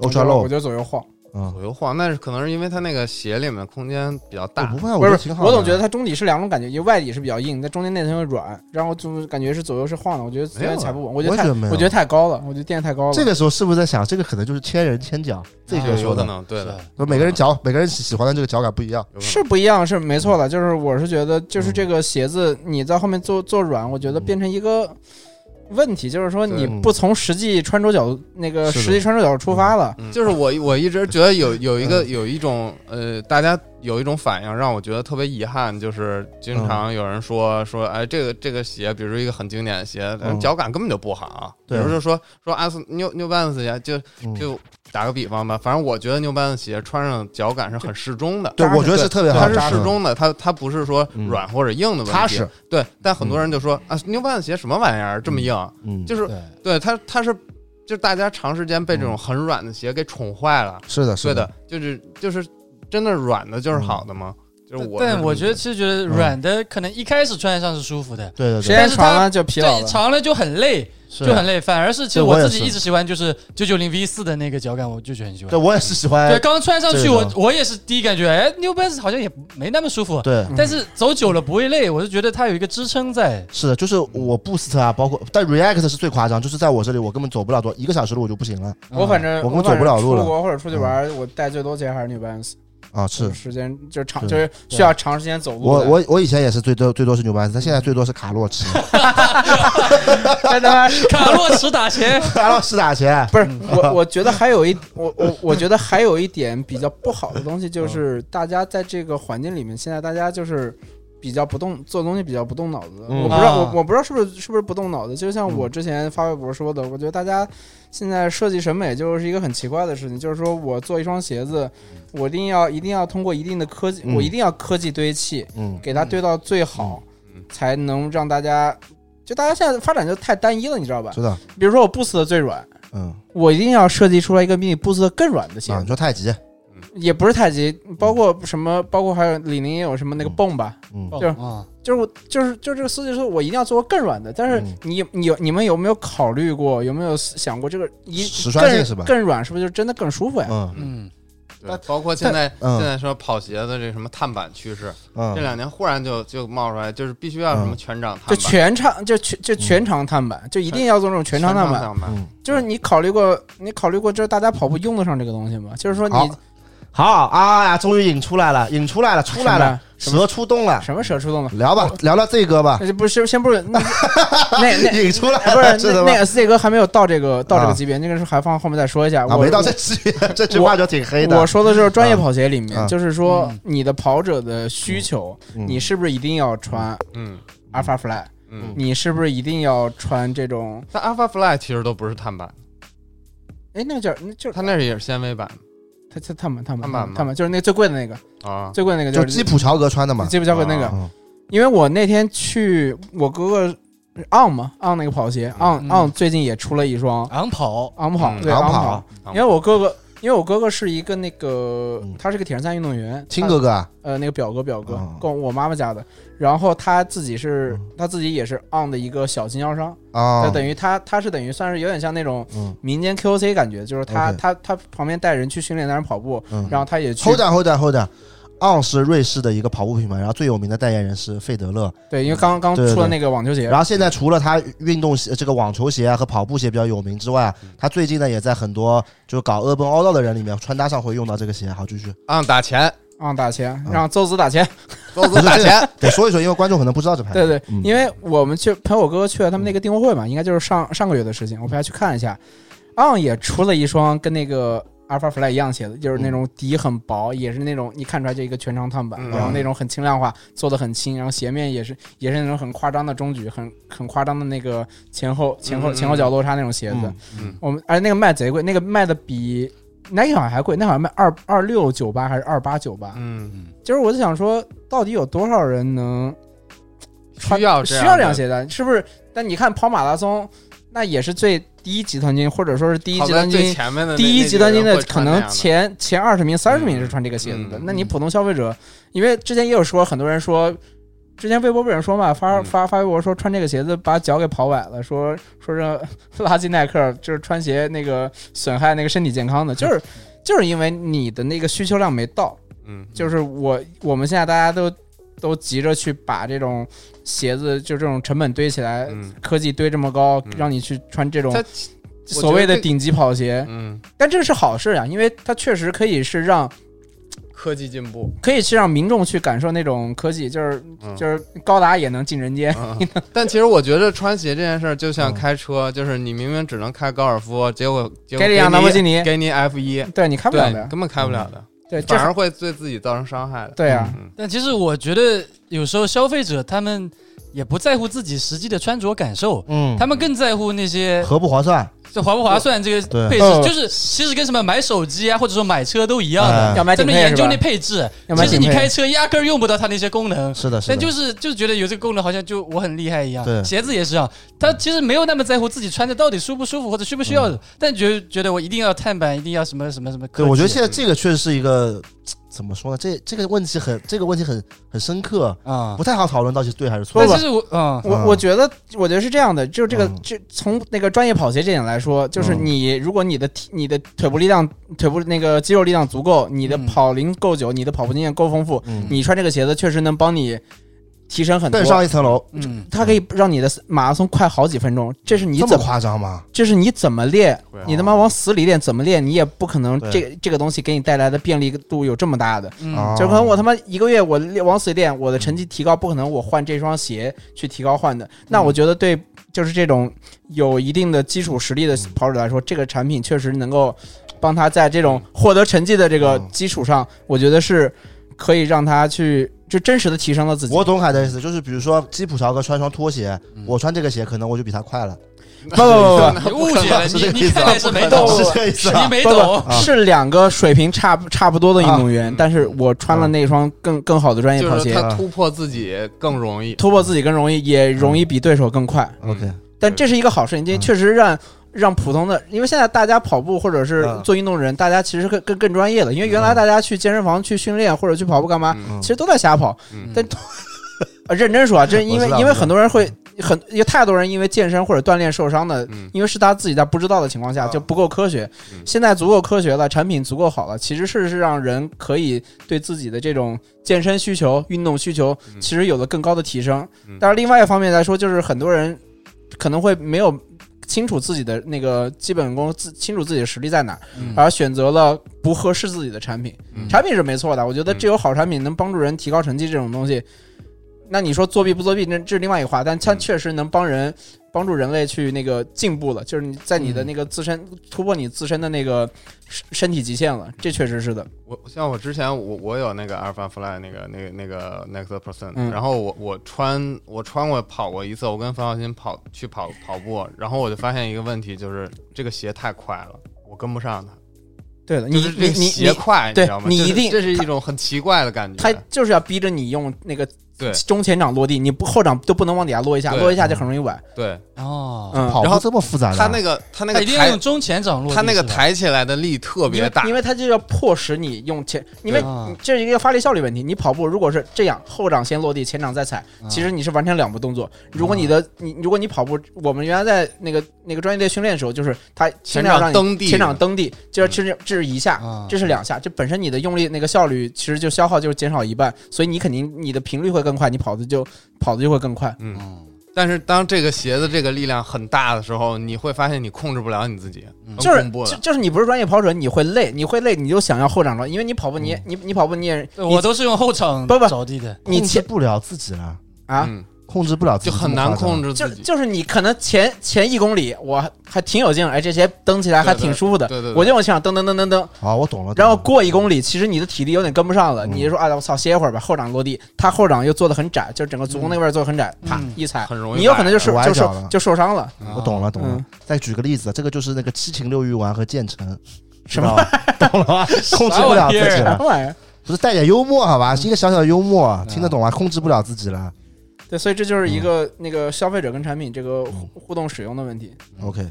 Speaker 2: Ultra，Ultra
Speaker 1: 啊我
Speaker 2: Low，
Speaker 1: 觉得左右晃。
Speaker 2: 嗯，
Speaker 4: 左右晃，那是可能是因为它那个鞋里面空间比较
Speaker 2: 我
Speaker 4: 大
Speaker 2: 不。会啊，我
Speaker 1: 不
Speaker 2: 觉得
Speaker 1: 是
Speaker 2: 挺，好的。
Speaker 1: 我总觉得它中底是两种感觉，因为外底是比较硬，但中间那层又软，然后就是感觉是左右是晃的，我觉得有点踩不稳，我觉
Speaker 2: 啊
Speaker 1: 得
Speaker 2: 我也
Speaker 1: 太
Speaker 2: 觉得没有
Speaker 1: 我觉得太高了，我觉得垫得太高了。
Speaker 2: 这个时候是不是在想，这个可能就是千人千脚，这
Speaker 3: 啊
Speaker 2: 个
Speaker 4: 有
Speaker 2: 说
Speaker 4: 可
Speaker 2: 的，
Speaker 4: 能，对的，
Speaker 3: 是
Speaker 2: 说每个人脚每个人喜喜欢的这个脚感不一样。
Speaker 4: 有可能
Speaker 1: 是不一样，是没错
Speaker 2: 嗯
Speaker 1: 的，就是我是觉得，就是这个鞋子你在后面做做软，我觉得变成一个问题，就是说你
Speaker 2: 嗯对
Speaker 1: 不从实际穿着角度那个
Speaker 2: 是的嗯
Speaker 1: 实际穿着角度出发了，
Speaker 4: 嗯就是我我一直觉得有有一个有一种呃，大家有一种反应让我觉得特别遗憾，就是经常有人说说哎，这个这个鞋，比如说一个很经典的鞋，但是
Speaker 2: 嗯
Speaker 4: 脚感根本就不好，啊比
Speaker 2: 对
Speaker 4: 如说说说阿斯 New New Balance 鞋，就
Speaker 2: 嗯
Speaker 4: 就打个比方吧，反正我觉得 New Balance 鞋穿上脚感是很适中的。
Speaker 2: 对，
Speaker 1: 扎实
Speaker 2: 我觉得是特别好
Speaker 4: 它
Speaker 2: 的，
Speaker 4: 是适中的，它它不是说
Speaker 2: 嗯
Speaker 4: 软或者硬的问题，
Speaker 2: 踏实，
Speaker 4: 对，但很多人就说、啊，New Balance 鞋什么玩意儿这么硬？
Speaker 2: 嗯，
Speaker 4: 就是
Speaker 3: 对，
Speaker 4: 对它它是就大家长时间被这种很软的鞋给宠坏了。
Speaker 2: 是的，
Speaker 4: 对
Speaker 2: 是
Speaker 4: 的，，就是就是真的软的就是好的吗？就是我是这么觉得，
Speaker 3: 但我觉得是觉得软的可能一开始穿上是舒服的，
Speaker 2: 对对
Speaker 1: 时
Speaker 2: 对，
Speaker 1: 间长了就疲劳
Speaker 3: 对，
Speaker 1: 了。
Speaker 3: 长了就很累，
Speaker 2: 是
Speaker 3: 就很累。反而是其实
Speaker 2: 对我
Speaker 3: 我
Speaker 2: 也
Speaker 3: 自己
Speaker 2: 是
Speaker 3: 一直喜欢就是九九零 V 四的那个脚感，我就觉得很喜欢
Speaker 2: 对。我也是喜欢
Speaker 3: 对，，刚穿上去
Speaker 2: 这
Speaker 3: 我
Speaker 2: 种
Speaker 3: 我也是第一感觉，哎，New Balance 好像也没那么舒服，
Speaker 2: 对，
Speaker 3: 但是走久了不会累，我就觉得它有一个支撑在。
Speaker 2: 是的，就是
Speaker 4: 嗯
Speaker 2: 我 Boost 啊，包括但 React 是最夸张，就是在我这里我根本走不了多一个小时路我就不行了
Speaker 1: 我反正
Speaker 2: 嗯我根
Speaker 1: 反
Speaker 2: 本
Speaker 1: 正
Speaker 2: 走不了路了
Speaker 1: 出国或者出去玩，我带最多其实还是 New Balance，
Speaker 2: 啊！是
Speaker 1: 时间就是长，
Speaker 2: 是
Speaker 1: 就是需要长时间走路
Speaker 2: 我
Speaker 1: 的。
Speaker 2: 我我以前也是最多最多是牛班，但现在最多是卡洛驰，
Speaker 1: 真他妈 是
Speaker 3: 卡洛驰打 钱，
Speaker 2: 卡洛驰打钱，
Speaker 1: 不是我，我觉得还 有一，我我我觉得还有一点比较不好的东西，
Speaker 2: 嗯
Speaker 1: 就是大家在这个环境里面，现在大家就是比较不动做东西，比较不动脑子。
Speaker 2: 嗯
Speaker 1: 我不知道，
Speaker 3: 啊
Speaker 1: 我我不知道是不是是不是不动脑子。就像我之前发微博说的，我觉得大家现在设计审美就是一个很奇怪的事情，就是说我做一双鞋子，我一定要一定要通过一定的科技，
Speaker 2: 嗯
Speaker 1: 我一定要科技堆砌，
Speaker 2: 嗯，
Speaker 1: 给它堆到最好
Speaker 4: 嗯，
Speaker 1: 才能让大家。就大家现在发展就太单一了，你知道吧？
Speaker 2: 知道，
Speaker 1: 比如说我 Boost 的最软，
Speaker 2: 嗯，
Speaker 1: 我一定要设计出来一个比你 Boost 更软的鞋
Speaker 2: 啊，你
Speaker 1: 子，
Speaker 2: 说太极，
Speaker 1: 也不是太极，包括什么，包括还有李宁也有什么那个
Speaker 2: 嗯
Speaker 1: 泵吧，
Speaker 2: 嗯，
Speaker 1: 是
Speaker 3: 啊，
Speaker 1: 就是我就是就是这个设计师，我一定要做个更软的。但是
Speaker 2: 嗯
Speaker 1: 你你有你们有没有考虑过，有没有想过这个一
Speaker 2: 实穿性
Speaker 1: 更
Speaker 2: 是吧？
Speaker 1: 更软是不是就真的更舒服呀？
Speaker 2: 嗯
Speaker 3: 嗯，
Speaker 4: 对包括现在
Speaker 2: 嗯
Speaker 4: 现在说跑鞋的这什么碳板趋势，这
Speaker 2: 嗯，
Speaker 4: 两年忽然就就冒出来，就是必须要什么全掌
Speaker 1: 就
Speaker 4: 碳板，
Speaker 1: 全场就全就全长碳板，就一定要做这种全长碳板。
Speaker 4: 碳板，
Speaker 2: 嗯
Speaker 1: 就是你考虑过你考虑过，就是大家跑步用得上这个东西吗？就是说你
Speaker 2: 好好啊呀，终于引出来了，引出来了，出来了，
Speaker 1: 什么哦
Speaker 2: 蛇出洞了，
Speaker 1: 什么蛇出洞了？
Speaker 2: 聊吧，聊聊这歌 吧，
Speaker 1: 那就不是先不 是那那那
Speaker 2: 引出来
Speaker 1: 哎不
Speaker 2: 了，
Speaker 1: 是
Speaker 2: 是的
Speaker 1: 那
Speaker 2: 吗
Speaker 1: 那？个 C 哥还没有到这个到这个
Speaker 2: 啊
Speaker 1: 级别，那个是还放后面再说一下。
Speaker 2: 啊，
Speaker 1: 我
Speaker 2: 没到这句，这句话就挺黑
Speaker 1: 我
Speaker 2: 的。
Speaker 1: 说的就是专业
Speaker 2: 啊
Speaker 1: 跑鞋里面，
Speaker 2: 啊
Speaker 1: 就是说
Speaker 3: 嗯
Speaker 1: 你的跑者的需求，
Speaker 2: 嗯
Speaker 1: 你是不是一定要穿
Speaker 4: 嗯
Speaker 1: Alpha Fly？
Speaker 4: 嗯。
Speaker 1: 你是不是一定要穿这种？
Speaker 4: 但 Alpha Fly 其实都不是碳板，
Speaker 1: 哎，那个叫那就是
Speaker 4: 它那也是纤维板
Speaker 1: 他他他们他们
Speaker 4: 碳
Speaker 1: 他
Speaker 4: 板
Speaker 1: 们
Speaker 4: 吗
Speaker 1: 他们就是那个最贵的那个
Speaker 4: 啊，
Speaker 1: 最贵的那个
Speaker 2: 就是基普乔格穿的嘛，
Speaker 1: 基普乔格那个，
Speaker 2: 嗯
Speaker 1: 因为我那天去我哥哥嗯 on 嘛 on 那个跑鞋 on
Speaker 3: 嗯
Speaker 1: on 最近也出了一双
Speaker 2: 嗯
Speaker 3: 昂跑，
Speaker 1: on 跑
Speaker 4: 嗯
Speaker 1: 对 on
Speaker 2: on
Speaker 1: 跑
Speaker 2: 跑，
Speaker 1: 因为我哥哥。因为我哥哥是一个那个
Speaker 2: 嗯，
Speaker 1: 他是个铁人三运动员，
Speaker 2: 亲哥哥啊，
Speaker 1: 呃，那个表哥表哥
Speaker 2: 哦
Speaker 1: 跟我妈妈家的，然后他自己是
Speaker 2: 嗯
Speaker 1: 他自己也是 on 的一个小经销商，
Speaker 2: 啊
Speaker 1: 那，等于他他是等于算是有点像那种
Speaker 2: 嗯
Speaker 1: 民间 QOC 感觉，就是他
Speaker 2: OK
Speaker 1: 他他旁边带人去训练，带人跑步，
Speaker 2: 嗯，
Speaker 1: 然后他也去
Speaker 2: Hold on, hold on, hold on。昂是瑞士的一个跑步品牌，然后最有名的代言人是费德勒。
Speaker 1: 对，因为刚刚
Speaker 2: 对对
Speaker 1: 出了
Speaker 2: 对
Speaker 1: 那个网球鞋
Speaker 2: 然，后现在除了他运动鞋、这个网球鞋啊和跑步鞋比较有名之外啊，他最近呢也在很多就是搞 urban all out 的人里面穿搭上会用到这个鞋。好，继续。
Speaker 4: 啊打钱，
Speaker 1: on 打钱，
Speaker 2: 嗯
Speaker 1: 让邹子打钱，
Speaker 4: 都子打钱，
Speaker 2: 得说一说，因为观众可能不知道这牌。
Speaker 1: 对对，
Speaker 2: 嗯
Speaker 1: 因为我们去陪我哥哥去了他们那个订货会嘛，应该就是上上个月的事情，我陪他去看一下，on 也出了一双跟那个。Alpha Fly 一样鞋子，就是那种底很薄，也是那种你看出来就一个全长碳板，
Speaker 4: 嗯嗯
Speaker 1: 然后那种很轻量化，做的很轻，然后鞋面也是也是那种很夸张的中举，很很夸张的那个前后前后
Speaker 4: 嗯嗯
Speaker 1: 前后脚落差那种鞋子。
Speaker 2: 嗯
Speaker 4: 嗯
Speaker 1: 我们而且那个卖贼贵，那个卖的比 Nike 好像还贵，那好像卖二二六九八还是二八九八。
Speaker 4: 嗯，
Speaker 1: 就是我就想说，到底有多少人能穿
Speaker 4: 需要
Speaker 1: 嗯需
Speaker 4: 样
Speaker 1: 要这样
Speaker 4: 的，
Speaker 1: 鞋带？是不是？但你看跑马拉松，那也是最低集团军，或者说是第一
Speaker 4: 跑
Speaker 1: 集
Speaker 4: 在
Speaker 1: 团
Speaker 4: 最
Speaker 1: 军，
Speaker 4: 前面的那
Speaker 1: 第一集团军
Speaker 4: 那几个人会
Speaker 1: 可
Speaker 4: 穿那
Speaker 1: 能
Speaker 4: 样的
Speaker 1: 前前二十名、三十名是穿这个鞋子的。
Speaker 4: 嗯
Speaker 1: 那你普通消费者，因为之前也有说，很多人说。之前微博被人说嘛，发
Speaker 4: 嗯
Speaker 1: 发发微博说穿这个鞋子把脚给跑崴了，说说这 垃圾耐克就是穿鞋那个损害那个身体健康的， 就是就是因为你的那个需求量没到，
Speaker 4: 嗯，
Speaker 1: 就是我我们现在大家都都急着去把这种鞋子就这种成本堆起来，
Speaker 4: 嗯
Speaker 1: 科技堆这么高，
Speaker 4: 嗯
Speaker 1: 让你去穿这种
Speaker 4: 它
Speaker 1: 所谓的顶级跑鞋，
Speaker 4: 嗯，
Speaker 1: 但这是好事呀、啊因为它确实可以是让
Speaker 4: 科技进 步，
Speaker 1: 可以去让民众去感受那种科技，就是
Speaker 4: 嗯
Speaker 1: 就是高达也能进人间，
Speaker 4: 嗯但其实我觉得穿鞋这件事儿就
Speaker 1: 嗯
Speaker 4: 像开车，就是你明明只能开高尔夫，结果结果
Speaker 1: 给你辆兰博基尼，
Speaker 4: 给你 F 一，
Speaker 1: 对你嗯开不了
Speaker 4: 对，
Speaker 1: 的，
Speaker 4: 根本开不了的，
Speaker 1: 对，这
Speaker 4: 反而会对自己造成伤害的。
Speaker 1: 对啊，
Speaker 4: 嗯
Speaker 3: 但其实我觉得有时候消费者他们也不在乎自己实际的穿着感受，
Speaker 2: 嗯，
Speaker 3: 他们更在乎那些
Speaker 2: 合不划算？
Speaker 3: 这划不划算这个
Speaker 2: 对哦
Speaker 3: 配
Speaker 1: 嗯
Speaker 3: 置，就是其实跟什么买手机啊，或者说买车都一样的。
Speaker 2: 哎
Speaker 1: 要买
Speaker 3: 他
Speaker 1: 顶
Speaker 3: 们
Speaker 1: 配
Speaker 3: 研
Speaker 1: 是
Speaker 3: 究
Speaker 1: 吧
Speaker 3: 那？配置，
Speaker 4: 嗯
Speaker 1: 要买
Speaker 3: 其实
Speaker 1: 顶
Speaker 3: 你
Speaker 1: 配
Speaker 3: 开车压根儿用不到它那些功能，
Speaker 2: 是的，是的。
Speaker 3: 但就是就是觉得有这个功能好像就我很厉害一样。
Speaker 2: 对
Speaker 3: 鞋子也是啊，他其实没有那么在乎自己穿着到底舒不舒服或者需不需
Speaker 2: 嗯
Speaker 3: 要的，但觉觉得我一定要碳板，一定要什么什么什么科技。
Speaker 2: 对，我觉得现在这个确实是一个怎么说呢？这这个问题很这个问题很很深刻，
Speaker 3: 啊
Speaker 2: 不。太好讨论到底是对还是错
Speaker 3: 但
Speaker 1: 不
Speaker 2: 吧。
Speaker 3: 是我啊，
Speaker 1: 我
Speaker 2: 嗯
Speaker 1: 我觉得，我觉得是这样的，就是这个
Speaker 2: 嗯，
Speaker 1: 这从那个专业跑鞋这点来说，就是
Speaker 2: 嗯
Speaker 1: 你如果你的体你的腿部力量、腿部那个肌肉力量足够，你的
Speaker 3: 嗯
Speaker 1: 跑龄够久，你的跑步经验够丰富，
Speaker 2: 嗯，
Speaker 1: 你穿这个鞋子确实能帮你提升很
Speaker 2: 更
Speaker 1: 多。
Speaker 2: 上一层楼，
Speaker 3: 嗯，
Speaker 1: 它可以让你的马拉松快好几分钟，这是你
Speaker 2: 这
Speaker 1: 怎么
Speaker 2: 么夸张吗？
Speaker 1: 这是你怎么练
Speaker 4: 对，
Speaker 1: 你他妈往死里练，怎么练你也不可能
Speaker 2: 对
Speaker 1: 这这个东西给你带来的便利度有这么大的。
Speaker 3: 嗯
Speaker 2: 啊
Speaker 1: 就可能我他妈一个月我练往死练，我的
Speaker 2: 嗯
Speaker 1: 成绩提高不可能我换这双鞋去提高换的。
Speaker 2: 嗯
Speaker 1: 那我觉得对，就是这种有一定的基础实
Speaker 2: 嗯
Speaker 1: 力的跑者来说，这个产品确实能够帮他在这种获得成绩的这个
Speaker 2: 嗯
Speaker 1: 基础上，我觉得是可以让他去就真实的提升了自己。
Speaker 2: 我懂凯的意思，就是比如说基普乔格穿双拖鞋，
Speaker 3: 嗯
Speaker 2: 我穿这个鞋，可能我就比他快了，
Speaker 1: 不不不不，
Speaker 3: 你误解了，
Speaker 2: 是这个
Speaker 3: 你
Speaker 2: 意
Speaker 3: 你
Speaker 2: 思
Speaker 3: 看
Speaker 2: 啊
Speaker 3: 来 是没
Speaker 1: 不
Speaker 3: 懂
Speaker 1: 可，能
Speaker 2: 是这个意思
Speaker 3: 你
Speaker 2: 啊？嗯
Speaker 3: 没
Speaker 1: 不不
Speaker 3: 懂。
Speaker 1: 是两个水平差不差不多的运动员，
Speaker 4: 啊
Speaker 1: 但是我穿了那双更更好的专业跑
Speaker 4: 就是
Speaker 1: 鞋，
Speaker 4: 他突破自己更容易。
Speaker 1: 突破自己更容易，也容易比对手更快。
Speaker 4: 嗯
Speaker 2: OK
Speaker 1: 但这是一个好事情，这
Speaker 2: 嗯
Speaker 1: 确实让让普通的，因为现在大家跑步或者是
Speaker 2: 嗯
Speaker 1: 做运动人，大家其实更更更专业了。因为原来
Speaker 2: 嗯
Speaker 1: 大家去健身房去训练或者去跑步干嘛，
Speaker 4: 嗯
Speaker 1: 其实都在瞎跑。
Speaker 4: 嗯
Speaker 1: 但啊认真说啊，这因为
Speaker 2: 我知道
Speaker 1: 因为
Speaker 2: 我知道嗯
Speaker 1: 很多人会很有太多人因为健身或者锻炼受伤的
Speaker 4: 嗯
Speaker 1: 因为是他自己在不知道的情况下
Speaker 2: 啊
Speaker 1: 就不够科学
Speaker 4: 嗯，
Speaker 1: 现在足够科学了，产品足够好了，其实是是让人可以对自己的这种健身需求、运动需求，
Speaker 4: 嗯
Speaker 1: 其实有了更高的提升
Speaker 4: 嗯。
Speaker 1: 但是另外一方面来说，就是很多人可能会没有清楚自己的那个基本功，自清楚自己的实力在哪，
Speaker 3: 嗯
Speaker 1: 而选择了不合适自己的产品。
Speaker 4: 嗯
Speaker 1: 产品是没错的，我觉得
Speaker 4: 嗯
Speaker 1: 只有好产品能帮助人提高成绩这种东西，那你说作弊不作弊，那这是另外一个话，但它
Speaker 4: 嗯
Speaker 1: 确实能帮人帮助人类去那个进步了，就是你在你的
Speaker 3: 嗯
Speaker 1: 那个自身、突破你自身的那个身身体极限了，这确实是的。
Speaker 4: 我像我之前我我有那个 Alpha Fly 那个那个那个 Next Percent，、
Speaker 1: 嗯
Speaker 4: 然后我我穿我穿过跑过一次，我跟冯小新跑去跑跑步，然后我就发现一个问题，就是这个鞋太快了，我跟不上它。
Speaker 1: 对的，
Speaker 4: 就
Speaker 1: 你
Speaker 4: 是
Speaker 1: 你
Speaker 4: 这个
Speaker 1: 你
Speaker 4: 鞋
Speaker 1: 你，
Speaker 4: 快，你
Speaker 1: 对
Speaker 4: 知道吗？
Speaker 1: 你
Speaker 4: 这是
Speaker 1: 一定
Speaker 4: 这是一种很奇怪的感觉。
Speaker 1: 他就是要逼着你用那个
Speaker 4: 对
Speaker 1: 中前掌落地，你不后掌都不能往底下落一下，
Speaker 4: 对嗯啊
Speaker 1: 落一下就很容易崴。
Speaker 4: 对
Speaker 3: 哦，
Speaker 1: 嗯，
Speaker 2: 跑
Speaker 4: 然后
Speaker 2: 步这么复杂的啊？
Speaker 4: 他那个他那
Speaker 3: 他
Speaker 4: 个
Speaker 3: 一定要
Speaker 4: 抬
Speaker 3: 用中前掌落地，
Speaker 4: 他那个
Speaker 3: 是吧，
Speaker 4: 抬起来的力特
Speaker 1: 因
Speaker 4: 别
Speaker 1: 为
Speaker 4: 大
Speaker 1: 因，为它就要迫使你用前，因为
Speaker 3: 啊
Speaker 1: 这是一个发力效率问题。你跑步如果是这样，后掌先落地，前掌再踩，
Speaker 3: 啊
Speaker 1: 其实你是完成两步动作。如果你
Speaker 4: 啊
Speaker 1: 的你如果你跑步，我们原来在那个那个专业队训练的时候，就是他尽
Speaker 4: 前
Speaker 1: 量
Speaker 4: 掌
Speaker 1: 让你
Speaker 4: 蹬地
Speaker 1: 前掌蹬地，这
Speaker 4: 嗯
Speaker 1: 这是这是一下
Speaker 3: 啊，
Speaker 1: 这是两下，这本身你的用力那个效率其实就消耗就减少一半，所以你肯定你的频率会更快，你跑的就跑的就会更快。
Speaker 4: 嗯，
Speaker 3: 嗯
Speaker 4: 但是当这个鞋子这个力量很大的时候，你会发现你控制不了你自己，很
Speaker 1: 就是
Speaker 4: 恐怖
Speaker 1: 就
Speaker 4: 的。
Speaker 1: 就是你不是专业跑者，你会累，你会累，你就想要后掌着，因为你跑步你也、
Speaker 4: 嗯
Speaker 1: 你你跑步你也
Speaker 3: 对我都是用后掌
Speaker 1: 不不
Speaker 3: 着地的，
Speaker 1: 你
Speaker 2: 控制
Speaker 1: 前
Speaker 2: 不了自己了，
Speaker 1: 啊，
Speaker 4: 嗯，
Speaker 2: 控制不了自己
Speaker 4: 就很难控
Speaker 2: 制。
Speaker 4: 制
Speaker 1: 就
Speaker 4: 自己。
Speaker 1: 就是你可能前前一公里我还还挺有劲儿，哎，这些蹬起来还
Speaker 4: 对对
Speaker 1: 挺舒服的，
Speaker 4: 对对对
Speaker 1: 我就往前蹬蹬蹬蹬蹬，
Speaker 2: 好，啊我懂了。
Speaker 1: 然后
Speaker 2: 懂了
Speaker 1: 过一公里，其实你的体力有点跟不上了，
Speaker 2: 嗯
Speaker 1: 你就说啊，我操，歇一会儿吧，后掌落地，他后掌又做的很窄，就是整个足弓那边做的很窄，
Speaker 3: 嗯
Speaker 1: 啪
Speaker 3: 嗯
Speaker 1: 一踩，
Speaker 4: 很容易
Speaker 1: 你有可能就受
Speaker 4: 崴
Speaker 2: 崴
Speaker 1: 就
Speaker 2: 脚
Speaker 1: 受
Speaker 2: 了
Speaker 1: 就受伤了，
Speaker 2: 我懂了，懂了
Speaker 1: 嗯。
Speaker 2: 再举个例子，这个就是那个七情六欲丸和建成，
Speaker 1: 什么
Speaker 2: 知道吧？ 懂了吧？控制不了自己
Speaker 1: 什
Speaker 2: 了，
Speaker 1: 么玩意儿？啊
Speaker 2: 不是带点幽默好吧？是一个小小的幽默，
Speaker 3: 嗯
Speaker 2: 听得懂啊？控制不了自己了。
Speaker 1: 对，所以这就是一
Speaker 4: 嗯
Speaker 1: 个那个消费者跟产品这个互互动使用的问题。
Speaker 2: OK，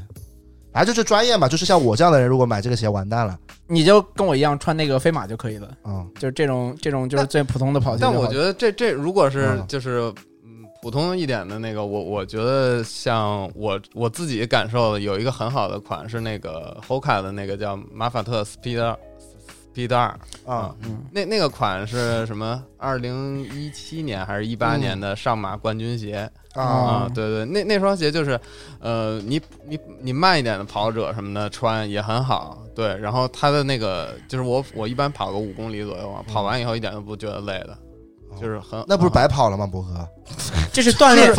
Speaker 2: 反正就是专业嘛，就是像我这样的人，如果买这个鞋完蛋了。
Speaker 1: 你就跟我一样穿那个飞马就可以了，
Speaker 2: 嗯，
Speaker 1: 就是这种这种就是最普通的跑鞋就
Speaker 4: 但
Speaker 1: 好了。
Speaker 4: 我觉得这这如果是
Speaker 2: 嗯
Speaker 4: 就是嗯普通一点的那个，我我觉得像我我自己感受的有一个很好的款是那个 Hoka 的那个叫马法特 Speed 二 Speed 二，
Speaker 2: 啊，
Speaker 1: 嗯，
Speaker 4: 那那个款是什么？二零一七年还是一八
Speaker 2: 嗯
Speaker 4: 年的上马冠军鞋
Speaker 1: 啊
Speaker 4: 啊、对对，那那双鞋就是，呃，你你你慢一点的跑者什么的穿也很好，对。然后它的那个就是我我一般跑个五公里左右啊，跑完以后一点都不觉得累的，就是很
Speaker 2: 哦那不 是白跑了吗？博哥，
Speaker 1: 这是锻 炼，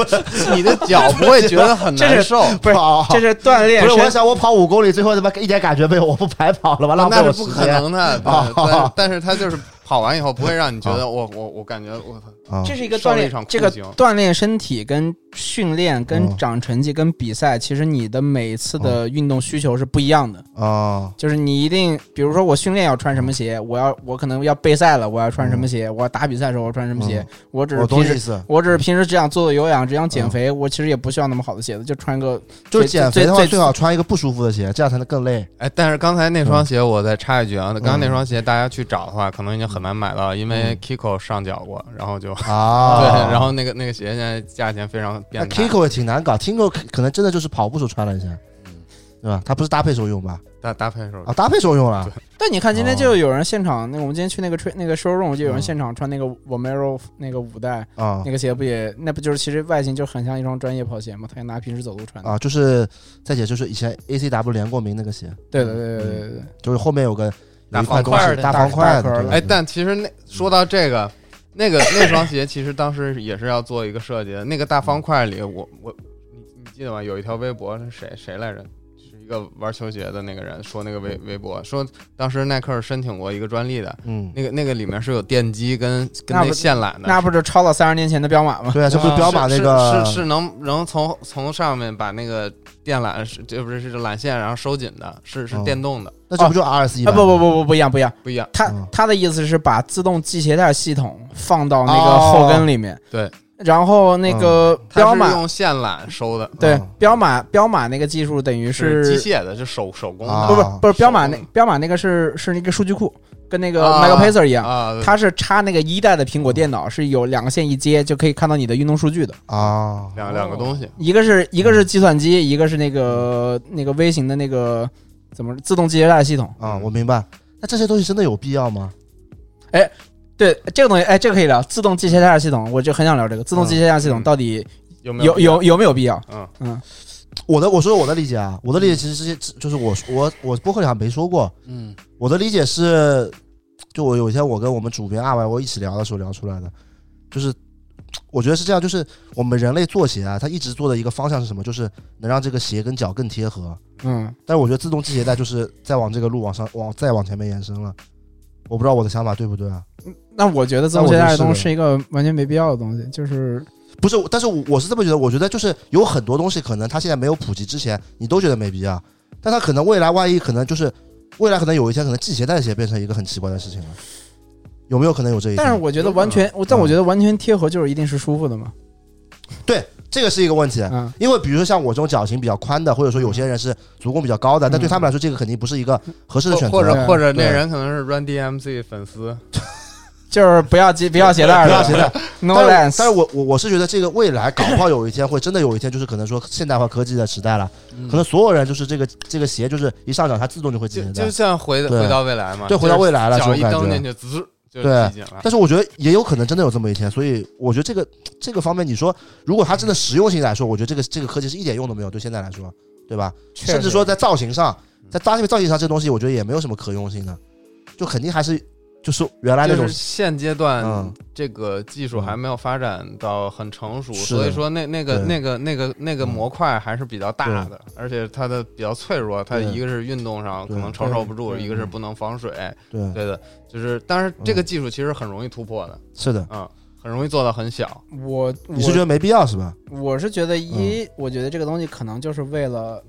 Speaker 4: 你的脚不会觉得很
Speaker 1: 这是
Speaker 4: 难受，
Speaker 1: 不是
Speaker 2: 跑
Speaker 1: 这是锻炼
Speaker 2: 不是，我
Speaker 1: 身。
Speaker 2: 想我跑五公里，最后他妈一点感觉没有，我不白跑了吗？浪费
Speaker 4: 那
Speaker 2: 我
Speaker 4: 是
Speaker 2: 时
Speaker 4: 不可
Speaker 2: 间。
Speaker 4: 能的。
Speaker 2: 哦
Speaker 4: 对但但是它就是跑完以后不会让你觉得我我我感觉我
Speaker 2: 啊
Speaker 1: 这是一个
Speaker 4: 受
Speaker 1: 锻
Speaker 4: 了一
Speaker 1: 炼
Speaker 4: 场，
Speaker 1: 这
Speaker 4: 酷
Speaker 1: 个
Speaker 4: 刑
Speaker 1: 锻炼身体跟训练、跟
Speaker 2: 嗯
Speaker 1: 长成绩、跟比赛，其实你的每一次的运动需求是不一样的。
Speaker 2: 啊，
Speaker 1: 就是你一定，比如说我训练要穿什么
Speaker 2: 嗯
Speaker 1: 鞋，我要我可能要备赛了，我要穿什么鞋，我要打比赛的时候我穿什么鞋，我只是
Speaker 2: 嗯我懂
Speaker 1: 平
Speaker 2: 你嗯意
Speaker 1: 时。
Speaker 2: 思，
Speaker 1: 我只是平时只想做做有氧，只想减肥，我其实也不需要那么好的鞋子，就穿个
Speaker 2: 就是减肥的话，
Speaker 1: 最最
Speaker 2: 最好穿一个不舒服的鞋，这样才能更累。
Speaker 4: 哎，但是刚才那
Speaker 2: 嗯
Speaker 4: 双鞋，我再插一句啊，刚才那双鞋大家去找的话，可能已经很难买到，因
Speaker 2: 嗯
Speaker 4: 为 Kiko 上脚过，然后就
Speaker 2: 啊，
Speaker 4: 对，然后那个那个鞋现在价钱非常
Speaker 2: 那
Speaker 4: 变态，
Speaker 2: Kiko 也挺难搞，Kiko 可可能真的就是跑步时候穿了一下，对吧？它不是搭配时候用吧？
Speaker 4: 搭搭配的时候
Speaker 2: 啊，搭配时候用了，
Speaker 1: 但你看，今天
Speaker 2: 哦嗯
Speaker 1: 就有人现场，那个我们今天去那个吹那个 showroom，就有人现场穿那个 Vomero 那个五代
Speaker 2: 啊
Speaker 1: 那个鞋，不也那不就是其实外形就很像一双专业跑鞋嘛？他也拿平时走路穿的。
Speaker 2: 啊，就是再姐就是以前 ACW 联过名那个鞋，
Speaker 1: 对的，对的对的对的
Speaker 2: 就是后面有个
Speaker 4: 大
Speaker 2: 有一块东西
Speaker 4: 方
Speaker 3: 块儿的
Speaker 2: 大方块
Speaker 1: 大壳儿
Speaker 2: 的，
Speaker 1: 的
Speaker 2: 对
Speaker 4: 哎，但其实那说到这个，那个那双鞋其实当时也是要做一个设计的。那个大方块里，我我你你记得吗？有一条微博是谁谁来着？是一个玩球鞋的那个人说那个微微博说，当时耐克申请过一个专利的，
Speaker 2: 嗯，
Speaker 4: 那个那个里面是有电机跟跟
Speaker 1: 那
Speaker 4: 那
Speaker 1: 不
Speaker 4: 线缆的，
Speaker 1: 那不就超了三十年前的彪马吗？
Speaker 2: 对啊，这不是彪马那个
Speaker 4: 是是是能能从从上面把那个电缆是这不是是缆线然后收紧的，是是
Speaker 2: 哦
Speaker 4: 电动的，
Speaker 2: 那这不就 RS 一
Speaker 1: 啊不不不不不一样不一样，
Speaker 4: 不一样。
Speaker 1: 他
Speaker 2: 嗯
Speaker 1: 他的意思是把自动系鞋带系统放到那个后跟里面，
Speaker 4: 对，
Speaker 1: 然后那个
Speaker 4: 它
Speaker 1: 彪
Speaker 4: 是
Speaker 1: 马
Speaker 4: 用线缆收的，
Speaker 1: 对
Speaker 2: 嗯
Speaker 1: 彪马彪马那个技术等于
Speaker 4: 是
Speaker 1: 是
Speaker 4: 机械的，是手手工的。
Speaker 2: 啊
Speaker 1: 不是不是彪马那
Speaker 4: 手动
Speaker 1: 彪马那个是是那个数据库，跟那个
Speaker 4: 啊
Speaker 1: Megapacer 一样，
Speaker 4: 啊，对
Speaker 1: 它是插那个一代的苹果电脑，是有两个线一接就可以看到你的运动数据的，
Speaker 2: 啊
Speaker 4: 两两个东西，
Speaker 1: 一个是一个
Speaker 2: 嗯
Speaker 1: 是计算机，一个是那个那个微型的那个怎么自动系鞋带系统。
Speaker 2: 啊，我明白。那这些东西真的有必要吗？
Speaker 1: 对这个东西，哎，这个可以聊自动系鞋带系统，我就很想聊这个自动系鞋带系统
Speaker 4: 嗯
Speaker 1: 到底
Speaker 4: 有没
Speaker 1: 有有有没有必要？
Speaker 4: 嗯
Speaker 1: 嗯，
Speaker 2: 我的我说我的理解啊，我的理解其实是就是我我我播客里好像没说过，
Speaker 3: 嗯，
Speaker 2: 我的理解是，就我有一天我跟我们主编二 Y 我一起聊的时候聊出来的，就是我觉得是这样，就是我们人类做鞋啊，它一直做的一个方向是什么？就是能让这个鞋跟脚更贴合。
Speaker 1: 嗯，
Speaker 2: 但是我觉得自动系鞋带就是再往这个路往上往再往前面延伸了。我不知道我的想法对不对啊？
Speaker 1: 那我觉得自动系
Speaker 2: 那我
Speaker 1: 鞋
Speaker 2: 觉得
Speaker 1: 带系
Speaker 2: 是
Speaker 1: 统
Speaker 2: 的
Speaker 1: 是一个完全没必要的东西，就是
Speaker 2: 不是，但是我我是这么觉得，我觉得就是有很多东西可能它现在没有普及之前，你都觉得没必要，但它可能未来万一可能就是未来可能有一天可能系鞋带鞋变成一个很奇怪的事情了，有没有啊可能有这一天？
Speaker 1: 但是我觉得完全，我但我觉得完全贴合就是一定是舒服的嘛。
Speaker 2: 这个是一个问题，啊
Speaker 1: 嗯，
Speaker 2: 因为比如说像我这种脚型比较宽的，或者说有些人是足弓比较高的，
Speaker 1: 嗯
Speaker 2: 但对他们来说，这个肯定不是一个合适的选择。
Speaker 4: 或
Speaker 1: 对
Speaker 4: 者或者那
Speaker 2: 对
Speaker 4: 人可能是 Run DMC 粉丝，
Speaker 1: 就是不要系不要鞋带了，
Speaker 2: 不要鞋带，
Speaker 1: ，no
Speaker 2: 但
Speaker 1: l e n
Speaker 2: 是我
Speaker 1: s
Speaker 2: 但是我我我是觉得这个未来搞不好有一天会真的有一天，就是可能说现代化科技的时代了，
Speaker 4: 嗯
Speaker 3: 嗯
Speaker 2: 可能所有人就是这个这个鞋就是一上脚它自动就会系
Speaker 4: 就
Speaker 2: 鞋带
Speaker 4: 就，像回
Speaker 2: 对
Speaker 4: 回到未来嘛，
Speaker 2: 对，回到未来了这
Speaker 4: 来脚
Speaker 2: 种
Speaker 4: 一
Speaker 2: 感
Speaker 4: 蹬进
Speaker 2: 觉。
Speaker 4: 去，滋就
Speaker 2: 对
Speaker 4: 系紧
Speaker 1: 啊
Speaker 4: 了。
Speaker 2: 但是我觉得也有可能真的有这么一天，所以我觉得这个这个方面，你说如果它真的实用性来说，我觉得这个这个科技是一点用都没有，对现在来说，对吧？甚至说在造型上，
Speaker 1: 嗯
Speaker 2: 在搭配造型上这东西，我觉得也没有什么可用性的，啊就肯定还是就是原来那
Speaker 4: 就
Speaker 2: 种
Speaker 4: 是现阶段
Speaker 2: 嗯
Speaker 4: 这个技术还没有发展到很成熟，
Speaker 2: 是的
Speaker 4: 所以说那那个
Speaker 2: 对
Speaker 4: 那个那个那个
Speaker 2: 嗯
Speaker 4: 模块还是比较大的，而且它的比较脆弱，它
Speaker 2: 对
Speaker 4: 一个是运动上可
Speaker 2: 对嗯
Speaker 4: 能承受不住，
Speaker 1: 对
Speaker 4: 一个是不能防水，
Speaker 2: 对，
Speaker 4: 对的，就是但
Speaker 1: 嗯
Speaker 4: 是这个技术其实很容易突破的，
Speaker 2: 是的，
Speaker 4: 嗯，很容易做到很小，
Speaker 1: 我我
Speaker 2: 你是觉得没必要是吧？
Speaker 1: 我是觉得一，我觉得这个东西可能就是为了，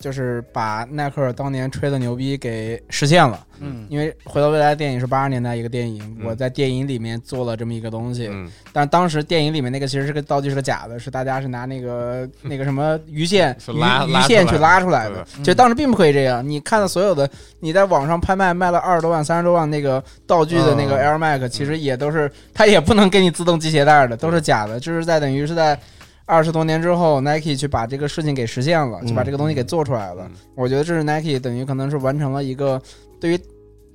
Speaker 1: 就是把耐克当年吹的牛逼给实现了。
Speaker 3: 嗯
Speaker 1: 因为《回到未来》电影是八十年代一个电影，
Speaker 4: 嗯
Speaker 1: 我在电影里面做了这么一个东西，
Speaker 4: 嗯，
Speaker 1: 但当时电影里面那个其实是个道具是个假的，是大家是拿那个那个什么鱼线
Speaker 4: 去
Speaker 1: 鱼
Speaker 4: 拉
Speaker 1: 鱼
Speaker 4: 拉出
Speaker 1: 线
Speaker 4: 来
Speaker 1: 去
Speaker 4: 的
Speaker 1: 拉出来的
Speaker 4: 对，
Speaker 1: 就当时并不可以这样。你看的所有的你在网上拍卖卖了二十多万、三十多万那个道具的那个 Air Max，其实也都是它也不能给你自动系鞋带的，都是假的。就是在等于是在二十多年之后，Nike 去把这个事情给实现了，就把
Speaker 2: 嗯
Speaker 1: 这个东西给做出来了
Speaker 4: 嗯。
Speaker 1: 我觉得这是 Nike 等于可能是完成了一个对于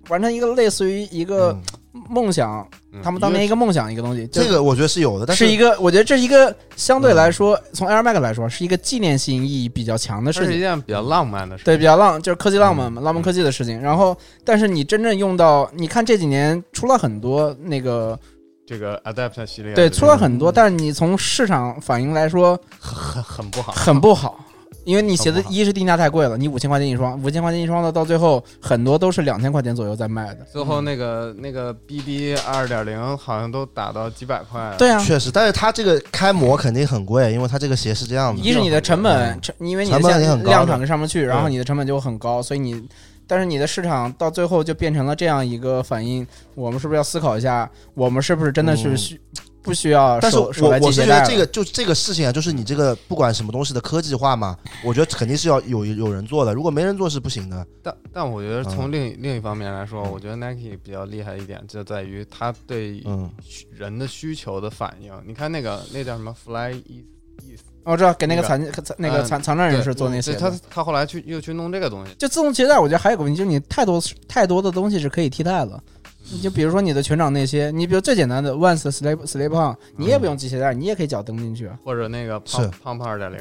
Speaker 1: 完成一个类似于一个
Speaker 2: 嗯
Speaker 1: 梦想，
Speaker 4: 嗯
Speaker 1: 他们当年一个梦想一个东西，就
Speaker 2: 这个我觉得是有的，但
Speaker 1: 是一
Speaker 2: 是
Speaker 1: 个，我觉得这是一个相对来说，从 Air Max 来说，是一个纪念性意义比较强的
Speaker 4: 它
Speaker 1: 事
Speaker 4: 是一
Speaker 1: 情，
Speaker 4: 件比较浪漫的事，
Speaker 1: 嗯对，比较浪，就是科技浪漫嘛，浪漫科技的事情。然后，但是你真正用到，你看这几年出了很多那个，
Speaker 4: 这个 Adapt 系列
Speaker 1: 对，
Speaker 4: 就
Speaker 1: 出了很多，但是你从市场反应来说
Speaker 4: 很很很不好，
Speaker 1: 很不好。因为你鞋子
Speaker 2: 很不好
Speaker 1: 一是定价太贵了，你五千块钱一双，五千块钱一双的到最后很多都是两千块钱左右在卖的。
Speaker 4: 最后那个那个 BB 二点零好像都打到几百块了，
Speaker 1: 对啊，
Speaker 2: 确实，但是它这个开模肯定很贵，因为它这个鞋是这样的。
Speaker 1: 一是你的成本，成因为你的
Speaker 2: 嗯成本
Speaker 1: 价
Speaker 2: 也很高
Speaker 1: 量
Speaker 2: 的
Speaker 1: 产跟上不去，然后
Speaker 2: 对
Speaker 1: 你的成本就很高，所以你，但是你的市场到最后就变成了这样一个反应，我们是不是要思考一下，我们是不是真的是
Speaker 2: 嗯
Speaker 1: 需不需要
Speaker 2: 但是
Speaker 1: 呃手手
Speaker 2: 我
Speaker 1: 来
Speaker 2: 我
Speaker 1: 系鞋
Speaker 2: 是觉
Speaker 1: 带
Speaker 2: 得
Speaker 1: 了？
Speaker 2: 这个就这个事情啊，就是你这个不管什么东西的科技化嘛，我觉得肯定是要有有人做的，如果没人做是不行的。
Speaker 4: 但但我觉得
Speaker 1: 嗯
Speaker 4: 从另一、另一方面来说，
Speaker 2: 嗯
Speaker 4: 我觉得 Nike 比较厉害一点就在于它对
Speaker 2: 嗯，
Speaker 4: 需人的需求的反应。你看那个那叫什么 Fly East，
Speaker 1: 我知道哦给那个
Speaker 4: 那个
Speaker 1: 残残那个
Speaker 4: 嗯
Speaker 1: 残残障人士
Speaker 4: 对
Speaker 1: 做那
Speaker 4: 对
Speaker 1: 鞋
Speaker 4: 他
Speaker 1: 的。
Speaker 4: 他后来去又去弄这个东西，
Speaker 1: 就自动鞋带，我觉得还有个问题，就是你太多太多的东西是可以替代了。你就比如说你的全掌那些，你比如最简单的 Once Slip Slip On，你
Speaker 2: 嗯
Speaker 1: 也不用系鞋带，你也可以脚蹬进去啊。
Speaker 4: 或者那个
Speaker 2: 是
Speaker 4: 胖胖胖二点零，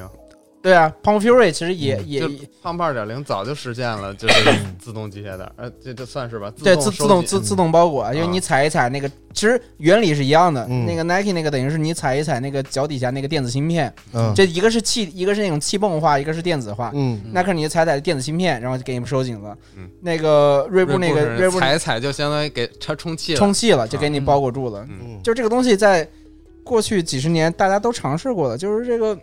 Speaker 1: 对啊，Pump Fury 其实也、
Speaker 2: 嗯
Speaker 1: 也
Speaker 4: 就胖胖二点零早就实现了，就是自动机械带，呃，这这算是吧？
Speaker 1: 对
Speaker 4: 自
Speaker 1: 自自动
Speaker 4: 收集
Speaker 1: 自自动包裹，因为
Speaker 4: 啊
Speaker 1: 你踩一踩那个，其实原理是一样的。
Speaker 2: 嗯
Speaker 1: 那个 Nike 那个等于是你踩一踩那个脚底下那个电子芯片，
Speaker 2: 嗯
Speaker 1: 这一个是气，一个是那种气泵化，一个是电子化。
Speaker 2: 嗯，
Speaker 1: 耐克你就踩踩电子芯片，然后就给你们收紧了。
Speaker 4: 嗯
Speaker 1: 那个锐步那个
Speaker 4: 是
Speaker 1: 锐步
Speaker 4: 踩一踩就相当于给它充气了，
Speaker 1: 充气了，就给你包裹住了。
Speaker 2: 嗯
Speaker 1: 就这个东西，在过去几十年大家都尝试过了，就是这个。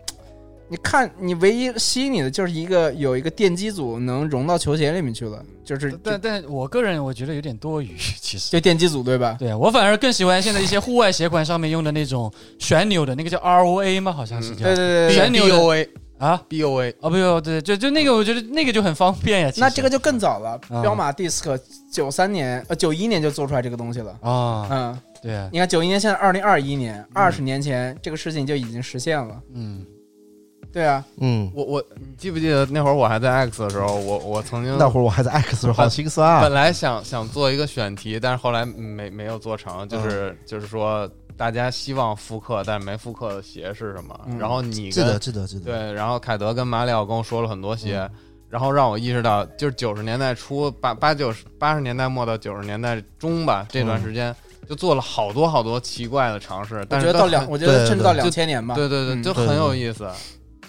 Speaker 1: 你看，你唯一吸引你的就是一个有一个电机组能融到球鞋里面去了，就是
Speaker 3: 但
Speaker 1: 就
Speaker 3: 但我个人我觉得有点多余， 其实。
Speaker 1: 就电机组对吧？
Speaker 3: 对我反而更喜欢现在一些户外鞋款上面用的那种旋钮的那个叫 ROA 吗？好像是
Speaker 4: 嗯
Speaker 3: 叫
Speaker 1: 对对对对
Speaker 3: 旋钮
Speaker 4: B
Speaker 3: 的
Speaker 4: O A
Speaker 3: 啊
Speaker 4: B O A，
Speaker 3: 哦不不对，就就那个我觉得那个就很方便呀。其实
Speaker 1: 那这个就更早了，
Speaker 3: 啊
Speaker 1: 彪马 Disc 九三年呃九一年就做出来这个东西了。
Speaker 3: 啊，
Speaker 1: 嗯，
Speaker 3: 对啊，
Speaker 1: 你看九一年，现在二零二一年，二十年前这个事情就已经实现了。
Speaker 3: 嗯，
Speaker 1: 对啊，
Speaker 2: 嗯，
Speaker 4: 我我你记不记得那会儿我还在 X 的时候，我我曾经
Speaker 2: 嗯那会儿我还在 X 的时候，好心酸啊
Speaker 4: 本。来想想做一个选题，但是后来没没有做成，就是、就是说大家希望复刻，但是没复刻的鞋是什么？
Speaker 1: 嗯
Speaker 4: 然后你
Speaker 2: 记得
Speaker 4: 跟
Speaker 2: 记得记得，
Speaker 4: 对，然后凯德跟马里奥跟我说了很多
Speaker 2: 嗯
Speaker 4: 鞋，然后让我意识到，就是九十年代初八八九十八十年代末到九十年代中吧，这
Speaker 2: 嗯
Speaker 4: 段时间、就做了好多好多奇怪的尝试，
Speaker 1: 我
Speaker 4: 但
Speaker 1: 觉得
Speaker 4: 是都
Speaker 1: 到
Speaker 4: 很
Speaker 1: 两，我觉得
Speaker 2: 对
Speaker 1: 甚至到
Speaker 4: 对
Speaker 1: 两千年吧。
Speaker 4: 对对对，
Speaker 1: 嗯
Speaker 4: 就
Speaker 2: 对
Speaker 4: 很
Speaker 2: 对
Speaker 4: 有
Speaker 2: 对
Speaker 4: 意思，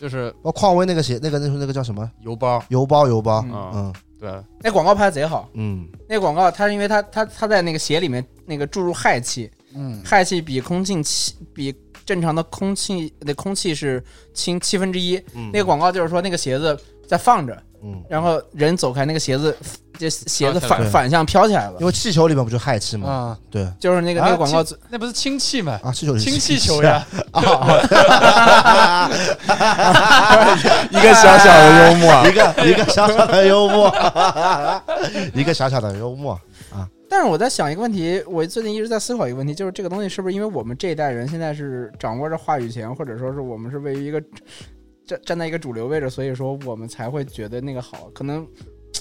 Speaker 4: 就是
Speaker 2: 包括匡威那个鞋，那个那时候那个叫什么
Speaker 4: 邮包，
Speaker 2: 邮包邮包，
Speaker 1: 嗯
Speaker 4: 嗯，
Speaker 2: 嗯
Speaker 4: 对，
Speaker 1: 那广告拍得贼好，
Speaker 2: 嗯，
Speaker 1: 那广告它是因为它它它在那个鞋里面那个注入氦气，
Speaker 3: 嗯，
Speaker 1: 氦气比空气气比正常的空气的空气是轻七分之一。那个广告就是说那个鞋子在放着，
Speaker 2: 嗯，
Speaker 1: 然后人走开，那个鞋子这鞋子
Speaker 4: 飘起来
Speaker 1: 反
Speaker 2: 了
Speaker 1: 反向飘起来了
Speaker 2: 因。为气球里面不就氦气吗？
Speaker 3: 啊，
Speaker 2: 对
Speaker 1: 就是那个
Speaker 3: 啊
Speaker 1: 那个广告
Speaker 3: 亲
Speaker 1: 最，
Speaker 3: 那不是氢气吗？
Speaker 2: 啊，气球里
Speaker 3: 氢气球呀，
Speaker 2: 一个小小的幽默，一啊个一个小小的幽默，一个小小的幽默。
Speaker 1: 但是我在想一个问题，我最近一直在思考一个问题，就是这个东西是不是因为我们这一代人现在是掌握着话语权，或者说是我们是位于一个 站站在一个主流位置，所以说我们才会觉得那个好。可能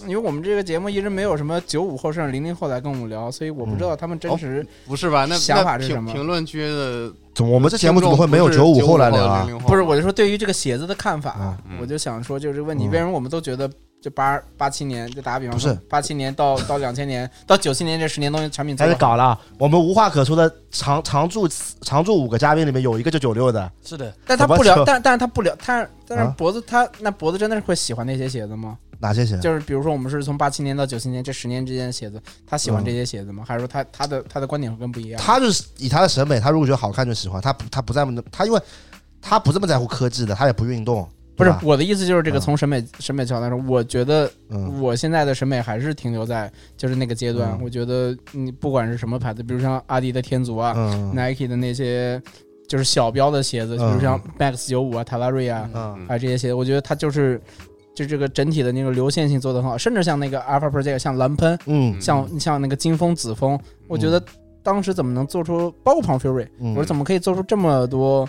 Speaker 1: 因为我们这个节目一直没有什么九五后甚至零零后来跟我们聊，所以我不知
Speaker 2: 嗯
Speaker 1: 道他们真
Speaker 2: 哦
Speaker 1: 实、
Speaker 4: 不是吧？那
Speaker 1: 想法
Speaker 4: 那
Speaker 1: 是什
Speaker 4: 评
Speaker 1: 么
Speaker 4: 评论区的
Speaker 2: 怎么我们这节目怎么会没有
Speaker 4: 听众
Speaker 2: 九五
Speaker 4: 不是
Speaker 2: 后来聊
Speaker 4: 95
Speaker 2: 啊
Speaker 4: 零？零后
Speaker 1: 不是，我就说对于这个鞋子的看法，
Speaker 2: 啊
Speaker 4: 嗯
Speaker 1: 我就想说就是这个问题，
Speaker 2: 嗯
Speaker 1: 为什么我们都觉得就八八七年，就打个比方
Speaker 2: 不
Speaker 1: 说
Speaker 2: 是
Speaker 1: 八七年到到两千年到九七年这十年东西产品做
Speaker 2: 开
Speaker 1: 得
Speaker 2: 始
Speaker 1: 好
Speaker 2: 搞了，我们无话可说的常常驻常驻五个嘉宾里面有一个就九六的，
Speaker 3: 是的，
Speaker 1: 但他
Speaker 2: 怎么
Speaker 1: 不聊，
Speaker 2: 扯
Speaker 1: 但但是他不聊，他但是
Speaker 2: 啊
Speaker 1: 脖子他那脖子真的是会喜欢那些鞋子吗？
Speaker 2: 哪些鞋？
Speaker 1: 就是比如说我们是从八七年到九七年这十年之间的鞋子，他喜欢
Speaker 2: 嗯
Speaker 1: 这些鞋子吗？还是说他他的他的观点会更不一样？
Speaker 2: 他就是以他的审美，他如果觉得好看就喜欢，他不他不在乎那他因为他不这么在乎科技的，他也不运动，
Speaker 1: 不
Speaker 2: 对
Speaker 1: 是
Speaker 2: 吧
Speaker 1: 我的意思就是这个
Speaker 2: 嗯
Speaker 1: 从审美审美角度来说，我觉得
Speaker 2: 嗯
Speaker 1: 我现在的审美还是停留在就是那个阶段。
Speaker 2: 嗯
Speaker 1: 我觉得你不管是什么牌子，比如像阿迪的天足啊
Speaker 2: 嗯
Speaker 1: ，Nike 的那些就是小标的鞋子，比如
Speaker 2: 嗯
Speaker 1: 像 Max 九五啊、塔拉瑞啊，
Speaker 2: 嗯
Speaker 1: 啊这些鞋，我觉得它就是就这个整体的那个流线性做得很好，甚至像那个 Alpha Project，像蓝喷，
Speaker 2: 嗯
Speaker 1: 像像那个金风、紫风，我觉得当时怎么能做出，包括 p o n Fury，
Speaker 2: 嗯
Speaker 1: 我说怎么可以做出这么多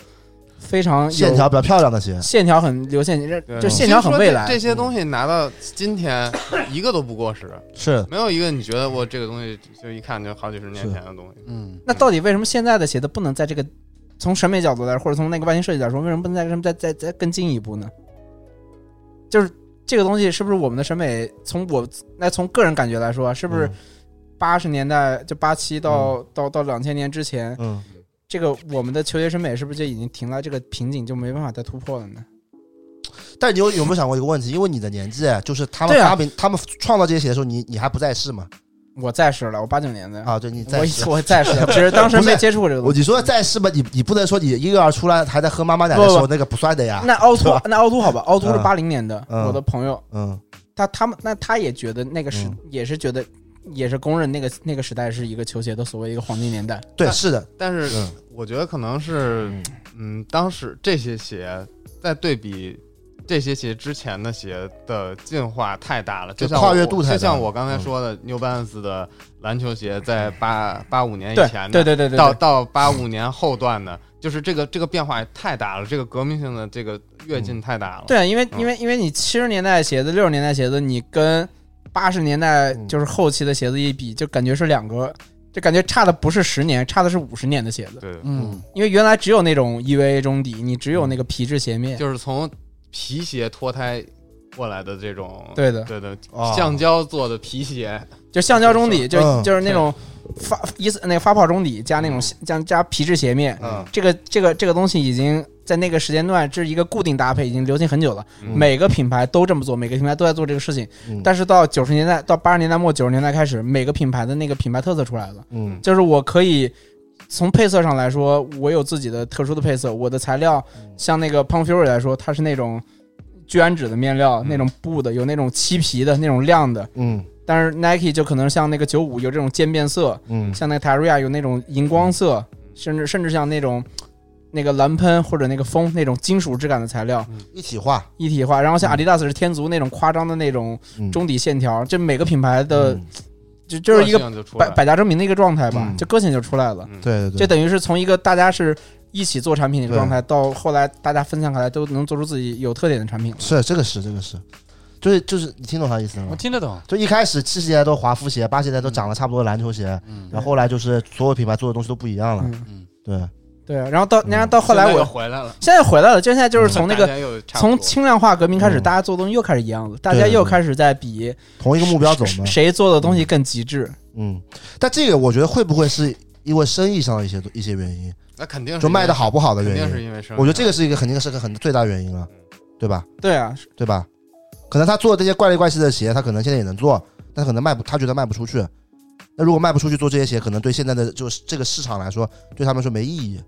Speaker 1: 非常有
Speaker 2: 线条比较漂亮的鞋，
Speaker 1: 线条很流线型，
Speaker 4: 对
Speaker 1: 这这线条很未
Speaker 4: 这这
Speaker 1: 来。嗯
Speaker 4: 些东西拿到今天，一个都不过时，
Speaker 2: 是
Speaker 4: 没有一个你觉得我这个东西就一看就好几十年前的东西。
Speaker 3: 嗯，
Speaker 1: 那到底为什么现在的鞋子不能在这个从审美角度来，或者从那个外形设计来说，为什么不能在什么再再再更进一步呢？就是这个东西是不是我们的审美，从我那从个人感觉来说，是
Speaker 2: 是
Speaker 1: 不是？八十年代就八七到、到到两千年之前，
Speaker 2: 嗯，
Speaker 1: 这个我们的球鞋审美是不是就已经停在这个瓶颈，就没办法再突破了呢？
Speaker 2: 但你有有没有想过一个问题？因为你的年纪就是他们
Speaker 1: 对啊
Speaker 2: 发明、他们创造这些鞋的时候，你你还不在世嘛？
Speaker 1: 我在世了，我八九年的，
Speaker 2: 啊，对，你在世
Speaker 1: 我。 我在世，只是当时
Speaker 2: 不是
Speaker 1: 没接触过这个
Speaker 2: 我
Speaker 1: 东西。
Speaker 2: 你说在世吧，你你不能说你婴儿出来还在喝妈妈奶的时候
Speaker 1: 不
Speaker 2: 那个不算的呀。
Speaker 1: 那凹凸
Speaker 2: 是吧，
Speaker 1: 那凹凸好吧，凹凸是
Speaker 2: 嗯
Speaker 1: 八零年的，
Speaker 2: 嗯
Speaker 1: 我的朋友，
Speaker 2: 嗯，
Speaker 1: 他他们那他也觉得那个时
Speaker 2: 嗯
Speaker 1: 也是觉得也是公认那个那个时代是一个球鞋的所谓一个黄金年代。
Speaker 2: 对，
Speaker 4: 但
Speaker 2: 是的，
Speaker 4: 但是
Speaker 2: 嗯
Speaker 4: 我觉得可能是，嗯，当时这些鞋在对比这些鞋之前的鞋的进化太大了，
Speaker 2: 就
Speaker 4: 就像
Speaker 2: 跨越
Speaker 4: 我
Speaker 2: 度太大
Speaker 4: 就像我刚才
Speaker 2: 嗯
Speaker 4: 说的，New Balance 的篮球鞋在八八五年以
Speaker 1: 对
Speaker 4: 前的
Speaker 1: 对对对对
Speaker 4: 到
Speaker 1: 对，
Speaker 4: 到八五年后段的，就是这个这个变化也太大了，这个革命性的这个跃进太大了。
Speaker 1: 对啊，因为
Speaker 4: 嗯
Speaker 1: 因为因为你七十年代的鞋子、六十年代的鞋子，你跟八十年代
Speaker 2: 嗯
Speaker 1: 就是后期的鞋子一比，就感觉是两个，就感觉差的不是十年，差的是五十年的鞋子。
Speaker 4: 对
Speaker 3: 嗯，
Speaker 1: 因为原来只有那种 EVA 中底，你只有那个皮质鞋面，
Speaker 4: 就是从皮鞋脱胎过来的这种，
Speaker 1: 对的，
Speaker 4: 对对，
Speaker 2: 哦
Speaker 4: 橡胶做的皮鞋，
Speaker 1: 就橡胶中底，就、
Speaker 2: 嗯
Speaker 1: 就是那种发一那个发泡中底加那种加加皮质鞋面，
Speaker 2: 嗯
Speaker 1: 这个这个这个东西已经在那个时间段这是一个固定搭配，已经流行很久了。
Speaker 4: 嗯
Speaker 1: 每个品牌都这么做，每个品牌都在做这个事情。
Speaker 2: 嗯
Speaker 1: 但是到九十年代到八十年代末九十年代开始，每个品牌的那个品牌特色出来了，
Speaker 2: 嗯
Speaker 1: 就是我可以。从配色上来说，我有自己的特殊的配色。我的材料
Speaker 2: 嗯
Speaker 1: 像那个 p u n Fury 来说，它是那种聚氨酯的面料，
Speaker 4: 嗯
Speaker 1: 那种布的，有那种漆皮的那种亮的。
Speaker 2: 嗯
Speaker 1: 但是 Nike 就可能像那个九五有这种渐变色，
Speaker 2: 嗯
Speaker 1: 像那个 Terra 有那种荧光色，甚至甚至像那种那个蓝喷或者那个风那种金属质感的材料
Speaker 2: 一体化，
Speaker 1: 一体化。然后像
Speaker 2: 嗯
Speaker 1: Adidas 是天足那种夸张的那种
Speaker 2: 嗯
Speaker 1: 中底线条，这每个品牌的
Speaker 2: 嗯
Speaker 1: 就就是一个
Speaker 4: 个就出来
Speaker 1: 百
Speaker 4: 了
Speaker 1: 百家争鸣的一个状态吧
Speaker 2: 嗯，
Speaker 1: 就个性就出来了。
Speaker 4: 嗯
Speaker 2: 对
Speaker 1: 这
Speaker 2: 对对，
Speaker 1: 等于是从一个大家是一起做产品的一个
Speaker 2: 对
Speaker 1: 状态，到后来大家分享开来都能做出自己有特点的产品了。
Speaker 2: 是这个是这个是，就是就是你听懂他的意思了
Speaker 3: 我
Speaker 2: 吗？
Speaker 3: 听得懂，
Speaker 2: 就一开始七十年代都华夫鞋，八十年代都长得差不多的篮球鞋，
Speaker 3: 嗯
Speaker 2: 然后后来就是所有品牌做的东西都不一样了。
Speaker 1: 嗯，
Speaker 3: 嗯，
Speaker 2: 对，
Speaker 1: 对。啊然后到
Speaker 2: 嗯
Speaker 1: 然后到后来
Speaker 4: 现在又
Speaker 1: 我
Speaker 4: 回来了，
Speaker 1: 现在回来了，就现在就是从那个
Speaker 4: 大家又差不多
Speaker 1: 从轻量化革命开始，
Speaker 2: 嗯
Speaker 1: 大家做东西又开始一样了，大
Speaker 2: 对
Speaker 1: 家
Speaker 2: 对
Speaker 1: 又
Speaker 2: 对
Speaker 1: 开始在比
Speaker 2: 同一个目标走嘛
Speaker 1: 谁。谁做的东西更极致。
Speaker 2: 嗯，但这个我觉得会不会是因为生意上的一些一些原因，
Speaker 4: 那肯定是
Speaker 2: 就卖的好不好的
Speaker 4: 因为，肯
Speaker 2: 原
Speaker 4: 定是
Speaker 2: 因？
Speaker 4: 因为生意
Speaker 2: 我觉得这个是嗯一个肯定是个很最大原因了，对吧？
Speaker 1: 对啊，是
Speaker 2: 对吧？可能他做这些怪里怪气的鞋，他可能现在也能做，但可能卖不，他觉得卖不出去。那如果卖不出去做这些鞋，可能对现在的就是这个市场来说，对他们说没意义。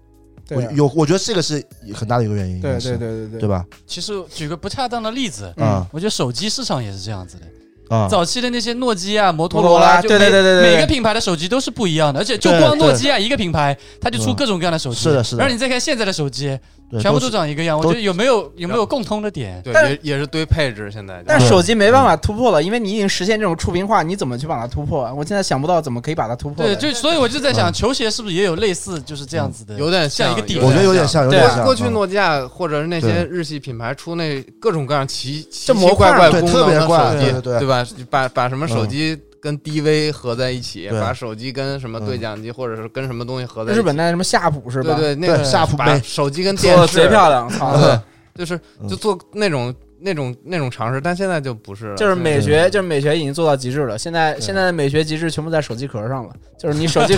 Speaker 1: 对啊
Speaker 2: 我有，我觉得这个是很大的一个原因，应
Speaker 1: 对
Speaker 2: 该是
Speaker 1: 对对对对
Speaker 2: 对吧？
Speaker 3: 其实举个不恰当的例子，
Speaker 1: 嗯
Speaker 2: 啊
Speaker 3: 我觉得手机市场也是这样子的。
Speaker 2: 啊，
Speaker 3: 早期的那些诺基亚、摩托
Speaker 1: 摩托罗拉
Speaker 3: 就
Speaker 1: 对对
Speaker 3: 每
Speaker 1: 对对对对
Speaker 3: 每个品牌的手机都是不一样的，而且就
Speaker 2: 对
Speaker 3: 光
Speaker 2: 对
Speaker 3: 诺基亚一个品牌，它就出
Speaker 2: 嗯
Speaker 3: 各种各样的手机。
Speaker 2: 是的是的
Speaker 3: 然后你再看现在的手机，
Speaker 2: 对
Speaker 3: 全部都
Speaker 2: 是
Speaker 3: 长一个样，我觉得有没有有没有共通的点？
Speaker 4: 对
Speaker 1: 但
Speaker 4: 也也是堆配置，现在就
Speaker 1: 但
Speaker 2: 是
Speaker 1: 手机没办法突破了，因为你已经实现这种触屏化，你怎么去把它突破啊？我现在想不到怎么可以把它突破
Speaker 3: 对，
Speaker 1: 了。
Speaker 3: 就所以我就在想，
Speaker 2: 嗯
Speaker 3: 球鞋是不是也有类似就是这样子的？
Speaker 4: 嗯有点
Speaker 3: 像一个
Speaker 4: 底，
Speaker 3: 底
Speaker 2: 我觉得有点像，有点
Speaker 1: 对
Speaker 2: 像。
Speaker 4: 过过去
Speaker 2: 嗯
Speaker 4: 诺基亚或者是那些
Speaker 2: 对
Speaker 4: 日系品牌出那各种各样奇奇
Speaker 1: 这模
Speaker 4: 奇
Speaker 1: 块
Speaker 4: 怪
Speaker 1: 儿
Speaker 4: 怪
Speaker 2: 对
Speaker 4: 功
Speaker 2: 特
Speaker 4: 能
Speaker 2: 别
Speaker 4: 的
Speaker 2: 怪
Speaker 4: 手
Speaker 2: 对
Speaker 4: 机，
Speaker 2: 对对
Speaker 4: 对吧？把把什么手
Speaker 2: 嗯
Speaker 4: 机跟 DV 合在一起，
Speaker 2: 对嗯
Speaker 4: 把手机跟什么对讲机或者是跟什么东西合在一起。
Speaker 1: 日本那什么夏普是
Speaker 4: 对
Speaker 1: 吧？
Speaker 4: 对，那个
Speaker 2: 对夏普
Speaker 4: 把
Speaker 2: 杯
Speaker 4: 手机跟
Speaker 1: 做
Speaker 4: 电
Speaker 1: 的
Speaker 4: 视
Speaker 1: 贼漂亮， 操！
Speaker 4: 就是
Speaker 2: 嗯
Speaker 4: 就做那种那种那种尝试，但现在就不是了，
Speaker 1: 就是
Speaker 4: 现在
Speaker 1: 美学，就是美学已经做到极致了。现在现在的美学极致全部在手机壳上了，就是你 手机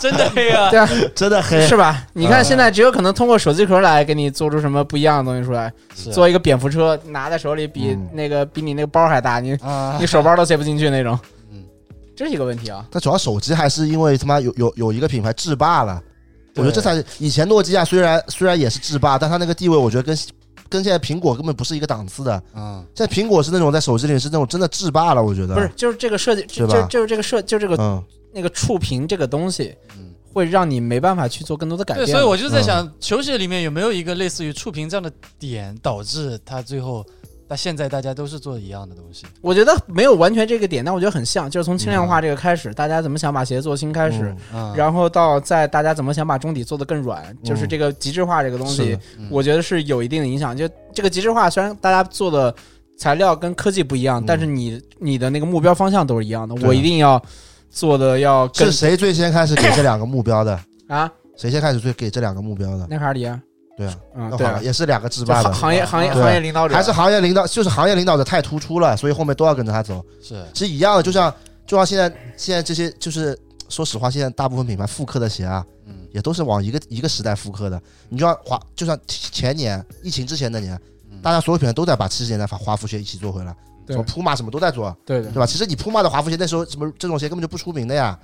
Speaker 3: 真的 呀，
Speaker 1: 对啊，
Speaker 2: 真的黑，
Speaker 1: 是吧？你看
Speaker 2: 嗯
Speaker 1: 现在只有可能通过手机壳来给你做出什么不一样的东西出来。
Speaker 3: 是啊
Speaker 1: 做一个蝙蝠车，拿在手里比
Speaker 2: 嗯
Speaker 1: 那个比你那个包还大，你
Speaker 3: 啊
Speaker 1: 你，手包都塞不进去那种
Speaker 3: 嗯。
Speaker 1: 这是一个问题啊。
Speaker 2: 但主要手机还是因为他妈有有有一个品牌制霸了，我觉得这才是以前诺基亚虽然虽然也是制霸，但它那个地位我觉得跟跟现在苹果根本不是一个档次的。
Speaker 3: 嗯，
Speaker 2: 现在苹果是那种在手机里是那种真的制霸了，我觉得
Speaker 1: 不是，，就是这个设计，就
Speaker 2: 对嗯吧
Speaker 1: 就就是这个设，就这个
Speaker 2: 嗯，
Speaker 1: 那个触屏这个东西
Speaker 3: 嗯，
Speaker 1: 会让你没办法去做更多的改
Speaker 3: 对，
Speaker 1: 变。嗯
Speaker 3: 所以我就在想，球鞋里面有没有一个类似于触屏这样的点，导致它最后，它现在大家都是做一样的东西。
Speaker 1: 我觉得没有完全这个点，但我觉得很像，就是从轻量化这个开始，大家怎么想把鞋做轻开始，
Speaker 2: 嗯
Speaker 3: 啊，
Speaker 1: 然后到在大家怎么想把中底做得更软，就是这个极致化这个东
Speaker 2: 是
Speaker 1: 西
Speaker 2: 的，
Speaker 3: 嗯
Speaker 1: 我觉得是有一定的影响。就这个极致化，虽然大家做的材料跟科技不一样，
Speaker 2: 嗯
Speaker 1: 但是你你的那个目标方向都是一样的。
Speaker 2: 对
Speaker 1: 我一定要做的要更
Speaker 2: 是谁最先开始给这两个目标的？
Speaker 1: 啊，
Speaker 2: 谁先开始最给这两个目标的？
Speaker 1: 耐克阿迪啊，
Speaker 2: 对啊，
Speaker 1: 嗯，
Speaker 2: 那
Speaker 1: 对
Speaker 2: 好
Speaker 1: 啊
Speaker 2: 了，，也是两个制
Speaker 1: 就
Speaker 2: 霸
Speaker 1: 行
Speaker 2: 的，嗯
Speaker 1: 行业行业
Speaker 2: 对
Speaker 1: 行业领导者
Speaker 2: 还是行业领导，就是行业领导者太突出了，所以后面都要跟着他走。
Speaker 3: 是
Speaker 2: 其实一样的，就像就像现在现在这些，就是说实话，现在大部分品牌复刻的鞋啊，
Speaker 3: 嗯，
Speaker 2: 也都是往一个一个时代复刻的。你就像华，就像前年疫情之前那年，大家所有品牌都在把七十年代华华服鞋一起做回来，什
Speaker 1: 对
Speaker 2: 么 Puma 什么都在做，
Speaker 1: 对的
Speaker 2: 对，吧？其实你 Puma 的华服鞋那时候什么这种鞋根本就不出名的呀，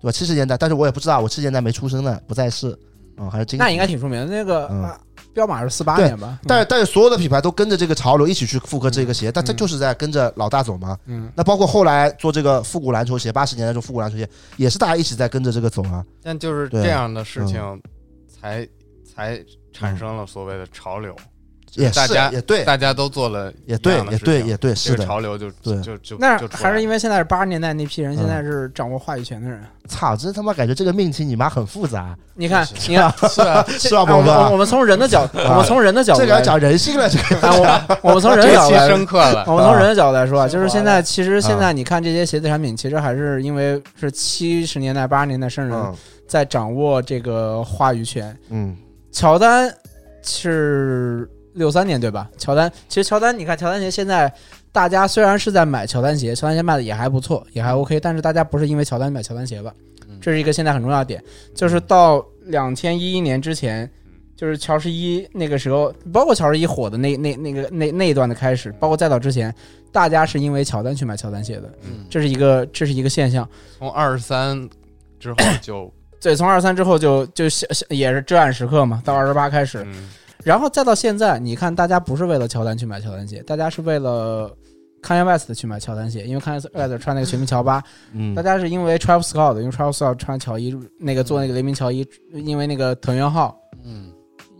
Speaker 2: 对吧？七十年代，但是我也不知道，我七十年代没出生呢，不在世，嗯，还是今
Speaker 1: 那应该挺出名的。那个、
Speaker 2: 嗯
Speaker 1: 啊彪马是四八
Speaker 2: 对
Speaker 1: 年吧？
Speaker 2: 但但是所有的品牌都跟着这个潮流一起去复刻这个鞋，但这就是在跟着老大走嘛。
Speaker 1: 嗯，
Speaker 2: 那包括后来做这个复古篮球鞋，八十年代这种复古篮球鞋，也是大家一起在跟着这个走啊。
Speaker 4: 但就是
Speaker 2: 对嗯
Speaker 4: 这样的事情才才产生了所谓的潮流，
Speaker 2: 也
Speaker 4: 大
Speaker 2: 是
Speaker 4: 家，
Speaker 2: 也对，
Speaker 4: 大家都做了一
Speaker 2: 也对
Speaker 4: 样，的
Speaker 2: 也
Speaker 4: 事情
Speaker 2: 对，也对，是
Speaker 4: 这个
Speaker 2: 的。
Speaker 4: 潮流就
Speaker 2: 对
Speaker 4: 就就
Speaker 1: 那
Speaker 4: 就出来
Speaker 1: 还
Speaker 4: 了
Speaker 1: 是因为现在是八十年代那批人，
Speaker 2: 嗯
Speaker 1: 现在是掌握话语权的人。
Speaker 2: 操，真他妈感觉这个命题你妈很复杂，
Speaker 1: 你看
Speaker 4: 是，
Speaker 1: 你看，
Speaker 4: 是 啊，
Speaker 2: 是吧，
Speaker 1: 啊
Speaker 2: 宝
Speaker 1: 我们我
Speaker 2: 哥？
Speaker 1: 们从人的 角，我们从人的角度
Speaker 2: 这个
Speaker 1: 来
Speaker 2: 要讲人性了，这个
Speaker 1: 啊， 我我们从人的
Speaker 4: 这
Speaker 1: 角度
Speaker 4: 期
Speaker 1: 来说
Speaker 4: 深刻了，
Speaker 1: 我们从人的角度来说啊，
Speaker 3: 啊
Speaker 1: 就是现在，其实
Speaker 2: 升华了
Speaker 1: 现在你看这些鞋子产品，其实还是因为是七十年代、八十年代生人
Speaker 2: 嗯
Speaker 1: 在掌握这个话语权。
Speaker 2: 嗯，
Speaker 1: 乔丹是六三年对吧？乔丹其实乔丹，你看乔丹鞋现在大家虽然是在买乔丹鞋，乔丹鞋卖的也还不错，也还 OK，但是大家不是因为乔丹买乔丹鞋吧？
Speaker 3: 嗯
Speaker 1: 这是一个现在很重要的点，就是到两千一一年之前。就是乔十一那个时候，包括乔十一火的那那那个那那一段的开始，包括再早之前，大家是因为乔丹去买乔丹鞋的，
Speaker 3: 嗯，
Speaker 1: 这是一个这是一个现象。
Speaker 4: 从二十三 之后就
Speaker 1: 对，从二三之后就就像像也是至暗时刻嘛，到二十八开始，
Speaker 4: 嗯
Speaker 1: 然后再到现在，你看大家不是为了乔丹去买乔丹鞋，大家是为了 Kanye West 去买乔丹鞋，因为 Kanye West 穿那个全民乔八，
Speaker 2: 嗯
Speaker 1: 大家是因为 Travis Scott，因为 Travis Scott 穿乔伊，那个做那个雷鸣乔伊，因为那个藤原浩，
Speaker 3: 嗯，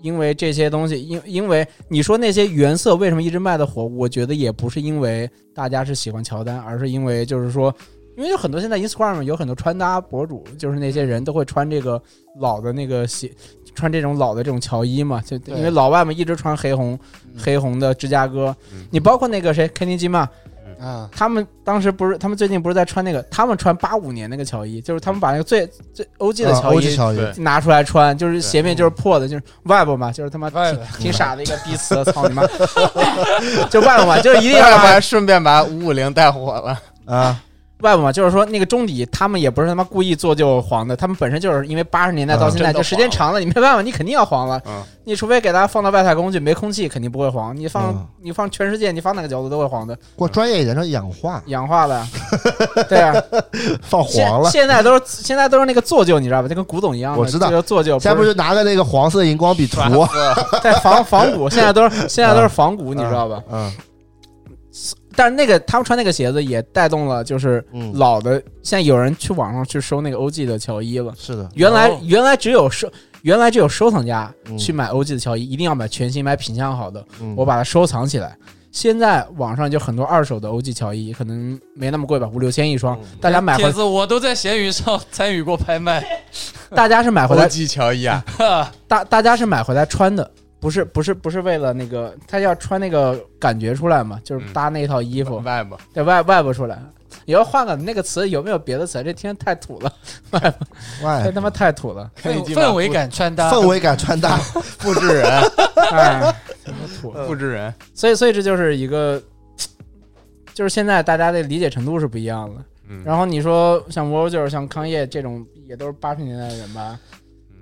Speaker 1: 因为这些东西，因因为你说那些原色为什么一直卖的火，我觉得也不是因为大家是喜欢乔丹，而是因为就是说，因为有很多现在 Instagram 有很多穿搭博主，就是那些人都会穿这个老的那个鞋，穿这种老的这种乔伊嘛，就
Speaker 3: 对
Speaker 1: 因为老外们一直穿黑红
Speaker 3: 嗯
Speaker 1: 黑红的芝加哥
Speaker 4: 嗯，
Speaker 1: 你包括那个谁 Kenny G 嘛，
Speaker 2: 嗯
Speaker 3: 啊，
Speaker 1: 他们当时不是他们最近不是在穿那个，他们穿八五年那个乔伊，就是他们把那个最最 OG 的
Speaker 2: 啊
Speaker 1: 乔
Speaker 2: 欧
Speaker 1: 伊
Speaker 2: 记乔伊，
Speaker 4: 对
Speaker 1: 拿出来穿，就是鞋面就是破的，就是外部嘛，就是他妈
Speaker 3: 外
Speaker 1: 挺
Speaker 3: 边
Speaker 1: 挺傻的一个逼词，操你妈！ 就外部嘛，就是一定要
Speaker 4: 要不
Speaker 1: 把
Speaker 4: 然顺便把五五零带火了，
Speaker 2: 啊，
Speaker 1: 外部嘛，就是说那个中底他们也不是他妈故意做就黄的，他们本身就是因为八十年代到现在
Speaker 4: 嗯
Speaker 1: 就时间长了，你没办法，你肯定要黄了。
Speaker 4: 嗯，
Speaker 1: 你除非给它放到外太空去，没空气肯定不会黄，你
Speaker 2: 嗯
Speaker 1: 放你放全世界，你放哪个角度都会黄的，
Speaker 2: 过专业一点叫氧化，
Speaker 1: 氧化了， 对啊，
Speaker 2: 放
Speaker 1: 现
Speaker 2: 黄了。
Speaker 1: 现在都是现在都是那个做旧，你知道吧？就跟古董一样的，
Speaker 2: 我知道
Speaker 1: 这个做旧，
Speaker 2: 现在不是拿个那个黄色荧光笔涂，啊
Speaker 1: 在仿 仿古，现在都是现在都是仿古，你知道吧？
Speaker 2: 嗯
Speaker 1: 但是那个他们穿那个鞋子也带动了，就是
Speaker 2: 嗯，
Speaker 1: 老的，现在有人去网上去收那个 OG 的乔伊了。
Speaker 2: 是的，
Speaker 1: 原来、
Speaker 3: 哦
Speaker 1: 原来只有收，原来只有收藏家
Speaker 2: 嗯
Speaker 1: 去买 OG 的乔伊，一定要买全新、买品相好的，
Speaker 2: 嗯
Speaker 1: 我把它收藏起来。现在网上就很多二手的 OG 乔伊，可能没那么贵吧，五六千一
Speaker 2: 嗯
Speaker 1: 双，
Speaker 4: 嗯
Speaker 1: 大家买
Speaker 3: 帖
Speaker 1: 回，
Speaker 3: 子我都在闲鱼上 参与过拍卖，
Speaker 1: 大家是买回来
Speaker 4: 欧，记乔伊啊，
Speaker 1: 大大家是买回来穿的。不是不是不是为了那个，他要穿那个感觉出来嘛，就是
Speaker 4: 嗯
Speaker 1: 搭那套衣服，
Speaker 4: 外部
Speaker 1: 对外外部出来。以后换个那个词，有没有别的词？这天太土了，这
Speaker 4: 哎
Speaker 2: 喂，
Speaker 1: 他妈太土 了，
Speaker 4: 肯
Speaker 3: 氛
Speaker 4: 尼基
Speaker 3: 氛围感穿搭，
Speaker 2: 氛围感穿搭，
Speaker 4: 复制 人，
Speaker 1: 哎，他妈土了。
Speaker 4: 复制人，
Speaker 1: 所以，所以这就是一个，就是现在大家的理解程度是不一样的。
Speaker 4: 嗯，
Speaker 1: 然后你说像 w o 就是像康业这种，也都是八十年代的人吧？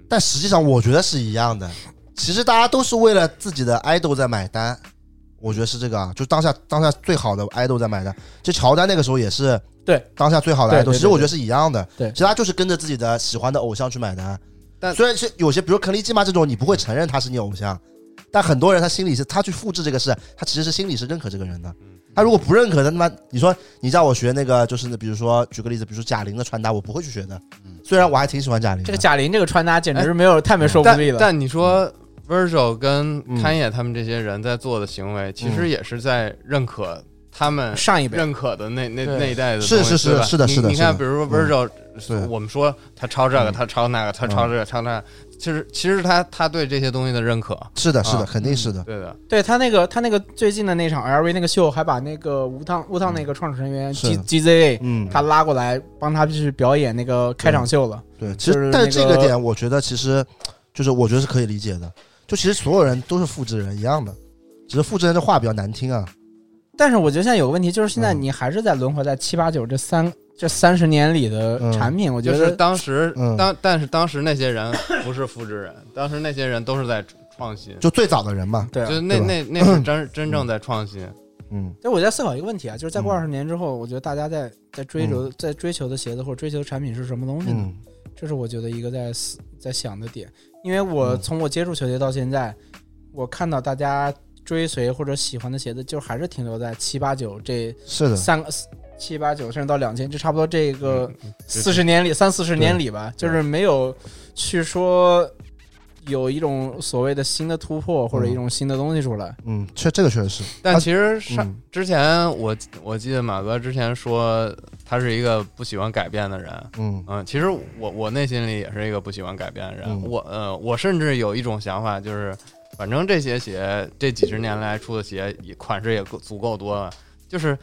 Speaker 2: 但实际上我觉得是一样的。其实大家都是为了自己的 idol 在买单，我觉得是这个啊，就当下当下最好的 idol 在买单。就乔丹那个时候也是
Speaker 1: 对
Speaker 2: 当下最好的
Speaker 1: 对
Speaker 2: idol，
Speaker 1: 对
Speaker 2: 其实
Speaker 1: 对
Speaker 2: 我觉得是一样的。
Speaker 1: 对
Speaker 2: 其实他就是跟着自己的喜欢的偶像去买单。
Speaker 4: 但
Speaker 2: 虽然是有些，比如肯尼基嘛这种，你不会承认他是你偶像，但很多人他心里是他去复制这个事，他其实是心里是认可这个人的。
Speaker 4: 嗯
Speaker 2: 他如果不认可，他他妈你说你让我学那个就是那比如说举个例子，比如说贾玲的穿搭，我不会去学的。虽然我还挺喜欢贾玲的，
Speaker 1: 这个贾玲这个穿搭简直没有太没说服
Speaker 4: 哎但
Speaker 1: 力了。
Speaker 4: 但你说 Virgil 跟
Speaker 2: 嗯
Speaker 4: 侃野他们这些人在做的行为，其实也是在认可他们
Speaker 1: 上一辈
Speaker 4: 认可的那那
Speaker 3: 对
Speaker 4: 那一代的
Speaker 2: 是
Speaker 4: 东西
Speaker 2: 是是
Speaker 4: 对吧
Speaker 2: 是的
Speaker 4: 你
Speaker 2: 是的
Speaker 4: 你
Speaker 2: 是的
Speaker 4: 看，比如说 Virgil，
Speaker 2: 是
Speaker 4: 我们说他抄这个，
Speaker 2: 嗯
Speaker 4: 他抄那个，他抄这个，抄那个，其实其实他他对这些东西的认可，
Speaker 2: 是的，是的，
Speaker 4: 啊
Speaker 2: 肯定是的。
Speaker 4: 对的，
Speaker 1: 对他那个他那个最近的那场 LV 那个秀，还把那个无烫无烫那个创始成员
Speaker 2: 嗯是
Speaker 1: G GZA
Speaker 2: 嗯，
Speaker 1: 他拉过来帮他去表演那个开场秀了。
Speaker 2: 对，
Speaker 1: 就
Speaker 2: 其
Speaker 1: 是
Speaker 2: 实但是这
Speaker 1: 那个
Speaker 2: 个点，我觉得其实就是我觉得是可以理解的。就其实所有人都是复制人一样的，只是复制人这话比较难听啊。
Speaker 1: 但是我觉得现在有个问题，就是现在
Speaker 2: 嗯
Speaker 1: 你还是在轮回在七八九这三这三十年里的
Speaker 2: 嗯
Speaker 1: 产品，我觉
Speaker 4: 就是
Speaker 1: 得
Speaker 4: 当时
Speaker 2: 嗯
Speaker 4: 当但是当时那些人不是复制人，当时那些人都是在创新，
Speaker 2: 就最早的人嘛，
Speaker 1: 对啊
Speaker 4: 就是那那那是 真真正在创新。
Speaker 2: 嗯
Speaker 1: 但我在思考一个问题啊，就是再过
Speaker 2: 嗯
Speaker 1: 二十年之后，我觉得大家在在追求在追求的鞋子或者追求的产品是什么东西呢？
Speaker 2: 嗯
Speaker 1: 这是我觉得一个在思在想的点，因为我
Speaker 2: 嗯
Speaker 1: 从我接触球鞋到现在，我看到大家追随或者喜欢的鞋子，就还是停留在七八九这
Speaker 2: 是的，
Speaker 1: 三个七八九甚至到两千，就差不多这个
Speaker 4: 嗯
Speaker 1: 四十年里三四十年里吧，就是没有去说有一种所谓的新的突破或者
Speaker 4: 嗯
Speaker 1: 一种新的东西出来。
Speaker 2: 嗯，确这个确实是，
Speaker 4: 但
Speaker 2: 他
Speaker 4: 其实上
Speaker 2: 嗯
Speaker 4: 之前我我记得马哥之前说他是一个不喜欢改变的人，
Speaker 2: 嗯
Speaker 4: 嗯，其实我我内心里也是一个不喜欢改变的人，
Speaker 2: 嗯
Speaker 4: 我呃，我甚至有一种想法，就是反正这些鞋这几十年来出的鞋也款式也够足够多了，就是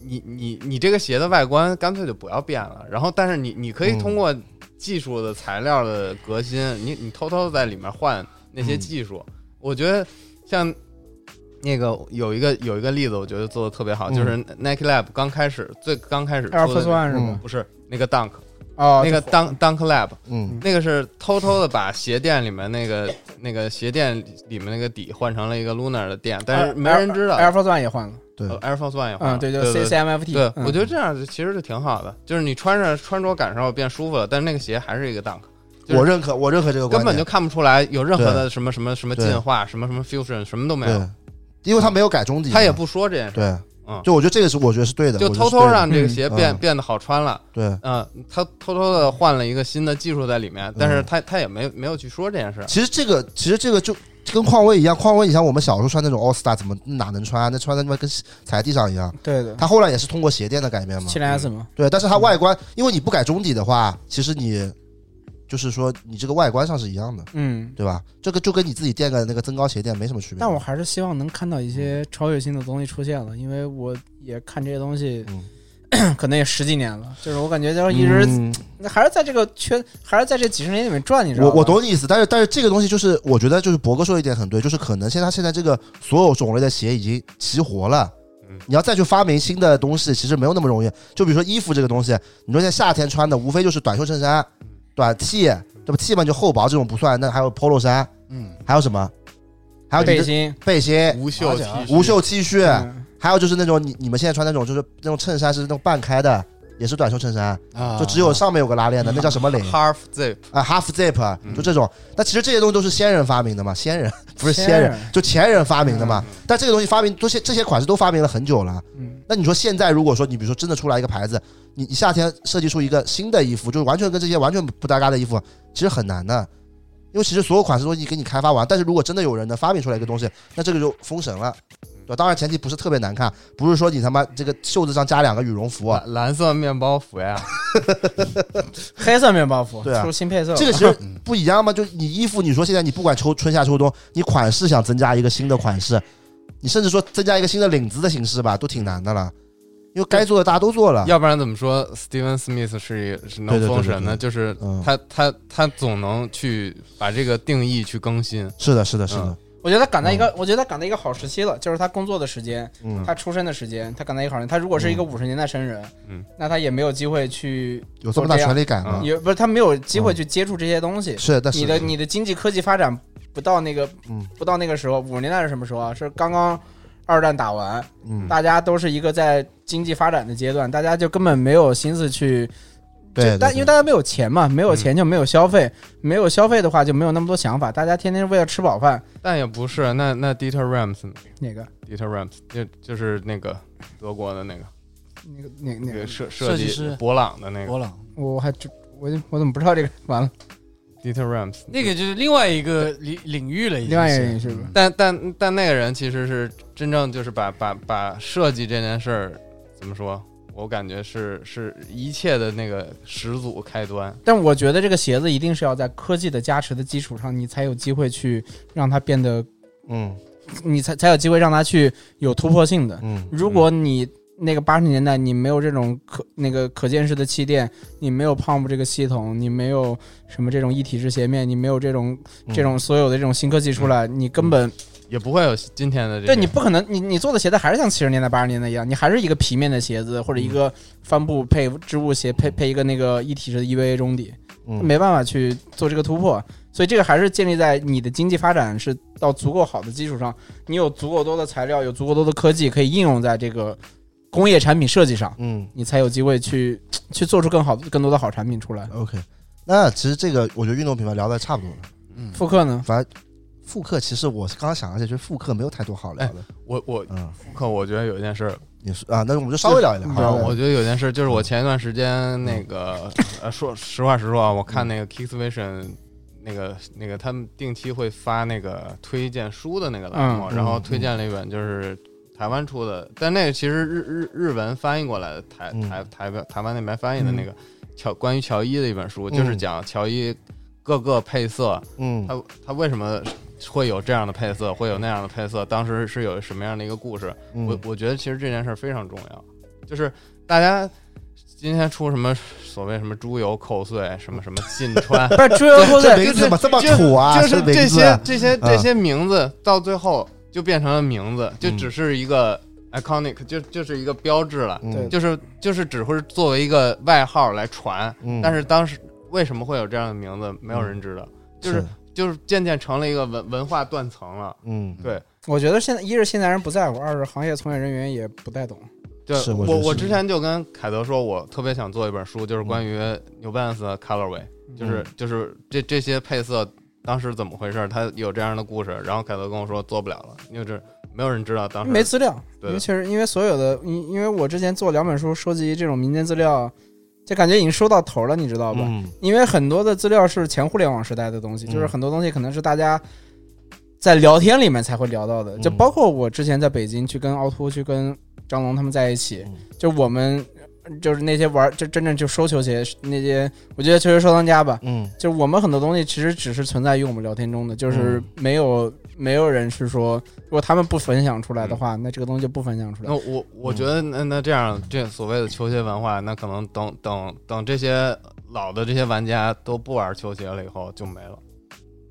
Speaker 4: 你你你这个鞋的外观干脆就不要变了，然后但是你你可以
Speaker 2: 嗯
Speaker 4: 通过技术的材料的革新，你你偷偷地在里面换那些
Speaker 2: 嗯
Speaker 4: 技术，我觉得像。那个有一个有一个例子，我觉得做的特别好，
Speaker 2: 嗯
Speaker 4: 就是 Nike Lab 刚开始最刚开始出
Speaker 1: Air
Speaker 4: 的
Speaker 1: Force
Speaker 4: 那
Speaker 1: One 是吗？
Speaker 4: 不是那个 Dunk，
Speaker 1: 哦，
Speaker 4: 那个
Speaker 1: 就
Speaker 4: Dunk Dunk Lab，
Speaker 2: 嗯
Speaker 4: 那个是偷偷的把鞋店里面那个那个鞋店里面那个底换成了一个 Lunar 的店，但是没人知道。
Speaker 1: 啊 Air Force One 也换了，
Speaker 2: 对
Speaker 4: 呃 Air Force One 也换了，
Speaker 1: 嗯，对，就
Speaker 4: 对
Speaker 1: 是
Speaker 4: 对
Speaker 1: CCMFT。
Speaker 4: 对，
Speaker 1: 嗯
Speaker 4: 我觉得这样就其实就挺好的，就是你穿上穿着感受变舒服了，但是那个鞋还是一个 Dunk，就是
Speaker 2: 我认可我认可这个观
Speaker 4: 根
Speaker 2: 点
Speaker 4: 本就看不出来有任何
Speaker 2: 对
Speaker 4: 的什么什么什么
Speaker 2: 对
Speaker 4: 进化，什么什么 fusion，什么都没有，
Speaker 2: 对，因为他没有改中底嘛，
Speaker 4: 他也不说这件事，
Speaker 2: 对，
Speaker 4: 嗯
Speaker 2: 就我觉得这个是我觉得是对的，
Speaker 4: 就
Speaker 2: 我觉得
Speaker 4: 偷
Speaker 2: 是
Speaker 4: 偷
Speaker 2: 对的
Speaker 4: 让这个鞋
Speaker 2: 嗯
Speaker 4: 变
Speaker 2: 嗯
Speaker 4: 变得好穿了。
Speaker 2: 对。
Speaker 4: 嗯，他偷偷的换了一个新的技术在里面，但是他他也没没有去说这件事。
Speaker 2: 其实这个其实这个就跟匡威一样，匡威你像我们小时候穿那种 All Star，怎么哪能穿啊？那穿的他妈跟踩地上一样。
Speaker 1: 对的，
Speaker 2: 它后来也是通过鞋垫的改变嘛
Speaker 4: 嗯
Speaker 1: 七，零 S 嘛，
Speaker 2: 对，但是它外观，因为你不改中底的话，其实你就是说你这个外观上是一样的，
Speaker 1: 嗯，
Speaker 2: 对吧？这个就跟你自己垫个那个增高鞋垫没什么区别。
Speaker 1: 但我还是希望能看到一
Speaker 2: 嗯
Speaker 1: 些超越性的东西出现了，因为我也看这些东西
Speaker 2: 嗯，
Speaker 1: 可能也十几年了，就是我感觉就是一直
Speaker 2: 嗯
Speaker 1: 还是在这个圈，还是在这几十年里面转，你知道
Speaker 2: 我
Speaker 1: 吗？
Speaker 2: 我懂你意思，但是但是这个东西就是我觉得就是博哥说一点很对，就是可能现在现在这个所有种类的鞋已经齐活了
Speaker 4: 嗯。
Speaker 2: 你要再去发明新的东西，其实没有那么容易。就比如说衣服这个东西，你说现在夏天穿的无非就是短袖衬衫、
Speaker 1: 嗯
Speaker 2: 短 T，对吧？T 嘛就厚薄这种不算，那还有 polo 衫，
Speaker 3: 嗯，
Speaker 2: 还有什么？还有你
Speaker 1: 背
Speaker 2: 的
Speaker 1: 心，
Speaker 2: 背心、
Speaker 4: 无袖
Speaker 3: 马甲
Speaker 4: T 恤
Speaker 2: 无袖 T 恤，
Speaker 1: 嗯
Speaker 2: 还有就是那种你你们现在穿那种就是那种衬衫是那种半开的，也是短袖衬衫，
Speaker 3: 啊，
Speaker 2: 就只有上面有个拉链的，那叫什么领？
Speaker 4: half zip，
Speaker 2: 啊，half zip，就这种。那其实这些东西都是先人发明的嘛，先人不是嗯先
Speaker 1: 仙
Speaker 2: 人，嗯就前人发明的嘛。但这个东西发明，这些这些款式都发明了很久了。
Speaker 1: 嗯，
Speaker 2: 那你说现在如果说你比如说真的出来一个牌子，你你夏天设计出一个新的衣服，就是完全跟这些完全不搭嘎的衣服，其实很难的。因为其实所有款式都已经给你开发完，但是如果真的有人能发明出来一个东西，那这个就封神了，对吧？当然前提不是特别难看，不是说你他妈这个袖子上加两个羽绒服，啊
Speaker 4: 蓝蓝色面包服呀，
Speaker 1: 黑色面包服
Speaker 2: 对啊
Speaker 1: 出新配色了，
Speaker 2: 这个其实不一样嘛，就你衣服，你说现在你不管秋春夏秋冬，你款式想增加一个新的款式，你甚至说增加一个新的领子的形式吧，都挺难的了，因为该做的大家都做了。
Speaker 4: 要不然怎么说 Steven Smith 是一是
Speaker 2: 啊对对
Speaker 4: 能
Speaker 2: 对
Speaker 4: 封神
Speaker 2: 对对对
Speaker 4: 的？就是
Speaker 2: 嗯
Speaker 4: 他他他总能去把这个定义去更新。
Speaker 2: 是的，是的，是的，
Speaker 1: 我觉得赶在一个，我觉得赶在一个好时期了，就是他工作的时间，
Speaker 2: 嗯，
Speaker 1: 他出生的时间，他赶在一个好时间。他如果是一个五十年代生人，
Speaker 4: 嗯，
Speaker 1: 那他也没有机会去，
Speaker 2: 有这么大权力感吗
Speaker 4: 嗯？
Speaker 1: 也不是他没有机会去接触这些东西。
Speaker 2: 嗯是，但是
Speaker 1: 你的你的经济科技发展不到那个
Speaker 2: 嗯
Speaker 1: 不到那个时候，五十年代是什么时候啊？是刚刚二战打完，
Speaker 2: 嗯，
Speaker 1: 大家都是一个在经济发展的阶段，大家就根本没有心思去
Speaker 2: 对
Speaker 1: 就
Speaker 2: 对
Speaker 1: 但
Speaker 2: 对
Speaker 1: 因为大家没有钱嘛，没有钱就没有消费，没有消费的话就没有那么多想法，大家天天为了吃饱饭，
Speaker 4: 但也不是，那那 Dieter Rams 呢
Speaker 1: 哪个
Speaker 4: ？Dieter Rams 就就是那个德国的那个
Speaker 1: 那个那个
Speaker 4: 那
Speaker 1: 那
Speaker 4: 个
Speaker 1: 个，
Speaker 4: 设
Speaker 3: 设计师
Speaker 4: 博朗的那个
Speaker 3: 博朗，
Speaker 1: 我还只我我怎么不知道这个？ 完了，
Speaker 4: Dieter Rams
Speaker 3: 那个就是另外一个领领域了，已经
Speaker 1: 另外一个
Speaker 3: 是
Speaker 1: 原因是不是？
Speaker 2: 嗯
Speaker 4: 但但但那个人其实是真正就是把把把设计这件事儿怎么说？我感觉是是一切的那个始祖开端。
Speaker 1: 但我觉得这个鞋子一定是要在科技的加持的基础上，你才有机会去让它变得，
Speaker 2: 嗯
Speaker 1: 你才才有机会让它去有突破性的。
Speaker 2: 嗯
Speaker 1: 如果你那个八十年代你没有这种可那个可见式的气垫，你没有 Pump 这个系统，你没有什么这种一体式鞋面，你没有这种
Speaker 2: 嗯
Speaker 1: 这种所有的这种新科技出来，你根本
Speaker 4: 也不会有今天的这个。
Speaker 1: 对你不可能，你你做的鞋子还是像七十年代、八十年代一样，你还是一个皮面的鞋子，或者一个帆布配织物鞋，配配一个那个一体式的 EVA 中底，
Speaker 2: 嗯，
Speaker 1: 没办法去做这个突破。所以这个还是建立在你的经济发展是到足够好的基础上，你有足够多的材料，有足够多的科技可以应用在这个工业产品设计上，
Speaker 2: 嗯
Speaker 1: 你才有机会去去做出更好、更多的好产品出来。
Speaker 2: ，OK。那其实这个我觉得运动品牌聊的差不多了。
Speaker 4: 嗯，
Speaker 1: 复刻呢？
Speaker 2: 反正复刻其实我刚刚想了一下，觉得复刻没有太多好聊的。
Speaker 1: 哎
Speaker 4: 我我
Speaker 2: 嗯，
Speaker 4: 复刻，我觉得有一件事，
Speaker 2: 你说啊，那我们就稍微聊一聊。
Speaker 1: 对，
Speaker 2: 好
Speaker 4: 啊，
Speaker 2: 吧
Speaker 4: 我觉得有件事就是我前一段时间那个，呃，说实话实说啊，我看
Speaker 2: 嗯
Speaker 4: 那个 Kicks Vision 那个那个他们定期会发那个推荐书的那个栏目，
Speaker 2: 嗯
Speaker 4: 然后推荐了一本就是台湾出的，但那个其实日日日文翻译过来的，台
Speaker 2: 嗯
Speaker 4: 台台湾台湾那边翻译的那个乔关于乔伊的一本书，
Speaker 2: 嗯
Speaker 4: 就是讲乔伊各个配色，
Speaker 2: 嗯
Speaker 4: 他他为什么会有这样的配色，会有那样的配色，当时是有什么样的一个故事。
Speaker 2: 嗯
Speaker 4: 我我觉得其实这件事儿非常重要，就是大家今天出什么所谓什么猪油扣碎，什么什么禁 川
Speaker 1: 不是追求扣
Speaker 2: 这
Speaker 1: 对，
Speaker 2: 名字
Speaker 4: 就
Speaker 2: 怎么这么土啊？
Speaker 4: 就是
Speaker 2: 名
Speaker 4: 这
Speaker 2: 字
Speaker 4: 些这些
Speaker 2: 嗯
Speaker 4: 这些名字到最后就变成了名字，就
Speaker 2: 嗯
Speaker 4: 只是一个 iconic，就就是一个标志了，
Speaker 2: 嗯
Speaker 1: 对
Speaker 4: 就是就是只会作为一个外号来传。
Speaker 2: 嗯
Speaker 4: 但是当时为什么会有这样的名字，没有人知道，就是就是渐渐成了一个文文化断层了。
Speaker 2: 嗯
Speaker 4: 对
Speaker 1: 我觉得现在一是现在人不在乎，二是行业从业人员也不太懂。
Speaker 4: 对，
Speaker 2: 是我觉
Speaker 4: 我
Speaker 2: 得是
Speaker 4: 之前就跟凯德说，我特别想做一本书，就是关于 New Balance 的 colorway，、就是
Speaker 2: 嗯
Speaker 4: 就是这这些配色当时怎么回事，它有这样的故事。然后凯德跟我说做不了了，因为这没有人知道当时
Speaker 1: 没资料，
Speaker 4: 对的
Speaker 1: 因为确实，因为所有的，因因为我之前做两本书，收集这种民间资料，就感觉已经收到头了，你知道吧？
Speaker 2: 嗯
Speaker 1: 因为很多的资料是前互联网时代的东西，
Speaker 2: 嗯
Speaker 1: 就是很多东西可能是大家在聊天里面才会聊到的，
Speaker 2: 嗯
Speaker 1: 就包括我之前在北京去跟凹凸、去跟张龙他们在一起，
Speaker 2: 嗯
Speaker 1: 就我们就是那些玩就真正就收球鞋那些，我觉得球鞋收藏家吧，
Speaker 2: 嗯
Speaker 1: 就是我们很多东西其实只是存在于我们聊天中的，就是
Speaker 2: 嗯
Speaker 1: 没有、没有人是说，如果他们不分享出来的
Speaker 2: 嗯
Speaker 1: 话，那这个东西就不分享出来
Speaker 2: 哦
Speaker 4: 那。我我觉得那那这样，这所谓的球鞋文化，那可能等等等这些老的这些玩家都不玩球鞋了以后就没了。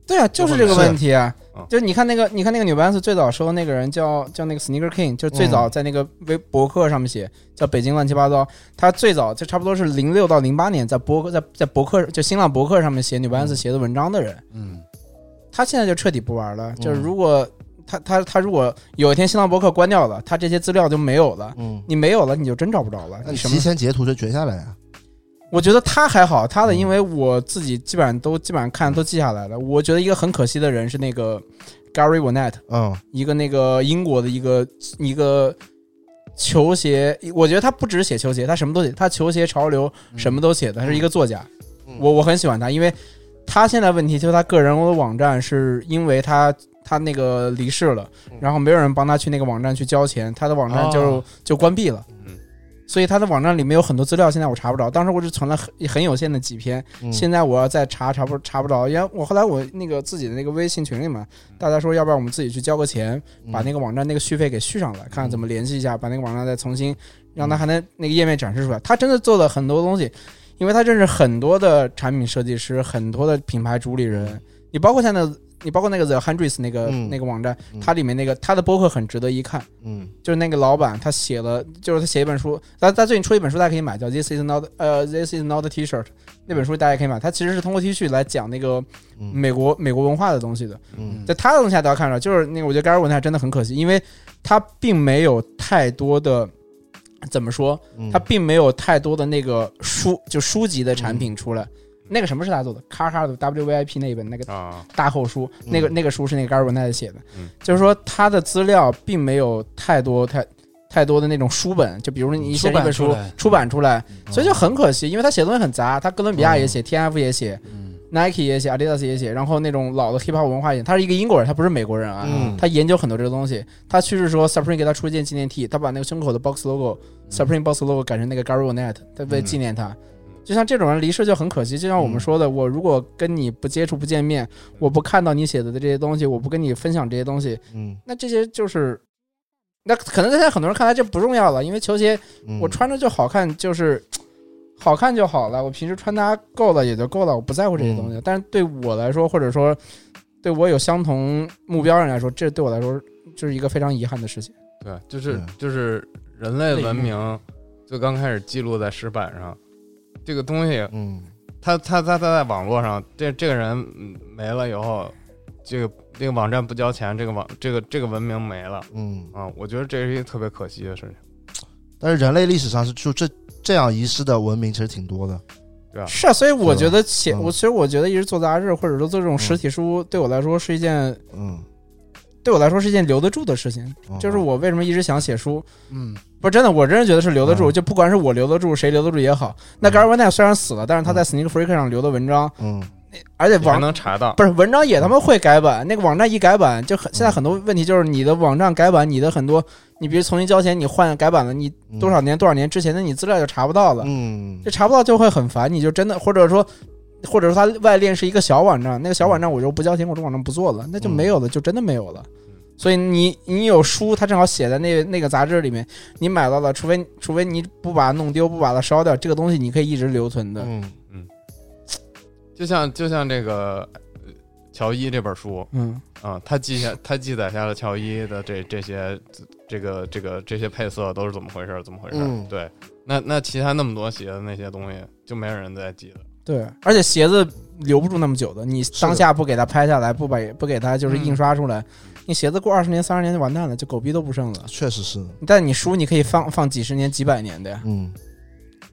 Speaker 1: 对啊，就是这个问题啊
Speaker 2: 哦
Speaker 4: 嗯。
Speaker 1: 就是你看那个，你看那个女 b 斯最早收那个人叫叫那个 Sneaker King，就是最
Speaker 2: 嗯
Speaker 1: 早在那个微博客上面写叫北京乱七八糟。他最早就差不多是零六到零八年在博客在在博客就新浪博客上面写女 b 斯鞋的文章的人，
Speaker 4: 嗯，
Speaker 1: 他现在就彻底不玩了。就是
Speaker 2: 嗯
Speaker 1: 如果他他他如果有一天新浪博客关掉了，他这些资料就没有了。
Speaker 2: 嗯，
Speaker 1: 你没有了，你就真找不着了。
Speaker 2: 那
Speaker 1: 你
Speaker 2: 你
Speaker 1: 什么
Speaker 2: 提？前截图就截下来啊？
Speaker 1: 我觉得他还好，他的
Speaker 2: 嗯
Speaker 1: 因为我自己基本上都基本上看都记下来了。我觉得一个很可惜的人是那个 Gary Wonnet，
Speaker 2: 嗯
Speaker 1: 一个那个英国的一个一个球鞋，我觉得他不只是写球鞋，他什么都写，他球鞋潮流什么都写的，他是一个作家。
Speaker 2: 嗯
Speaker 1: 我我很喜欢他，因为他现在问题就是他个人的网站是因为他。他那个离世了
Speaker 2: 嗯，
Speaker 1: 然后没有人帮他去那个网站去交钱，他的网站就、
Speaker 3: 哦
Speaker 1: 就关闭了。
Speaker 4: 嗯，
Speaker 1: 所以他的网站里面有很多资料，现在我查不着。当时我只存了很很有限的几篇，
Speaker 2: 嗯
Speaker 1: 现在我要再查查不查不着。因为我后来我那个自己的那个微信群里嘛，
Speaker 2: 嗯
Speaker 1: 大家说要不然我们自己去交个钱，把那个网站那个续费给续上来，看看怎么联系一下，把那个网站再重新让它
Speaker 2: 嗯
Speaker 1: 还能那个页面展示出来。他真的做了很多东西，因为他认识很多的产品设计师，很多的品牌主理人，你包括现在你包括那个 The Hundreds 那个、
Speaker 2: 嗯
Speaker 1: 那个网站
Speaker 2: 嗯，
Speaker 1: 它里面那个他的博客很值得一看。
Speaker 2: 嗯
Speaker 1: 就是那个老板，他写了，就是他写一本书，他他最近出一本书，大家可以买，叫《This is not 呃 This is not a T-shirt》那本书大家也可以买。他其实是通过 T 恤来讲那个
Speaker 2: 嗯
Speaker 1: 美国美国文化的东西的，
Speaker 2: 嗯
Speaker 1: 在他的东西下大家看出来，就是那个我觉得盖尔文泰真的很可惜，因为他并没有太多的怎么说，
Speaker 2: 嗯，
Speaker 1: 他并没有太多的那个书就书籍的产品出来。
Speaker 2: 嗯
Speaker 1: 那个什么是他做的？咔咔的 WVIP 那一本那个
Speaker 4: 啊，
Speaker 1: 大厚书，那个、
Speaker 2: 嗯
Speaker 1: 那个书是那个盖尔文奈写的，
Speaker 4: 嗯
Speaker 1: 就是说他的资料并没有太多太太多的那种书本，就比如说你写一本
Speaker 3: 出
Speaker 1: 书
Speaker 3: 版出来
Speaker 1: 出版出来，
Speaker 2: 嗯
Speaker 1: 所以就很可惜，因为他写的东西很杂，他哥伦比亚也写、t f 也写
Speaker 3: 嗯
Speaker 1: ，Nike 也写，Adidas 也写，然后那种老的 hiphop 文化也，他是一个英国人，他不是美国人啊，
Speaker 2: 嗯
Speaker 1: 他研究很多这个东西。他去世时候，Supreme 给他出一件纪念 T，他把那个胸口的 box logo、Supreme box logo 改成那个 Gary o n e t 他为
Speaker 2: 嗯
Speaker 1: 纪念他。就像这种人离世就很可惜，就像我们说的，我如果跟你不接触、不见面，我不看到你写的这些东西，我不跟你分享这些东西，
Speaker 2: 嗯
Speaker 1: 那这些就是，那可能在现在很多人看来这不重要了，因为球鞋
Speaker 2: 嗯
Speaker 1: 我穿着就好看，就是好看
Speaker 2: 嗯
Speaker 1: 就好了。我平时穿搭够了也就够了，我不在乎这些东西。但是对我来说，或者说对我有相同目标人来说，这对我来说就是一个非常遗憾的事情。
Speaker 4: 对，就是
Speaker 2: 对
Speaker 4: 就是人类文明最刚开始记录在石板上，这个东西，
Speaker 2: 嗯，
Speaker 4: 它它它它在网络上，这这个人嗯没了以后，这个这个网站不交钱，这个网这个这个文明没了
Speaker 2: 嗯，
Speaker 4: 啊！我觉得这是一个特别可惜的事情。
Speaker 2: 但是人类历史上是就这这样遗失的文明其实挺多的，
Speaker 4: 啊
Speaker 1: 是啊，所以我觉得写
Speaker 2: 嗯
Speaker 1: 我其实我觉得一直做杂志或者说做这种实体书，对我来说是一件
Speaker 2: 嗯，
Speaker 1: 对我来说是一件留得住的事情。
Speaker 2: 嗯
Speaker 1: 就是我为什么一直想写书，
Speaker 3: 嗯，
Speaker 1: 不是真的，我真是觉得是留得住，
Speaker 2: 嗯
Speaker 1: 就不管是我留得住，谁留得住也好。那 Gary v a n e 虽然死了，但是他在 Sneak Freak 上留的文章，
Speaker 2: 嗯，
Speaker 1: 而且
Speaker 4: 你还
Speaker 1: 网
Speaker 4: 能查到，
Speaker 1: 不是文章也他妈会改版，那个网站一改版就很，现在
Speaker 2: 嗯
Speaker 1: 很多问题就是你的网站改版，你的很多你比如重新交钱，你换改版了，你
Speaker 2: 嗯
Speaker 1: 多少年多少年之前的你资料就查不到了，
Speaker 2: 嗯
Speaker 1: 这，查不到就会很烦，你就真的或者说。或者说它外链是一个小网站，那个小网站我就不交钱，我这网站不做
Speaker 2: 嗯
Speaker 1: 了，那就没有了，就真的没有了
Speaker 4: 嗯。
Speaker 1: 所以你你有书，它正好写在那那个杂志里面，你买到了，除非除非你不把它弄丢，不把它烧掉，这个东西你可以一直留存的。
Speaker 2: 嗯，
Speaker 4: 就像就像这个呃乔伊这本书
Speaker 1: 嗯，
Speaker 4: 啊，它记下它记载下了乔伊的这这些这个这个这些配色都是怎么回事，怎么回事？
Speaker 2: 嗯
Speaker 4: 对，那那其他那么多写的那些东西就没有人再记了。
Speaker 1: 对，而且鞋子留不住那么久的，你当下不给它拍下来，不把不给它就是印刷出来，你鞋子过二十年、三十年就完蛋了，就狗逼都不剩了。
Speaker 2: 确实是，
Speaker 1: 但你书你可以放放几十年、几百年的呀。
Speaker 2: 嗯，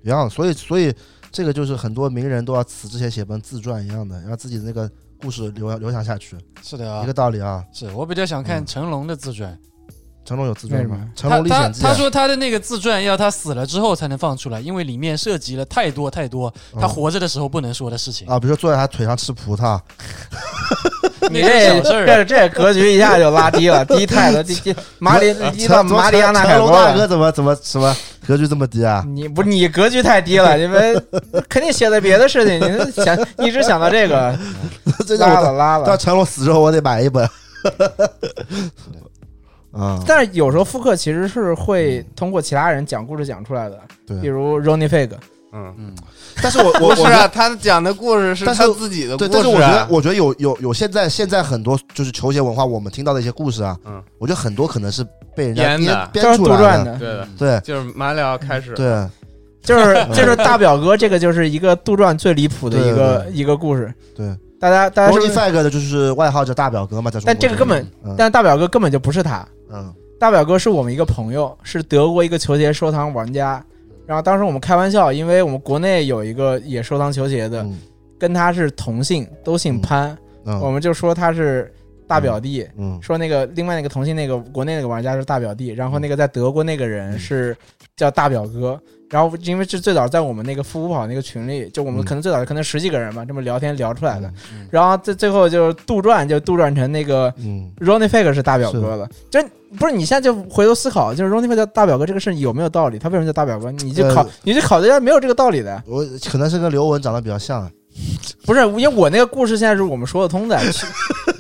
Speaker 2: 一样，所以所以这个就是很多名人都要死之前写本自传一样的，让自己的那个故事流流传下去，
Speaker 3: 是的
Speaker 2: 一
Speaker 3: 啊
Speaker 2: 个，道理啊。
Speaker 3: 是我比较想看
Speaker 2: 嗯
Speaker 3: 成龙的自传，
Speaker 2: 成龙有自传
Speaker 1: 为什
Speaker 2: 吗
Speaker 1: 么？
Speaker 2: 成
Speaker 3: 他
Speaker 2: 龙历
Speaker 3: 他
Speaker 2: 险记啊
Speaker 3: 他说他的那个自传要他死了之后才能放出来，因为里面涉及了太多太多他
Speaker 2: 嗯
Speaker 3: 活着的时候不能说的事情。
Speaker 2: 啊，比如说坐在他腿上吃葡萄，
Speaker 1: 你
Speaker 3: 那个
Speaker 1: 这
Speaker 3: 小事儿
Speaker 1: 这
Speaker 3: 啊，
Speaker 1: 这格局一下就拉低了，低太了，低低马里低到
Speaker 2: 成
Speaker 1: 马里亚纳海
Speaker 2: 成龙
Speaker 1: 沟
Speaker 2: 大哥
Speaker 1: 了。
Speaker 2: 怎么怎么什么格局这么 低啊？
Speaker 1: 你不，你格局太低了，你们肯定写的别的事情，你是想一直想到这个，
Speaker 2: 这让
Speaker 1: 拉
Speaker 2: 我
Speaker 1: 了
Speaker 2: 到
Speaker 1: 拉
Speaker 2: 到
Speaker 1: 了。
Speaker 2: 成龙死之后，我得买一本。啊，
Speaker 1: 但是有时候复刻其实是会通过其他人讲故事讲出来的，比
Speaker 2: 对，
Speaker 1: 如 Ronnie Fig，
Speaker 4: 嗯，
Speaker 3: 嗯，
Speaker 2: 但是我我
Speaker 4: 不
Speaker 2: 我
Speaker 4: 是
Speaker 2: 觉得
Speaker 4: 啊，他讲的故事是
Speaker 2: 但是
Speaker 4: 他自己的故
Speaker 2: 对，
Speaker 4: 事、
Speaker 2: 但
Speaker 4: 啊。
Speaker 2: 是我觉得，我觉得有有有现在现在很多就是球鞋文化，我们听到的一些故事啊，
Speaker 4: 嗯，
Speaker 2: 我觉得很多可能是被人家
Speaker 4: 编的
Speaker 2: 编
Speaker 1: 都
Speaker 2: 编
Speaker 1: 是
Speaker 2: 出
Speaker 1: 杜
Speaker 2: 来
Speaker 1: 撰
Speaker 2: 的，
Speaker 1: 的，
Speaker 4: 对
Speaker 2: 对
Speaker 4: 的，就是马里奥开始，
Speaker 2: 对，
Speaker 1: 就是 就是大表哥这个就是一个杜撰最离谱的一个
Speaker 2: 对对
Speaker 1: 一个故事。
Speaker 2: 对，
Speaker 1: 大家大家是
Speaker 2: Ronnie
Speaker 1: 不是？
Speaker 2: Fag 的就是外号叫大表哥嘛，在中国
Speaker 1: 但这个根本，
Speaker 2: 嗯
Speaker 1: 但大表哥根本就不是他，
Speaker 2: 嗯
Speaker 1: 大表哥是我们一个朋友，是德国一个球鞋收藏玩家。然后当时我们开玩笑，因为我们国内有一个也收藏球鞋的，
Speaker 2: 嗯
Speaker 1: 跟他是同姓，都姓潘，我
Speaker 2: 嗯
Speaker 1: 们就说他是大表弟。
Speaker 2: 嗯
Speaker 1: 说那个另外那个同性那个国内那个玩家是大表弟，然后那个在德国那个
Speaker 2: 嗯
Speaker 1: 人是叫大表哥，然后因为这最早在我们那个富五跑那个群里，就我们
Speaker 2: 嗯
Speaker 1: 可能最早可能十几个人吧，这么聊天聊出来的，
Speaker 3: 嗯
Speaker 1: 然后最最后就是杜撰就杜撰成那个
Speaker 2: 嗯
Speaker 1: Ronnie Fake 是大表
Speaker 2: 是
Speaker 1: 哥
Speaker 2: 的
Speaker 1: 了，就不是你现在就回头思考，就是 Ronnie Fake 叫大表哥这个事有没有道理？他为什么叫大表哥？你就考、
Speaker 2: 呃
Speaker 1: 你就考虑一下没有这个道理的，
Speaker 2: 我可能是跟刘雯长得比较像，啊
Speaker 1: 不是，因为我那个故事现在是我们说得通 的，去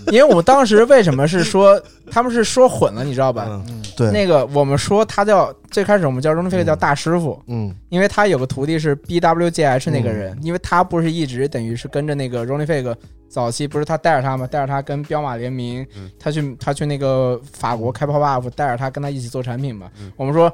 Speaker 1: 因为我们当时为什么是说他们是说混了，你知道吧？
Speaker 2: 嗯，
Speaker 3: 嗯
Speaker 2: 对，
Speaker 1: 那个我们说他叫最开始我们叫 Ron f i 叫大师傅，
Speaker 2: 嗯
Speaker 1: 因为他有个徒弟是 BWGH 那个人，因为他不是一直等于是跟着那个 Ron f i 早期不是他带着他嘛，带着他跟彪马联名，
Speaker 4: 嗯
Speaker 1: 他去他去那个法国开 Pop Up，带着他跟他一起做产品嘛。
Speaker 4: 嗯
Speaker 1: 我们说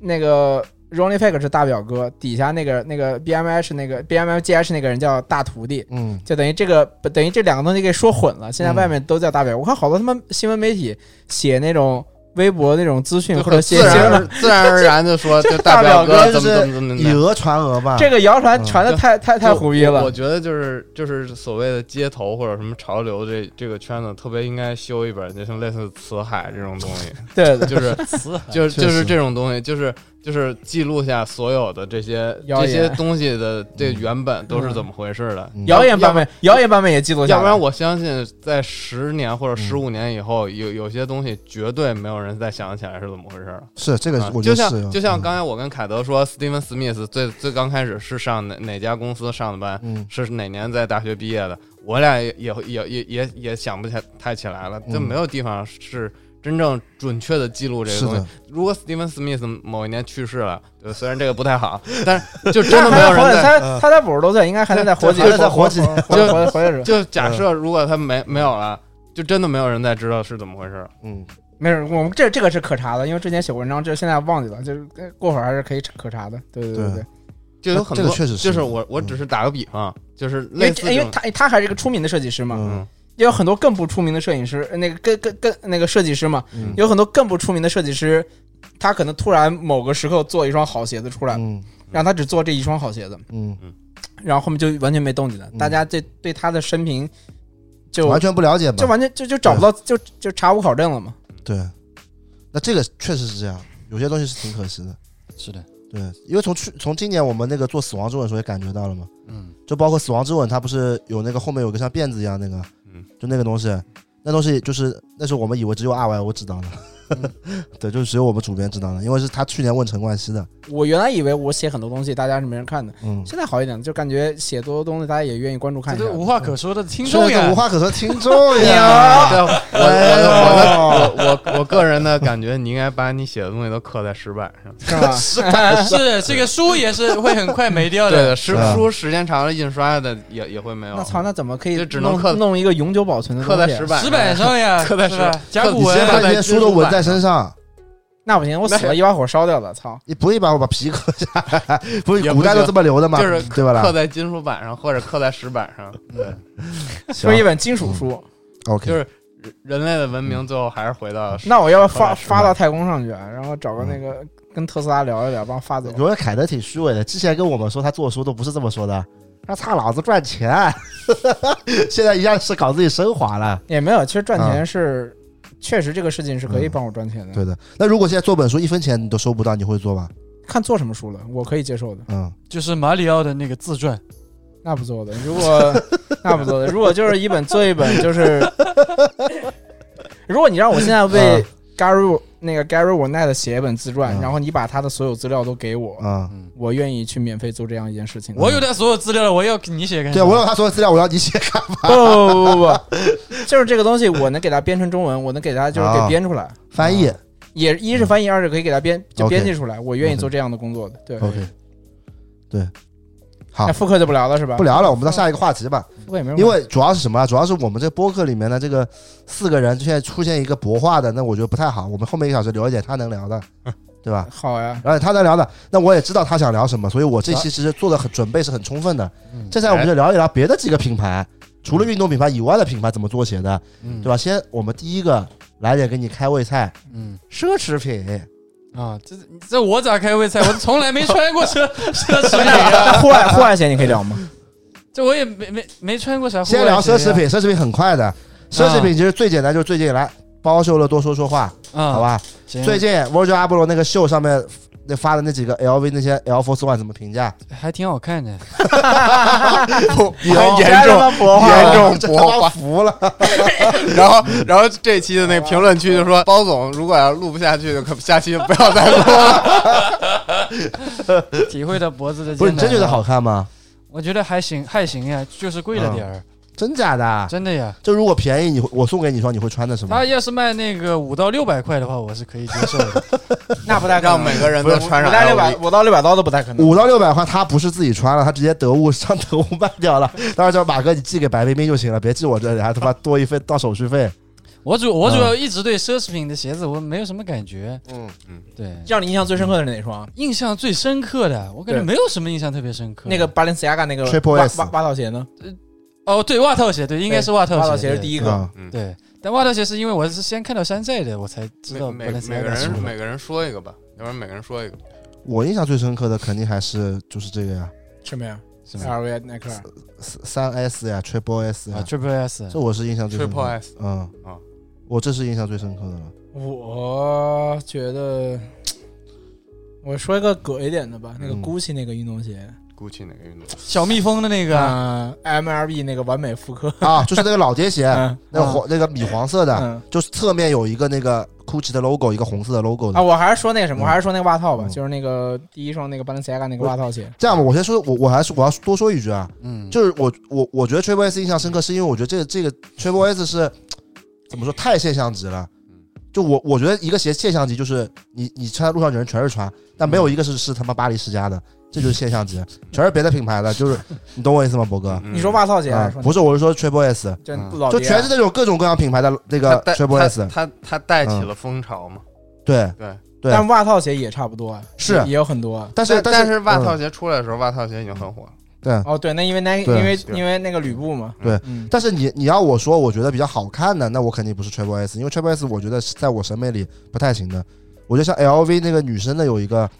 Speaker 1: 那个 Ron f i 是大表哥，底下那个那个 BMH 那个 BMGH 那个人叫大徒弟，
Speaker 2: 嗯
Speaker 1: 就等于这个不等于这两个东西给说混了。现在外面都叫大表，我看好多他妈新闻媒体写那种微博那种资讯
Speaker 4: 就
Speaker 1: 或者
Speaker 4: 很
Speaker 1: 写
Speaker 4: 自
Speaker 1: 新
Speaker 4: 然
Speaker 1: 闻，
Speaker 4: 而自然而然 的说，
Speaker 1: 这
Speaker 4: 就大
Speaker 2: 大
Speaker 4: 表
Speaker 2: 表哥
Speaker 4: 怎
Speaker 2: 就
Speaker 4: 么
Speaker 2: 是
Speaker 4: 怎么怎么
Speaker 2: 以
Speaker 4: 怎么。
Speaker 2: 讹传讹吧，
Speaker 1: 嗯这个谣传
Speaker 2: 嗯
Speaker 1: 传的太太太胡逼
Speaker 4: 我我
Speaker 1: 了。
Speaker 4: 觉得就是就是所谓的街头或者什么潮流这这个圈子，特别应该修一本，就像类似辞海这种东西，
Speaker 1: 对的，
Speaker 4: 就是
Speaker 3: 词
Speaker 4: 就是
Speaker 2: 确实
Speaker 4: 就是这种东西，就是就是记录下所有的这些
Speaker 1: 谣
Speaker 4: 这
Speaker 1: 言
Speaker 4: 些东西的这原本都是怎么回事的。
Speaker 2: 嗯
Speaker 1: 谣言版本，谣言版本也记录下来。
Speaker 4: 要不然，我相信在十年或者
Speaker 2: 嗯
Speaker 4: 十五年以后，有有些东西绝对没有人再想起来是怎么回事了。
Speaker 2: 是这个
Speaker 4: 啊，
Speaker 2: 我觉
Speaker 4: 就
Speaker 2: 得是，
Speaker 4: 像就像
Speaker 2: 嗯
Speaker 4: 刚才我跟凯德说，斯蒂芬·史密斯最最刚开始是上哪哪家公司上的班，
Speaker 2: 嗯
Speaker 4: 是哪年在大学毕业的，我俩也也也也也也想不太太起来了，
Speaker 2: 嗯
Speaker 4: 就没有地方是真正准确的记录这个
Speaker 2: 是
Speaker 4: 东西
Speaker 2: 的。，
Speaker 4: 如果 Steven Smith 某一年去世了，对，虽然这个不 太好，但是就真
Speaker 1: 他
Speaker 4: 的没
Speaker 1: 还
Speaker 4: 有
Speaker 1: 活
Speaker 4: 人
Speaker 1: 着，
Speaker 4: 在。
Speaker 1: 他
Speaker 4: 嗯
Speaker 1: 他才五十多岁，应该还能再活几
Speaker 2: 还能再活几
Speaker 1: 年，活活活活着。
Speaker 2: 嗯
Speaker 4: 就假设如果他没没有了，就真的没有人再知道是怎么回事了。
Speaker 2: 嗯，
Speaker 1: 没事，我们这这个是可查的，因为之前写过文章，这现在忘记了，就是呃过会儿还是可以可查的。对对对
Speaker 2: 对
Speaker 1: 对，
Speaker 4: 就有很
Speaker 2: 这
Speaker 4: 多，
Speaker 2: 个确实是
Speaker 4: 就是我我
Speaker 2: 嗯
Speaker 4: 只是打个比方，就是
Speaker 1: 因为
Speaker 4: 类似
Speaker 1: 这因
Speaker 4: 这
Speaker 1: 为
Speaker 4: 种，
Speaker 1: 他他还是个出名的设计师嘛，
Speaker 2: 嗯
Speaker 4: 嗯，
Speaker 1: 也有很多更不出名的摄影师，呃那个跟跟跟那个设计师嘛，
Speaker 2: 嗯
Speaker 1: 有很多更不出名的设计师，他可能突然某个时刻做一双好鞋子出来，
Speaker 2: 嗯
Speaker 1: 然后他只做这一双好鞋子，
Speaker 2: 嗯，
Speaker 1: 然后后面就完全没动静了，
Speaker 2: 嗯
Speaker 1: 大家对对他的生平就
Speaker 2: 完全不了解
Speaker 1: 就
Speaker 2: 吧？
Speaker 1: 完全就就找不到就就查无考证了嘛。
Speaker 2: 对，那这个确实是这样，有些东西是挺可惜的。
Speaker 3: 是的，
Speaker 2: 对，因为从去从今年我们那个做死亡之吻的时候也感觉到了嘛，
Speaker 3: 嗯，
Speaker 2: 就包括死亡之吻，它不是有那个后面有个像辫子一样那个，
Speaker 4: 嗯，
Speaker 2: 就那个东西，那东西就是那时候我们以为只有 R Y 我知道的，
Speaker 4: 嗯
Speaker 2: 对，就是只有我们主编知道的，因为是他去年问陈冠希的，
Speaker 1: 我原来以为我写很多东西大家是没人看的，
Speaker 2: 嗯，
Speaker 1: 现在好一点，就感觉写多的东西大家也愿意关注看
Speaker 3: 这
Speaker 1: 一下
Speaker 3: 都。无话可说的听
Speaker 2: 虽然
Speaker 3: 众
Speaker 2: 一个
Speaker 3: 呀
Speaker 2: 无，话可嗯说听 众
Speaker 4: 啊
Speaker 2: 呀，
Speaker 4: 对，我我我
Speaker 2: 哎
Speaker 4: 的我我我个人的感觉，你应该把你写的东西都刻在石板上。
Speaker 1: 是吧？
Speaker 3: 是这个书也是会很快没掉
Speaker 4: 对
Speaker 3: 的。
Speaker 4: 的，石
Speaker 2: 是啊
Speaker 4: 书时间长了，印刷的也也会没有
Speaker 1: 那。操，那怎么可以
Speaker 4: 啊就只能
Speaker 1: 弄
Speaker 4: 刻
Speaker 1: 弄一个永久保存的
Speaker 4: 刻在
Speaker 1: 东西啊
Speaker 4: 石板，
Speaker 3: 石板 上呀，
Speaker 4: 刻在
Speaker 3: 是吧？甲
Speaker 4: 刻
Speaker 3: 骨
Speaker 2: 你
Speaker 3: 文
Speaker 2: 先
Speaker 4: 刻
Speaker 2: 把
Speaker 4: 在
Speaker 2: 这些书都纹在身上，
Speaker 1: 那不行，我死了一把火烧掉了，操！
Speaker 2: 你不一把我把皮 割下来，不
Speaker 4: 也
Speaker 2: 是
Speaker 4: 不
Speaker 2: 古代都这么留的吗？
Speaker 4: 就是
Speaker 2: 对吧
Speaker 4: 刻
Speaker 2: 啦？
Speaker 4: 在金属板上，或者刻在石板上。对，
Speaker 1: 就
Speaker 2: 行
Speaker 1: 是一本金属书，
Speaker 4: 就
Speaker 2: ，OK，
Speaker 4: 是人人类的文明
Speaker 2: 嗯
Speaker 4: 最后还是回到
Speaker 1: 那我要不发
Speaker 4: 石板
Speaker 1: 发到太空上去，啊然后找个
Speaker 2: 嗯
Speaker 1: 那个跟特斯拉聊一聊，帮我发走。
Speaker 2: 罗凯德挺虚伪的，之前跟我们说他做书都不是这么说的，他差老子赚钱， 现在一下是搞自己升华了。
Speaker 1: 也没有，其实赚钱
Speaker 2: 啊
Speaker 1: 是，确实这个事情是可以
Speaker 2: 嗯
Speaker 1: 帮我赚钱的。
Speaker 2: 对的，那如果现在做本书一分钱你都收不到，你会做吗？
Speaker 1: 看做什么书了，我可以接受的，
Speaker 2: 嗯，
Speaker 3: 就是马里奥的那个自传，
Speaker 1: 那不做的。如果那不做的，如果就是一本做一本，就是，如果你让我现在为
Speaker 2: 嗯
Speaker 1: Gary 那个 Gary 我奈的写一本自传，
Speaker 2: 嗯
Speaker 1: 然后你把他的所有资料都给我，
Speaker 2: 啊、
Speaker 3: 嗯，
Speaker 1: 我愿意去免费做这样一件事情。
Speaker 3: 我有他所有资料了，我要给你写干
Speaker 2: 嗯
Speaker 3: 啥？
Speaker 2: 对，我有他所有资料，我要你写。
Speaker 1: 不不不不不，就是这个东西，我能给它编成中文，我能给它就是给
Speaker 2: 啊
Speaker 1: 编出来，
Speaker 2: 翻译、
Speaker 1: 也一是翻译，二是可以给它编就
Speaker 2: 嗯 OK 嗯
Speaker 1: 编辑出来。我愿意做这样的工作的，对。
Speaker 2: o k 对，好
Speaker 1: 那，复刻就不聊了是吧？
Speaker 2: 不，聊了，我们到下一个话题吧。
Speaker 1: 复刻也没有。
Speaker 2: 因为主要是什么啊？主要是我们这播客里面的这个四个人，现在出现一个博化的，那我觉得不太好。我们后面一个小时聊一点他能聊的，对吧？
Speaker 1: 好 呀，
Speaker 2: 而且他能聊的，那我也知道他想聊什么，所以我这期其实做的很准备是很充分的。
Speaker 3: 啊嗯
Speaker 2: 接下来我们就聊一聊别的几个品牌，除了运动品牌以外的品牌怎么做鞋的，
Speaker 3: 嗯
Speaker 2: 对吧？先我们第一个来点给你开胃菜，
Speaker 3: 嗯
Speaker 2: 奢侈品。
Speaker 3: 啊，这这我咋开胃菜？我从来没穿过 奢奢侈品啊，
Speaker 1: 户外户外鞋你可以聊吗？
Speaker 3: 这我也没没没穿过啥。
Speaker 2: 先聊奢侈品，
Speaker 3: 啊
Speaker 2: 奢侈品很快的，奢侈品其实最简单，就是最近来包修了多说说话，
Speaker 3: 啊，
Speaker 2: 好，吧？
Speaker 3: 行
Speaker 2: 最近 Virgil Abloh 那个秀上面那发的那几个 LV 那些 Air Force One 怎么评价？
Speaker 3: 还挺 好看的。
Speaker 4: 严重
Speaker 2: 博
Speaker 4: 化
Speaker 3: 哎
Speaker 4: 严 重
Speaker 2: 真
Speaker 4: 博
Speaker 2: 他
Speaker 4: 化
Speaker 2: 妈服了。
Speaker 4: 然后，然后这期的那个评论区就说，包总如果要录不下去，就可下期就不要再录了。
Speaker 3: 体会到脖子的。啊
Speaker 2: 不是你真觉得好？嗯看吗？
Speaker 3: 我觉得还行，还行呀，就是贵了点儿，
Speaker 2: 真假的？啊
Speaker 3: 真的呀。
Speaker 2: 就如果便宜，你会我送给你一双，你会穿的什么
Speaker 3: 他？要是卖那个五到六百块的话，我是可以接受的。
Speaker 1: 那不太可能
Speaker 4: 让每个人都穿上
Speaker 1: 我到六百，
Speaker 4: LV。
Speaker 1: 我到六百刀都不太可能。
Speaker 2: 五到六百块，他不是自己穿了，他直接得物上得物卖掉了。当然叫马哥，你寄给白冰冰就行了，别寄我这里，还他妈多一份到手续费。
Speaker 3: 我主我主要一直对奢侈品的鞋子我没有什么感觉。
Speaker 2: 嗯，
Speaker 3: 对，
Speaker 1: 让你印象最深刻的是哪双？
Speaker 3: 印象最深刻的，我感觉
Speaker 1: 对
Speaker 3: 没有什么印象特别深刻。
Speaker 1: 那个巴伦西亚嘎那个
Speaker 2: Triple
Speaker 1: 袜
Speaker 2: S
Speaker 1: 袜袜套鞋呢？
Speaker 3: 哦，对，袜套鞋，对，应该是袜套
Speaker 1: 袜
Speaker 3: 鞋。
Speaker 1: 套鞋是第
Speaker 3: 一。
Speaker 1: 一个。
Speaker 2: 嗯
Speaker 3: 对，但袜套鞋是因为我是先看到山寨的，我才知道
Speaker 4: 每每
Speaker 3: Balenciaga
Speaker 4: 每个
Speaker 3: 是
Speaker 4: 人
Speaker 3: 什么
Speaker 4: 每个人说一个吧，要不然每个人说一个。
Speaker 2: 我印象最深刻的肯定还是就是这个呀，
Speaker 1: 什么呀
Speaker 3: 什么
Speaker 1: ？LV 耐克。
Speaker 2: 三三 S 呀，Triple S
Speaker 3: 啊
Speaker 2: 呀，
Speaker 3: ，Triple S，
Speaker 2: 这我是印象最深
Speaker 4: Triple
Speaker 2: 刻的。
Speaker 4: S
Speaker 2: 嗯
Speaker 4: 啊，
Speaker 2: 我这是印象最深刻的了。
Speaker 1: 我觉得，我说一个葛一点的吧，那个
Speaker 2: 嗯
Speaker 1: GUCCI 那个运动鞋，
Speaker 4: GUCCI 哪个运动？
Speaker 3: 小蜜蜂的那个啊，
Speaker 1: 嗯，MLB 那个完美复刻。
Speaker 2: 啊，就是那个老爹鞋，
Speaker 1: 嗯
Speaker 2: 那个黄那个米黄色的，
Speaker 1: 嗯
Speaker 2: 就是啊侧面有一个那个 GUCCI 的 logo，一个红色的 logo
Speaker 1: 啊，
Speaker 2: 的。
Speaker 1: 我还是说那个什么，
Speaker 2: 嗯
Speaker 1: 我还是说那个袜套吧，
Speaker 2: 嗯
Speaker 1: 就是那个第一双那个巴伦西亚嘎那个袜套鞋。
Speaker 2: 这样吧，我先说，我我还是我要多说一句啊，
Speaker 3: 嗯，
Speaker 2: 就是我我我觉得 Triple S 印象深刻，是因为我觉得这个这个 Triple S 是怎么说太现象级了
Speaker 4: 嗯。
Speaker 2: 就我我觉得一个鞋现象级就是你你穿在路上的人全是穿，但没有一个是是他妈巴黎世家的，这就是现象级，全是别的品牌的，就是你懂我意思吗，博哥？
Speaker 4: 嗯
Speaker 1: 你说袜操姐
Speaker 2: 啊
Speaker 1: 还是，
Speaker 2: 不
Speaker 1: 说
Speaker 2: 是，我是说 Triple S，
Speaker 1: 就
Speaker 4: 嗯
Speaker 1: 老啊
Speaker 2: 就
Speaker 1: 爹
Speaker 2: 全是那种各种各样品牌的那
Speaker 4: 他
Speaker 2: 个
Speaker 4: 带
Speaker 2: Triple
Speaker 4: 他
Speaker 2: S，
Speaker 4: 他他带起
Speaker 2: 嗯
Speaker 4: 了风潮嘛？
Speaker 2: 对
Speaker 4: 对，
Speaker 2: 对
Speaker 1: 但袜套鞋也差不多，啊
Speaker 2: 是
Speaker 1: 也有很多。啊
Speaker 2: 但是
Speaker 4: 但但是袜
Speaker 2: 嗯
Speaker 4: 套鞋出来的时候，袜套鞋已经很火了。
Speaker 2: 对，
Speaker 1: 哦，对，那因为那因
Speaker 2: 对
Speaker 1: 为
Speaker 4: 是
Speaker 1: 因为那个吕布嘛，
Speaker 2: 对
Speaker 1: 嗯，
Speaker 2: 但是你你要我说，我觉得比较好看的，那我肯定不是 Triple S，因为 Triple S 我觉得是在我审美里不太行的。我觉得像 LV 那个女生的有一个，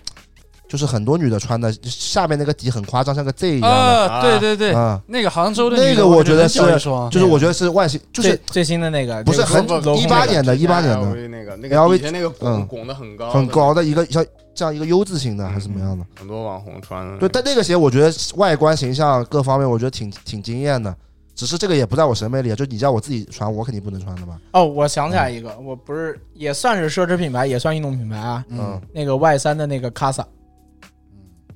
Speaker 2: 就是很多女的穿的，下面那个底很夸张，像个 Z 一样的，
Speaker 4: 啊
Speaker 3: 啊，对对啊对，
Speaker 2: 啊、
Speaker 3: 那个杭州的
Speaker 2: 那
Speaker 3: 女
Speaker 2: 个
Speaker 3: 的
Speaker 2: 我
Speaker 3: 我
Speaker 2: 觉得
Speaker 3: 能
Speaker 2: 是
Speaker 3: 叫一双，
Speaker 2: 就是我觉得是外形，就
Speaker 1: 最
Speaker 2: 是
Speaker 1: 最新的那个
Speaker 2: 不是
Speaker 1: 那个
Speaker 2: 很
Speaker 1: 镂空
Speaker 2: 18
Speaker 1: 那个
Speaker 2: 年的18年的
Speaker 4: 啊那个那
Speaker 2: LV
Speaker 4: 个底下那个
Speaker 2: 嗯
Speaker 4: 拱拱的很高，
Speaker 2: 很，高的一个像这样一个 U 字形的
Speaker 3: 嗯
Speaker 2: 还是什么样的。
Speaker 4: 很多网红穿的那个。
Speaker 2: 对，但那个鞋我觉得外观形象各方面我觉得挺挺惊艳的，只是这个也不在我审美里，就你叫我自己穿，我肯定不能穿的嘛。
Speaker 1: 哦，我想起
Speaker 2: 嗯
Speaker 1: 来一个，我不是也算是奢侈品牌，也算运动品牌啊。
Speaker 2: 嗯
Speaker 3: 嗯
Speaker 1: 那个 Y 三的那个 Casa，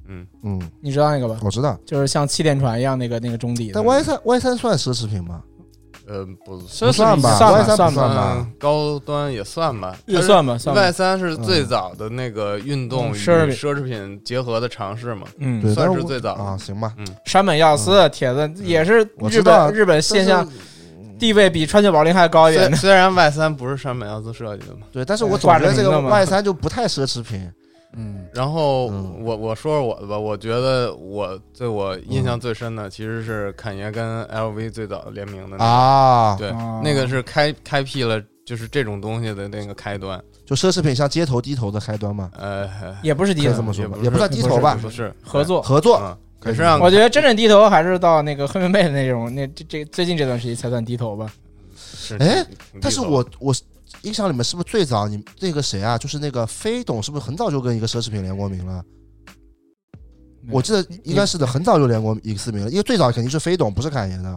Speaker 4: 嗯，
Speaker 2: 嗯，
Speaker 1: 你知道那个吧？
Speaker 2: 我知道。
Speaker 1: 就是像气垫船一样那个那个中底的。
Speaker 2: 但 Y 三 Y 三算奢侈品吗？
Speaker 4: 呃，不
Speaker 2: 不
Speaker 3: 奢侈
Speaker 2: 算
Speaker 3: 品
Speaker 2: 吧
Speaker 1: 算吧
Speaker 2: ，Y 三不
Speaker 1: 算吧
Speaker 2: 算吧
Speaker 4: 嗯，，高端也算吧，
Speaker 1: 也算吧，算吧
Speaker 4: Y。三是最早的那个运动
Speaker 1: 嗯
Speaker 4: 与
Speaker 1: 奢侈品
Speaker 4: 奢侈品结合的尝试嘛，
Speaker 1: 嗯，
Speaker 2: 对，
Speaker 4: 算
Speaker 2: 但
Speaker 4: 是
Speaker 2: 我
Speaker 4: 最早的
Speaker 2: 啊，行吧。
Speaker 1: 山本耀司、铁子也是
Speaker 2: 我
Speaker 1: 日
Speaker 2: 知道啊
Speaker 1: 本日本
Speaker 2: 但
Speaker 1: 现
Speaker 2: 是
Speaker 1: 象地位比川久保玲还高一点
Speaker 4: 虽
Speaker 1: 的。
Speaker 4: 虽然 Y 三不是山本耀司设计的嘛，
Speaker 2: 对，但是我
Speaker 1: 对
Speaker 2: 总觉得
Speaker 1: 哎挂着
Speaker 2: 这
Speaker 1: 名
Speaker 2: 个
Speaker 1: 的嘛
Speaker 2: Y 三就不太奢侈品。
Speaker 3: 嗯，
Speaker 4: 然后
Speaker 2: 嗯
Speaker 4: 我我说说我的吧，我觉得我对我印象最深的其实是侃爷跟 LV 最早联名
Speaker 1: 嗯
Speaker 4: 的那个，
Speaker 2: 啊，
Speaker 4: 对
Speaker 1: 哦，
Speaker 4: 那个是开开辟了就是这种东西的那个开端，
Speaker 2: 就奢侈品像街头低头的开端嘛，
Speaker 4: 呃，
Speaker 1: 也不是低
Speaker 2: 可以
Speaker 1: 头
Speaker 2: 这么说吧，
Speaker 4: 也
Speaker 2: 也
Speaker 4: 不
Speaker 2: 不
Speaker 4: 是
Speaker 2: 算低头吧，
Speaker 4: 不是
Speaker 1: 合，作。
Speaker 2: 合作
Speaker 4: 嗯，
Speaker 2: 可
Speaker 4: 可
Speaker 2: 以
Speaker 4: 是让
Speaker 1: 我觉得真正低头还是到那个黑妹妹的那种，那这这最近这段时间才算低头吧。
Speaker 4: 是
Speaker 2: 哎
Speaker 4: 挺，挺
Speaker 2: 但是
Speaker 4: 地道
Speaker 2: 我我印象里面是不是最早你那个谁啊，就是那个飞董，是不是很早就跟一个奢侈品联过名了？
Speaker 1: 嗯
Speaker 2: 我记得应该是的，很早就联过一次名了，因为最早肯定是飞董，不是侃爷的，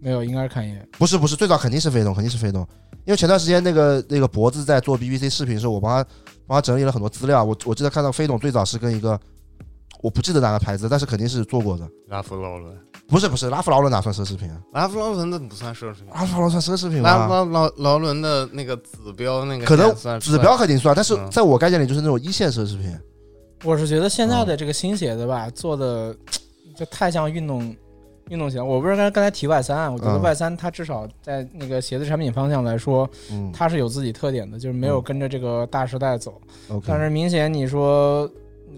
Speaker 1: 没有，应该是侃爷。
Speaker 2: 不是不是，最早肯定是飞董，肯定是飞董，因为前段时间那个那个脖子在做 BBC 视频的时候，我帮他帮他整理了很多资料，我我记得看到飞董最早是跟一个我不记得哪个牌子，但是肯定是做过的，
Speaker 4: 拉夫劳伦，
Speaker 2: 不是不是，拉夫劳伦哪算奢侈品啊？
Speaker 4: 拉夫劳伦那不算奢侈品，
Speaker 2: 拉夫劳伦算奢侈品
Speaker 4: 拉夫
Speaker 2: 吗？
Speaker 4: 劳劳劳伦的那个指标那个
Speaker 2: 可能
Speaker 4: 也算
Speaker 2: 指标肯定啊算，但是
Speaker 4: 嗯
Speaker 2: 在我概念里就是那种一线奢侈品。
Speaker 1: 我是觉得现
Speaker 2: 哦
Speaker 1: 在的这个新鞋子吧，做的就太像运动运动鞋了。我不是刚才刚才提 Y 三，啊我觉得
Speaker 2: 嗯
Speaker 1: Y 三它至少在那个鞋子产品方向来说，
Speaker 2: 嗯
Speaker 1: 它是有自己特点的，就是没有
Speaker 2: 嗯
Speaker 1: 跟着这个大时代走。
Speaker 2: ，OK，
Speaker 1: 但是明显你说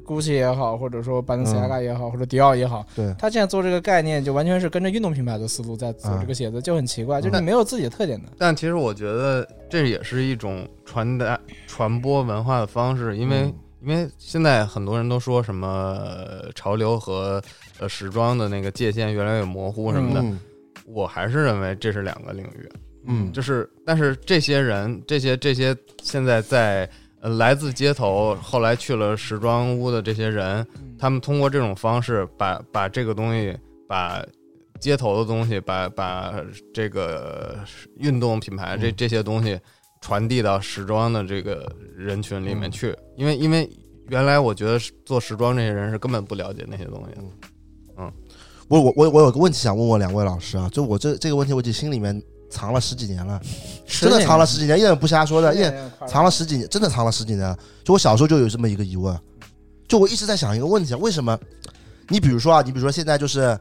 Speaker 1: GUCCI 也好，或者说 Balenciaga 也好，或者迪奥也好，
Speaker 2: 嗯对
Speaker 1: 它现在做这个概念就完全是跟着运动品牌的思路在走
Speaker 2: 啊
Speaker 1: 这个鞋子，就很奇怪，就是
Speaker 4: 那
Speaker 1: 没有自己的特点的。
Speaker 4: 但其实我觉得这也是一种传达、传播文化的方式，因为、
Speaker 2: 嗯
Speaker 4: 因为现在很多人都说什么呃潮流和呃时装的那个界限越来越模糊什么的，
Speaker 2: 嗯
Speaker 4: 我还是认为这是两个领域，
Speaker 2: 嗯，
Speaker 4: 就是但是这些人，这些这些现在在。呃，来自街头，后来去了时装屋的这些人，
Speaker 2: 嗯
Speaker 4: 他们通过这种方式把把这个东西，把街头的东西，把把这个运动品牌这
Speaker 2: 嗯
Speaker 4: 这些东西传递到时装的这个人群里面
Speaker 2: 嗯
Speaker 4: 去，因为因为原来我觉得是做时装这些人是根本不了解那些东西的，
Speaker 2: 我我我我有个问题想问问两位老师啊，就我这这个问题我已经心里面藏了十几年了，真的藏了十几年，一点也不瞎说的，一点藏了十几年，真的藏了十几年了。啊就我小时候就有这么一个疑问，就我一直在想一个问题啊，为什么？你比如说啊，你比如说现在就是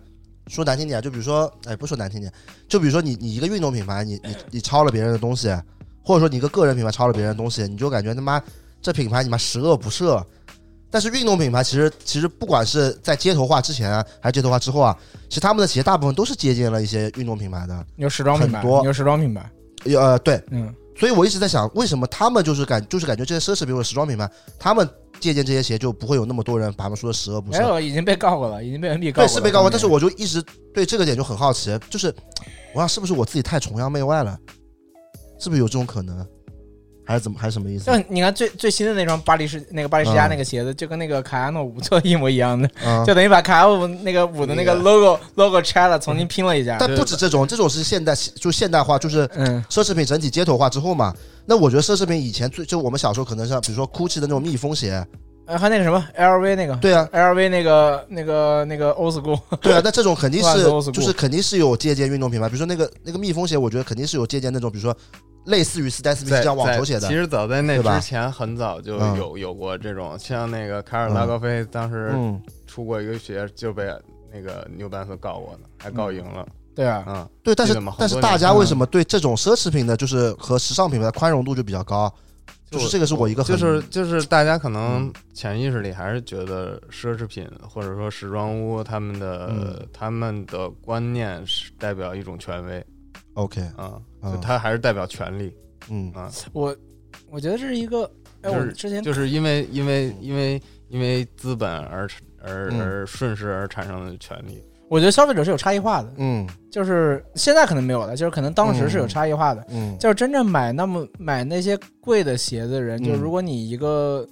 Speaker 2: 说难听点，就比如说，哎，不说难听点，就比如说你你一个运动品牌，你你你抄了别人的东西，或者说你一个个人品牌抄了别人的东西，你就感觉他妈这品牌你妈十恶不赦。但是运动品牌其实其实不管是在街头化之前、啊、还是街头化之后啊，其实他们的鞋大部分都是借鉴了一些运动品牌的，
Speaker 1: 有时装品牌，
Speaker 2: 很多
Speaker 1: 有时装品牌，
Speaker 2: 呃，对，
Speaker 1: 嗯，
Speaker 2: 所以我一直在想，为什么他们就是感就是感觉这些奢侈品或者时装品牌，他们借鉴这些鞋就不会有那么多人把他们说的十恶不
Speaker 1: 没
Speaker 2: 赦？
Speaker 1: 有，已经被告过了，已经被 NB 告了，
Speaker 2: 对，
Speaker 1: 嗯
Speaker 2: 是被告过，
Speaker 1: 当年
Speaker 2: 但哎是我就一直对这个点就很好奇，就是我想是不是我自己太崇洋媚外了，是不是有这种可能，还是怎么还是什么意思？
Speaker 1: 像你看最最新的那双巴黎世那个巴黎世家
Speaker 2: 嗯
Speaker 1: 那个鞋子，就跟那个卡亚诺五就一模一样的，
Speaker 2: 嗯哎
Speaker 1: 就，等于把卡亚诺五那个五的那个
Speaker 4: 那个
Speaker 1: logo logo 拆了，重新拼了一下。
Speaker 2: 但不止这种，这种是现代就现代化，就是
Speaker 1: 嗯，
Speaker 2: 奢侈品整体街头化之后嘛。那我觉得奢侈品以前最就我们小时候可能像比如说 GUCCI 的那种蜜蜂鞋，
Speaker 1: 呃还有那个什么 LV 那个，
Speaker 2: 对啊，
Speaker 1: LV 那个那个那个 old school，
Speaker 2: 对啊，那这种肯定
Speaker 1: 万
Speaker 2: 是
Speaker 1: 德 old school
Speaker 2: 就是肯定是有借鉴运动品牌，比如说那个那个蜜蜂鞋，我觉得肯定是有借鉴那种，比如说类似于 Stan Smith
Speaker 4: 在
Speaker 2: 这样网球
Speaker 4: 在
Speaker 2: 写的
Speaker 4: 其，实早在那
Speaker 2: 对吧
Speaker 4: 之前，很早就
Speaker 2: 嗯
Speaker 4: 有有过这种，像那个凯尔拉高菲当时
Speaker 2: 嗯，
Speaker 4: 出过一个学就被那个牛班斯告过的，还告赢了。
Speaker 1: 对啊，
Speaker 4: 嗯，
Speaker 2: 对，但
Speaker 4: 记
Speaker 2: 是
Speaker 4: 得吗好
Speaker 2: 但是
Speaker 4: 多
Speaker 2: 大
Speaker 4: 年
Speaker 2: 家
Speaker 4: 前
Speaker 2: 为什么对这种奢侈品的，就是和时尚品牌的宽容度就比较高？就是这个是我一个很嗯
Speaker 4: 就是就是大家可能潜意识里还是觉得奢侈品或者说时装屋他们的、
Speaker 2: 嗯
Speaker 4: 他们的观念是代表一种权威
Speaker 2: OK，
Speaker 4: 啊，
Speaker 2: 嗯
Speaker 4: 就他还是代表权力
Speaker 2: 嗯
Speaker 4: 啊，
Speaker 1: 我我觉得这是一个，哎，
Speaker 4: 就
Speaker 1: 我
Speaker 4: 是
Speaker 1: 之前
Speaker 4: 就是因为因为因为因为资本而而
Speaker 2: 嗯
Speaker 4: 而顺势而产生的权利。
Speaker 1: 我觉得消费者是有差异化的，
Speaker 2: 嗯
Speaker 1: 就是现在可能没有了，就是可能当时是有差异化的，
Speaker 2: 嗯，
Speaker 1: 就是真正买那么买那些贵的鞋的人，
Speaker 2: 嗯
Speaker 1: 就如果你一个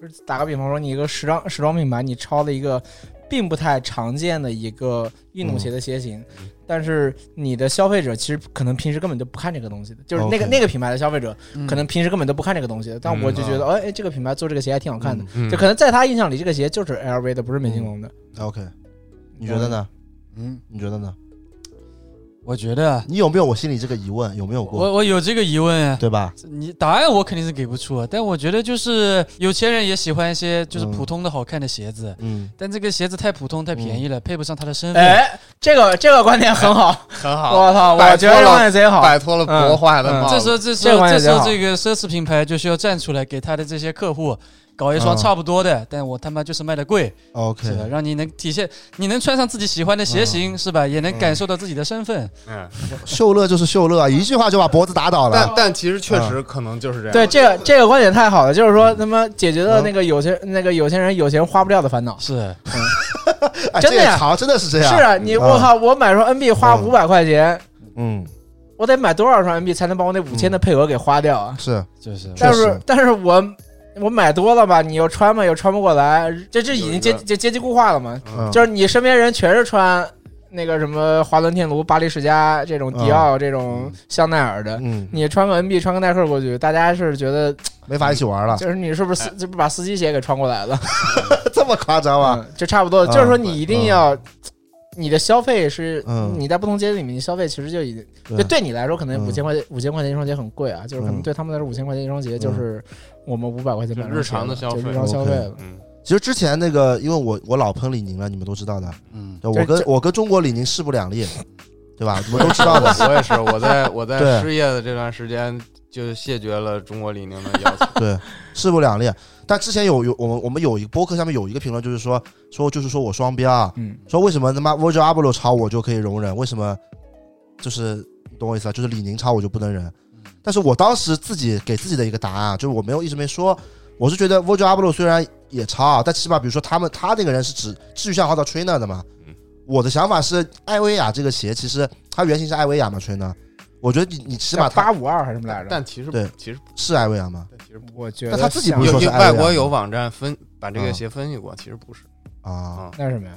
Speaker 1: 呃打个比方说，你一个时装时装品牌，你抄了一个并不太常见的一个运动鞋的鞋型，
Speaker 2: 嗯
Speaker 1: 但是你的消费者其实可能平时根本就不看这个东西的，就是那个
Speaker 2: OK
Speaker 1: 那个品牌的消费者
Speaker 3: 嗯
Speaker 1: 可能平时根本都不看这个东西的，但我就
Speaker 2: 嗯
Speaker 1: 觉得，哎、哎，这个品牌做这个鞋还挺好看的，
Speaker 4: 嗯
Speaker 1: 就可能在他印象里，这个鞋就是 LV 的，不是美津浓的。
Speaker 2: OK，你觉得呢？
Speaker 3: 嗯，
Speaker 2: 你觉得呢？
Speaker 3: 我觉得啊
Speaker 2: 你有没有我心里这个疑问？有没有过？
Speaker 3: 我我有这个疑问啊，
Speaker 2: 对吧？
Speaker 3: 你答案我肯定是给不出，啊但我觉得就是有钱人也喜欢一些就是
Speaker 2: 嗯
Speaker 3: 普通的好看的鞋子，
Speaker 2: 嗯，
Speaker 3: 但这个鞋子太普通太便宜了，配不上他的身份。
Speaker 1: 哎，这个这个观点很好，
Speaker 4: 很嗯哎好，
Speaker 1: 我操，
Speaker 4: 摆
Speaker 1: 我觉得这
Speaker 4: 脱
Speaker 1: 个
Speaker 4: 了
Speaker 1: 观点贼好，
Speaker 4: 摆脱了国画的帽
Speaker 3: 嗯这时
Speaker 4: 子。
Speaker 3: 候，这时
Speaker 1: 哦这个
Speaker 3: 候，
Speaker 1: 观
Speaker 3: 这
Speaker 1: 点
Speaker 3: 时候，
Speaker 1: 贼好
Speaker 3: 这个奢侈品牌就需要站出来，给他的这些客户搞一
Speaker 2: 嗯
Speaker 3: 双差不多的，但我他妈就是卖的贵，是吧？
Speaker 2: OK，
Speaker 3: 让你能体现，你能穿上自己喜欢的
Speaker 2: 嗯
Speaker 3: 鞋型，是吧？也能感受到自己的身份。
Speaker 4: 嗯，
Speaker 2: 秀乐就是秀乐啊，一句话就把脖子打倒
Speaker 4: 但
Speaker 2: 了。
Speaker 4: 但其实确实可能就是这样。
Speaker 1: 对，这个这个观点太好了，就是说他妈解决了那个有
Speaker 4: 嗯
Speaker 1: 钱那个有钱人有钱花不掉的烦恼。
Speaker 3: 是，
Speaker 2: 哎
Speaker 1: 真的
Speaker 2: 这也
Speaker 1: 呀
Speaker 2: 潮真的是这
Speaker 1: 是
Speaker 2: 样。
Speaker 1: 啊，
Speaker 4: 嗯
Speaker 1: 你我靠，我买双 NB 花
Speaker 2: 嗯
Speaker 1: 五百块钱，
Speaker 2: 嗯，
Speaker 1: 我得买多少双 NB 才能把我
Speaker 4: 嗯
Speaker 1: 那五千的配额给花掉啊？
Speaker 2: 是
Speaker 3: 就是，
Speaker 1: 但
Speaker 2: 确
Speaker 1: 是
Speaker 2: 实
Speaker 1: 但是我我买多了吧，你又穿嘛又穿不过来，这这已经
Speaker 4: 有一
Speaker 1: 阶
Speaker 4: 个
Speaker 1: 就阶级固化了嘛，
Speaker 2: 嗯
Speaker 1: 就是你身边人全是穿那个什么华伦天奴、巴黎世家这种迪
Speaker 2: 啊
Speaker 1: 奥这种香奈儿的。
Speaker 2: 嗯，
Speaker 1: 你穿个 NB 穿个耐克过去，大家是觉得
Speaker 2: 没法一起玩了，
Speaker 1: 就是你是不
Speaker 2: 哎
Speaker 1: 是司这不把司机鞋给穿过来了？
Speaker 2: 这么夸张啊？
Speaker 1: 嗯，就差不多，就是说你
Speaker 2: 嗯
Speaker 1: 一定要，你的消费是，
Speaker 2: 嗯
Speaker 1: 你在不同阶级里面，你消费其实就已经，
Speaker 2: 对
Speaker 1: 就对你来说，可能
Speaker 2: 嗯
Speaker 1: 五千块五千块钱一双鞋很贵啊，就是可能
Speaker 2: 嗯
Speaker 1: 对他们来说，五千块钱一双鞋就是我们五百块钱买双鞋
Speaker 4: 就日常的消费
Speaker 1: 就日常消费了。
Speaker 4: 嗯，
Speaker 2: 其实之前那个，因为我我老喷李宁了，你们都知道的。
Speaker 3: 嗯，
Speaker 2: 对
Speaker 1: 这
Speaker 2: 我跟
Speaker 1: 这
Speaker 2: 我跟中国李宁势不两立，对吧？你们都知道的。
Speaker 4: 我我也是，我在我
Speaker 2: 对
Speaker 4: 在失业的这段时间就谢绝了中国李宁的 邀请。
Speaker 2: 对，势不两立。但之前有有我们我们有一个播客下面有一个评论，就是说说就是说我双标啊，
Speaker 1: 嗯，
Speaker 2: 说为什么他妈 Virgil Abloh 抄我就可以容忍，为什么就是懂我意思啊？就是李宁抄我就不能忍。但是我当时自己给自己的一个答案啊，就是我没有一直没说，我是觉得 Virgil Abloh 虽然也抄啊，但起码比如说他们他那个人是指志向号的 trainer 的嘛
Speaker 4: 嗯。
Speaker 2: 我的想法是，艾薇亚这个鞋其实它原型是艾薇亚嘛 trainer，我觉得你你起码它
Speaker 1: 八五二还是什么来着？
Speaker 4: 但其实
Speaker 2: 对
Speaker 4: 其实不
Speaker 2: 是艾薇亚嘛
Speaker 4: 但其实不
Speaker 1: 我觉得
Speaker 2: 但他自己
Speaker 1: 像
Speaker 2: 不是
Speaker 4: 有
Speaker 2: 说
Speaker 4: 有
Speaker 2: 艾
Speaker 4: 外
Speaker 2: 薇
Speaker 4: 国
Speaker 2: 亚
Speaker 4: 有
Speaker 2: 吗
Speaker 4: 网站分把这
Speaker 2: 嗯
Speaker 4: 个鞋分析过，其实不是
Speaker 2: 啊，
Speaker 4: 啊，
Speaker 1: 那是什么呀？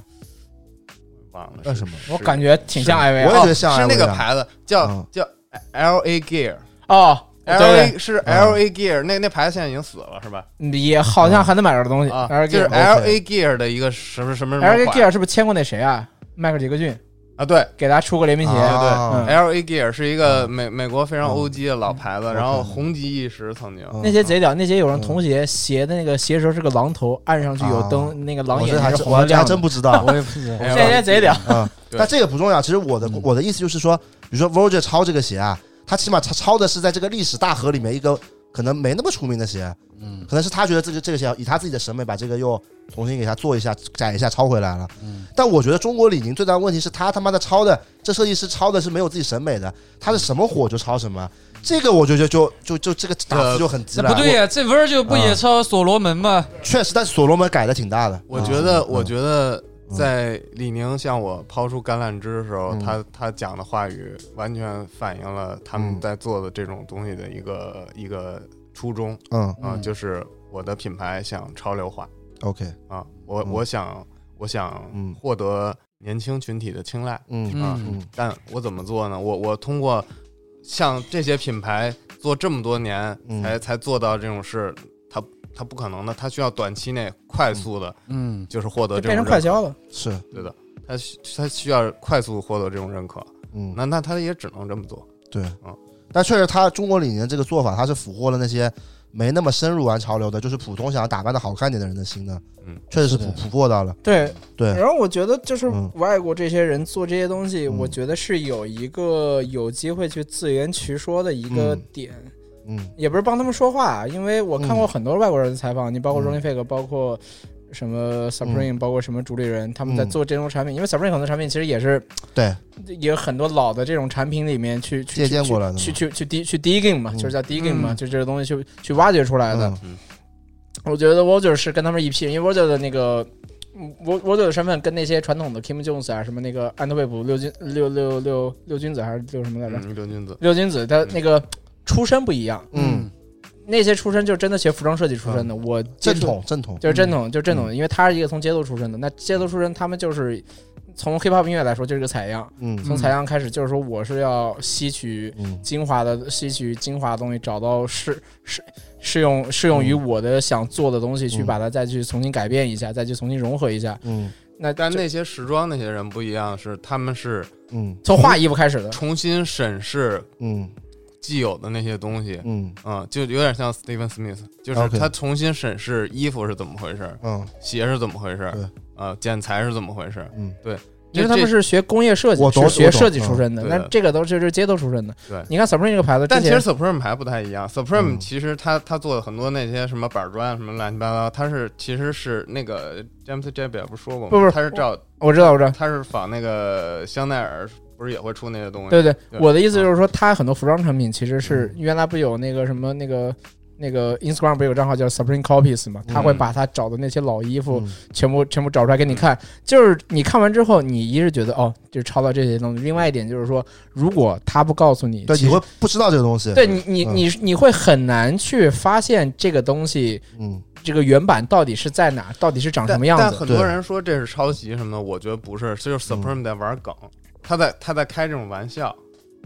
Speaker 4: 忘了
Speaker 2: 那
Speaker 4: 是
Speaker 2: 什么
Speaker 4: 是
Speaker 1: 我感觉挺像艾薇哦
Speaker 2: 我也
Speaker 1: 儿
Speaker 2: 觉得像
Speaker 4: 是那
Speaker 2: 艾薇
Speaker 4: 个
Speaker 2: 亚
Speaker 4: 牌子叫
Speaker 2: 嗯
Speaker 4: 叫 L A Gear。
Speaker 1: 哦，
Speaker 4: L
Speaker 1: 对
Speaker 4: A 是
Speaker 2: 嗯
Speaker 4: L A Gear，那那牌子现在已经死了是吧？
Speaker 1: 对，也好像还能买着
Speaker 2: 嗯
Speaker 1: 东西。
Speaker 4: 啊，
Speaker 1: Air
Speaker 4: 就是
Speaker 1: Gear-
Speaker 4: L A Gear 的一个什么什么什么
Speaker 1: Air
Speaker 4: 款
Speaker 1: Gear 是不是签过那谁啊？迈克尔杰克逊
Speaker 4: 啊？对
Speaker 1: 给他出过联名鞋，
Speaker 2: 啊
Speaker 1: 对嗯
Speaker 4: L A Gear 是一个美美国非常
Speaker 2: 嗯
Speaker 4: O G 的老牌子，
Speaker 2: 嗯
Speaker 4: 然后红极一时曾经。
Speaker 2: 嗯
Speaker 1: 那些贼屌，那些有人童鞋鞋的那个鞋舌是个狼头，按上去有
Speaker 2: 啊
Speaker 1: 灯，那个狼
Speaker 2: 我
Speaker 1: 眼
Speaker 2: 这还
Speaker 1: 睛
Speaker 2: 真
Speaker 1: 红
Speaker 2: 我
Speaker 1: 的
Speaker 2: 这还
Speaker 1: 亮
Speaker 2: 真
Speaker 1: 的。
Speaker 2: 不知道。
Speaker 3: 啊我也不知道。
Speaker 1: 那些贼屌，
Speaker 2: 嗯，
Speaker 4: 对
Speaker 2: 但这个不重要。其实我的
Speaker 3: 嗯
Speaker 2: 我的意思就是说，比如说 Virgil 抄这个鞋啊，他起码他抄的是在这个历史大河里面一个可能没那么出名的鞋，
Speaker 3: 嗯
Speaker 2: 可能是他觉得这个这个鞋以他自己的审美把这个又重新给他做一下改一下抄回来了。
Speaker 3: 嗯，
Speaker 2: 但我觉得中国李宁最大的问题是他他妈的抄的，这设计师抄的是没有自己审美的，他是什么火就抄什么，这个我觉得就就就这个打击就很急
Speaker 3: 那
Speaker 2: 了。
Speaker 3: 不对呀，这 Virgil 不也
Speaker 2: 嗯
Speaker 3: 抄所罗门吗？
Speaker 2: 我，确实，但所罗门改的挺大的。
Speaker 4: 我觉得，
Speaker 2: 嗯
Speaker 4: 我觉得
Speaker 2: 嗯
Speaker 4: 在李宁向我抛出橄榄枝的时候，
Speaker 2: 嗯
Speaker 4: 他他讲的话语完全反映了他
Speaker 2: 嗯
Speaker 4: 们在做的这种东西的一个一个初衷
Speaker 2: 嗯
Speaker 4: 啊，
Speaker 3: 嗯
Speaker 4: 就是我的品牌想潮流化
Speaker 2: ，OK，
Speaker 4: 啊，我
Speaker 2: 嗯
Speaker 4: 我想我想
Speaker 2: 嗯
Speaker 4: 获得年轻群体的青睐，
Speaker 2: 嗯
Speaker 3: 嗯
Speaker 2: 嗯，
Speaker 4: 但我怎么做呢？我我通过像这些品牌做这么多年
Speaker 2: 嗯
Speaker 4: 才才做到这种事，他他不可能的，他需要短期内快速的，
Speaker 3: 嗯，
Speaker 4: 就是获得
Speaker 1: 就
Speaker 4: 这
Speaker 1: 变
Speaker 4: 种
Speaker 1: 成快
Speaker 4: 认可。
Speaker 1: 销了。
Speaker 2: 是，
Speaker 4: 对的，他需他需要快速获得这种认可，
Speaker 2: 嗯，
Speaker 4: 那那他也只能这么做。
Speaker 2: 对
Speaker 4: 嗯，
Speaker 2: 但确实，他中国李宁这个做法，他是俘获了那些没那么深入玩潮流的，就是普通想要打扮的好看点的人的心的。
Speaker 4: 嗯，
Speaker 2: 确实是
Speaker 3: 是
Speaker 2: 捕
Speaker 3: 的
Speaker 2: 捕获到了。
Speaker 1: 对，
Speaker 2: 对，
Speaker 1: 然后我觉得就是
Speaker 2: 嗯
Speaker 1: 外国这些人做这些东西，
Speaker 2: 嗯
Speaker 1: 我觉得是有一个有机会去自圆其说的一个
Speaker 2: 嗯
Speaker 1: 点，
Speaker 2: 嗯
Speaker 1: 也不是帮他们说话啊，因为我看过
Speaker 2: 嗯
Speaker 1: 很多外国人的采访，你包括
Speaker 2: 嗯
Speaker 1: Rolling Fake，包括什么 Supreme，、包括什么主理人，他们在
Speaker 2: 嗯
Speaker 1: 做这种产品，因为 Supreme 很多产品其实也是
Speaker 2: 对，
Speaker 1: 也有很多老的这种产品里面去去
Speaker 2: 借鉴过来的嘛
Speaker 1: 去去去去 dig 去 digging 嘛，
Speaker 2: 嗯
Speaker 1: 就是叫 digging 嘛，
Speaker 3: 嗯
Speaker 1: 就这个东西去去挖掘出来的。
Speaker 2: 嗯
Speaker 1: 我觉得 Roger 是跟他们一批人，因为 Roger 的那个。嗯，Ro- Roger 的身份跟那些传统的 Kim Jones 啊，什么那个安特卫普六君六六六六君子还是六什么来着？
Speaker 4: 嗯，刘君子，
Speaker 1: 六君子他
Speaker 4: 嗯
Speaker 1: 那个出身不一样，
Speaker 2: 嗯，
Speaker 1: 那些出身就真的学服装设计出身
Speaker 4: 嗯
Speaker 1: 的，我接
Speaker 2: 正
Speaker 1: 触
Speaker 2: 统正统。
Speaker 1: 就是正统，就是正统，因为他是一个从街头出身的，那街头出身他们就是从 hip hop 音乐来说就是个采样，
Speaker 2: 嗯
Speaker 1: 从采样开始就是说我是要吸取
Speaker 2: 嗯
Speaker 1: 精华的吸取精华的东西，找到适适适用适用于我的想做的东西，去
Speaker 2: 嗯
Speaker 1: 把它再去重新改变一下，再去重新融合一下。
Speaker 2: 嗯
Speaker 1: 那
Speaker 4: 但
Speaker 1: 就
Speaker 4: 那些时装那些人不一样，是他们是
Speaker 2: 嗯
Speaker 1: 从画衣服开始的，
Speaker 4: 重新审视
Speaker 2: 嗯
Speaker 4: 既有的那些东西，
Speaker 2: 嗯
Speaker 4: 嗯，就有点像 Steven Smith，就是
Speaker 2: OK
Speaker 4: 他重新审视衣服是怎么回事，
Speaker 2: 嗯
Speaker 4: 鞋是怎么回事
Speaker 2: 对，
Speaker 4: 呃，剪裁是怎么回事，
Speaker 2: 嗯，
Speaker 1: 因为他们
Speaker 4: 这。
Speaker 1: 是学工业设计，
Speaker 2: 我懂
Speaker 1: 是学
Speaker 2: 我懂
Speaker 1: 设计出身的，
Speaker 4: 嗯
Speaker 1: 那
Speaker 4: 对的
Speaker 1: 这个都是就是街头出身的。
Speaker 4: 对
Speaker 1: 你看 Supreme 这个牌子之前，
Speaker 4: 但其实 Supreme 还不太一样，Supreme
Speaker 2: 嗯
Speaker 4: 其实他他做的很多那些什么板砖什么乱七八糟，他是其实是那个 James j a b i 不是说过吗？
Speaker 1: 不不
Speaker 4: 他是照
Speaker 1: 我知道，我知道。
Speaker 4: 他是仿那个香奈儿，不是也会出那些东西？
Speaker 1: 对对，
Speaker 4: 对
Speaker 1: 我的意思就是说，它很多服装产品其实是原来不有那个什么那个那个 Instagram 不是有账号叫 Supreme Copies 嘛，他会
Speaker 4: 嗯
Speaker 1: 把他找的那些老衣服
Speaker 2: 嗯
Speaker 1: 全部全部找出来给你看，就是你看完之后，你一是觉得哦，就抄到这些东西，另外一点就是说，如果他不告诉你，
Speaker 2: 对，
Speaker 1: 其
Speaker 2: 你
Speaker 1: 实
Speaker 2: 会不知道这个东西。
Speaker 1: 对你你
Speaker 2: 嗯
Speaker 1: 你你会很难去发现这个东西
Speaker 2: 嗯
Speaker 1: 这个原版到底是在哪，到底是长什
Speaker 4: 但
Speaker 1: 么样
Speaker 4: 但
Speaker 1: 子。
Speaker 4: 很多
Speaker 2: 对
Speaker 4: 人说这是抄袭什么的，我觉得不是，就是 Supreme 在玩梗，他在他在开这种玩笑。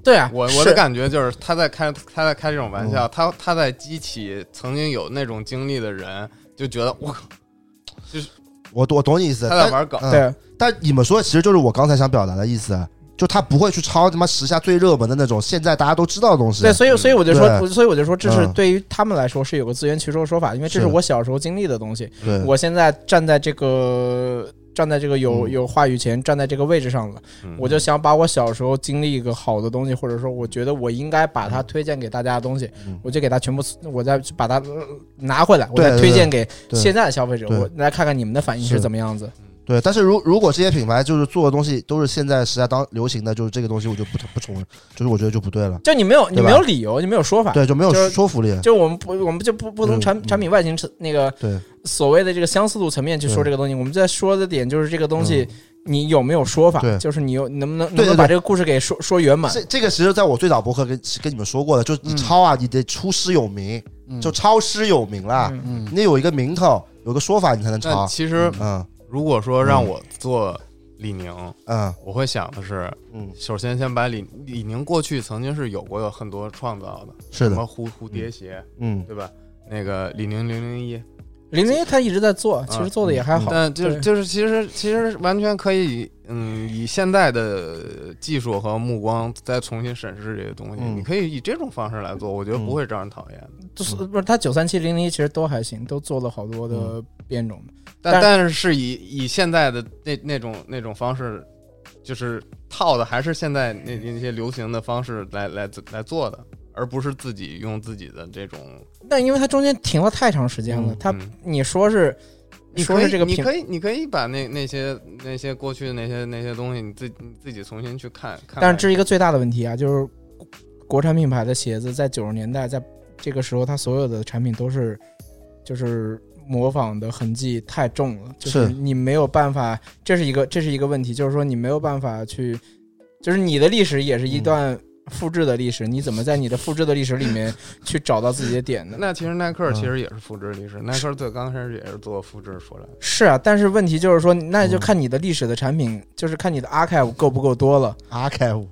Speaker 1: 对啊，
Speaker 4: 我我
Speaker 1: 是
Speaker 4: 的感觉就是他在开他在开这种玩笑，他他在激起曾经有那种经历的人就觉得我靠，
Speaker 2: 我我懂你意思。
Speaker 4: 他在
Speaker 2: 但
Speaker 4: 玩梗。
Speaker 2: 嗯
Speaker 1: 对啊
Speaker 2: 但你们说的其实就是我刚才想表达的意思，啊就他不会去抄他妈时下最热门的那种现在大家都知道的东西。
Speaker 1: 对，所以所以我就说，
Speaker 2: 对
Speaker 1: 所以我就说，这是
Speaker 2: 嗯
Speaker 1: 对于他们来说是有个自圆其说的说法，因为这是
Speaker 2: 是
Speaker 1: 我小时候经历的东西。
Speaker 2: 对，
Speaker 1: 我现在站在这个站在这个有
Speaker 2: 嗯
Speaker 1: 有话语权，站在这个位置上了，
Speaker 4: 嗯
Speaker 1: 我就想把我小时候经历一个好的东西，或者说我觉得我应该把它推荐给大家的东西
Speaker 2: 嗯，
Speaker 1: 我就给它全部，我再去把它呃拿回来，我
Speaker 2: 对
Speaker 1: 再推荐给
Speaker 2: 对
Speaker 1: 现在的消费者，
Speaker 2: 对
Speaker 1: 我来看看你们的反应是
Speaker 2: 是
Speaker 1: 怎么样子。
Speaker 2: 对，但是如如果这些品牌就是做的东西都是现在时代当流行的，就是这个东西，我就不不重，就是我觉得就不对了，
Speaker 1: 就你没有你
Speaker 2: 对吧
Speaker 1: 没有理由，你没有说法。
Speaker 2: 对，就没有
Speaker 1: 就是
Speaker 2: 说服力，
Speaker 1: 就我们不，我们就不不从
Speaker 2: 嗯
Speaker 1: 产
Speaker 2: 嗯
Speaker 1: 产品外形层那个
Speaker 2: 对，
Speaker 1: 所谓的这个相似度层面去说
Speaker 2: 对嗯
Speaker 1: 这个东西，我们在说的点就是这个东西，你有没有说法？
Speaker 2: 对
Speaker 1: 就是你有能不能能
Speaker 2: 对
Speaker 1: 不能
Speaker 2: 对
Speaker 1: 把
Speaker 2: 对
Speaker 1: 这个故事给说说圆满？
Speaker 2: 这这个其实在我最早博客跟跟你们说过的，就是你抄啊，你得出师有名，
Speaker 3: 嗯
Speaker 2: 就超师有名啦，
Speaker 1: 嗯
Speaker 3: 嗯
Speaker 2: 你得有一个名头，有个说法，你才能
Speaker 4: 但
Speaker 2: 抄。
Speaker 4: 其实
Speaker 2: 嗯
Speaker 4: 如果说让我做李宁，
Speaker 2: 嗯
Speaker 4: 我会想的是，
Speaker 2: 嗯，
Speaker 4: 首先先把李李宁过去曾经是有过有很多创造的，
Speaker 2: 是
Speaker 4: 什么
Speaker 2: 的，
Speaker 4: 蝴蝴蝶鞋，
Speaker 2: 嗯
Speaker 4: 对吧？那个李宁零零一，
Speaker 1: 零零一他一直在
Speaker 2: 啊
Speaker 1: 做，其实做的也还好。
Speaker 2: 嗯
Speaker 4: 但就是
Speaker 1: 对
Speaker 4: 就是其实其实完全可以，嗯，以现在的技术和目光再重新审视这些东西，
Speaker 2: 嗯
Speaker 4: 你可以以这种方式来做，我觉得不会让人讨厌的。
Speaker 1: 就是不是他九三七零零一其实都还行，都做了好多的
Speaker 2: 嗯
Speaker 1: 变种。但
Speaker 4: 但但是是以以现在的那那种那种方式，就是套的还是现在那
Speaker 1: 嗯
Speaker 4: 那些流行的方式来来来做的，而不是自己用自己的这种。
Speaker 1: 但因为它中间停了太长时间了，
Speaker 2: 嗯
Speaker 1: 它
Speaker 4: 嗯
Speaker 1: 你说是
Speaker 4: 你
Speaker 1: 说
Speaker 4: 可
Speaker 1: 是
Speaker 4: 以，
Speaker 1: 这个
Speaker 4: 你
Speaker 1: 品，
Speaker 4: 可以，你可以把那那些那些过去的那些那些东西，你自己你自己重新去看看看。
Speaker 1: 但是这是一个最大的问题啊，就是国国产品牌的鞋子在九十年代，在这个时候，它所有的产品都是就是模仿的痕迹太重了，就是
Speaker 2: 是
Speaker 1: 你没有办法，这是一个这是一个问题，就是说你没有办法去，就是你的历史也是一段复制的历史，你怎么在你的复制的历史里面去找到自己的点呢？
Speaker 4: 那其实耐克
Speaker 2: 嗯
Speaker 4: 其实也是复制历史，耐克最刚开始也是做复制出来的。
Speaker 1: 是啊，但是问题就是说，那就看你的历史的产品，就是看你的 archive 够不够多了。
Speaker 2: ，archive，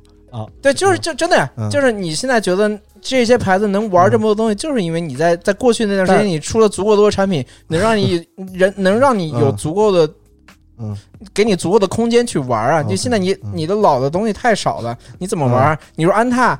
Speaker 1: 对，就是
Speaker 2: 嗯
Speaker 1: 就真的呀，
Speaker 2: 嗯
Speaker 1: 就是你现在觉得这些牌子能玩这么多东西，就是因为你在在过去那段时间，
Speaker 2: 但
Speaker 1: 你出了足够多的产品，能让你 人能让你有
Speaker 2: 嗯
Speaker 1: 足够的
Speaker 2: 嗯，
Speaker 1: 给你足够的空间去玩啊。
Speaker 2: 嗯
Speaker 1: 就现在你
Speaker 2: 嗯
Speaker 1: 你的老的东西太少了，你怎么玩？你说安踏。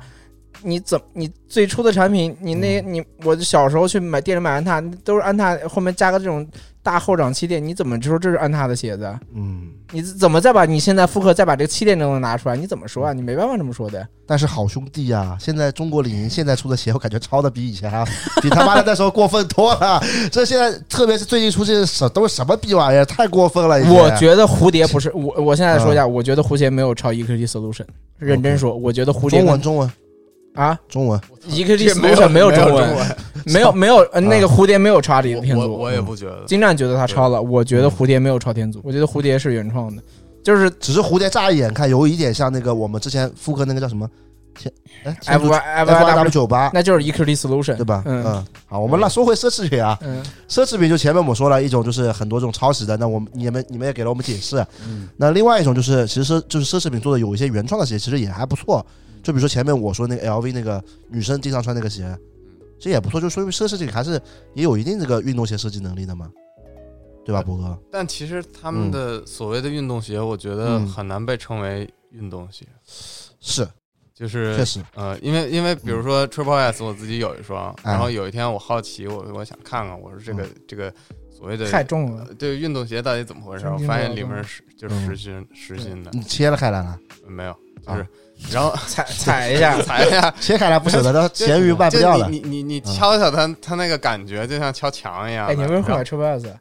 Speaker 1: 你怎你最初的产品，你那
Speaker 2: 嗯
Speaker 1: 你我小时候去买店里买安踏，都是安踏后面加个这种大后掌气垫，你怎么知道这是安踏的鞋子啊？
Speaker 2: 嗯，
Speaker 1: 你怎么再把你现在复刻，再把这个气垫这东西拿出来？你怎么说啊？你没办法这么说的。
Speaker 2: 但是好兄弟啊，现在中国李宁现在出的鞋，我感觉抄的比以前还要 比他妈的那时候过分多了。这现在特别是最近出这些什都是什么逼玩意儿，太过分了已经。
Speaker 1: 我觉得蝴蝶不是我， 我现在说一
Speaker 2: 啊
Speaker 1: 下，我觉得蝴蝶没有超 EQT Solution。认真说，我觉得蝴蝶
Speaker 2: 中文
Speaker 1: 跟
Speaker 2: 中文
Speaker 1: 啊
Speaker 2: 中文，
Speaker 1: ，EQT
Speaker 4: 这没有
Speaker 1: Solution 没有
Speaker 4: 没有
Speaker 1: 中
Speaker 4: 中
Speaker 1: 文，没有没有呃
Speaker 2: 啊
Speaker 1: 那个蝴蝶没有超这个天
Speaker 4: 我
Speaker 1: 族，
Speaker 4: 我也不觉得。
Speaker 1: 金战觉得他抄了，我觉得蝴蝶没有抄天族，我觉得蝴蝶是原创的，就是
Speaker 2: 只是蝴蝶乍一眼看有一点像那个我们之前复刻那个叫什么，天哎
Speaker 1: F Y F Y
Speaker 2: F Y W
Speaker 1: W，
Speaker 2: 九八
Speaker 1: 那就是 EQT Solution，
Speaker 2: 对吧？
Speaker 1: 嗯
Speaker 2: 嗯，好，我们那说回奢侈品啊，
Speaker 1: 嗯，
Speaker 2: 奢侈品就前面我们说了一种就是很多这种超时的，那我们你们你们也给了我们解释。啊
Speaker 3: 嗯
Speaker 2: 那另外一种就是其实就是奢侈品做的有一些原创的鞋，其实也还不错。就比如说前面我说那个 LV 那个女生经常穿那个鞋，这也不错，就说明奢侈品还是也有一定这个运动鞋设计能力的嘛，对吧，博哥？
Speaker 4: 但其实他们的所谓的运动鞋，我觉得
Speaker 2: 嗯
Speaker 4: 很难被称为运动鞋，
Speaker 2: 是，
Speaker 4: 就是
Speaker 2: 确实，
Speaker 4: 呃，因为因为比如说 Triple S，我自己有一双，
Speaker 2: 哎
Speaker 4: 然后有一天我好奇，我我想看看，我说这个、
Speaker 2: 嗯
Speaker 4: 这个所谓的
Speaker 1: 太重了，
Speaker 4: 呃对运动鞋到底怎么回事？
Speaker 1: 神
Speaker 4: 我
Speaker 1: 经
Speaker 4: 发现
Speaker 1: 质
Speaker 4: 里
Speaker 1: 量
Speaker 4: 面是就是
Speaker 2: 嗯
Speaker 4: 实心实心的，
Speaker 2: 你切了开来了，
Speaker 4: 没有，就
Speaker 2: 啊
Speaker 4: 是然后，
Speaker 1: 踩踩一下
Speaker 4: 踩一下，
Speaker 2: 切开来不舍得，那咸鱼卖不掉
Speaker 4: 就
Speaker 2: 了。嗯
Speaker 4: 你你你你敲敲它，它那个感觉就像敲墙一样的。
Speaker 1: 哎，你们会
Speaker 4: 然
Speaker 1: 买
Speaker 4: 后
Speaker 1: Triple S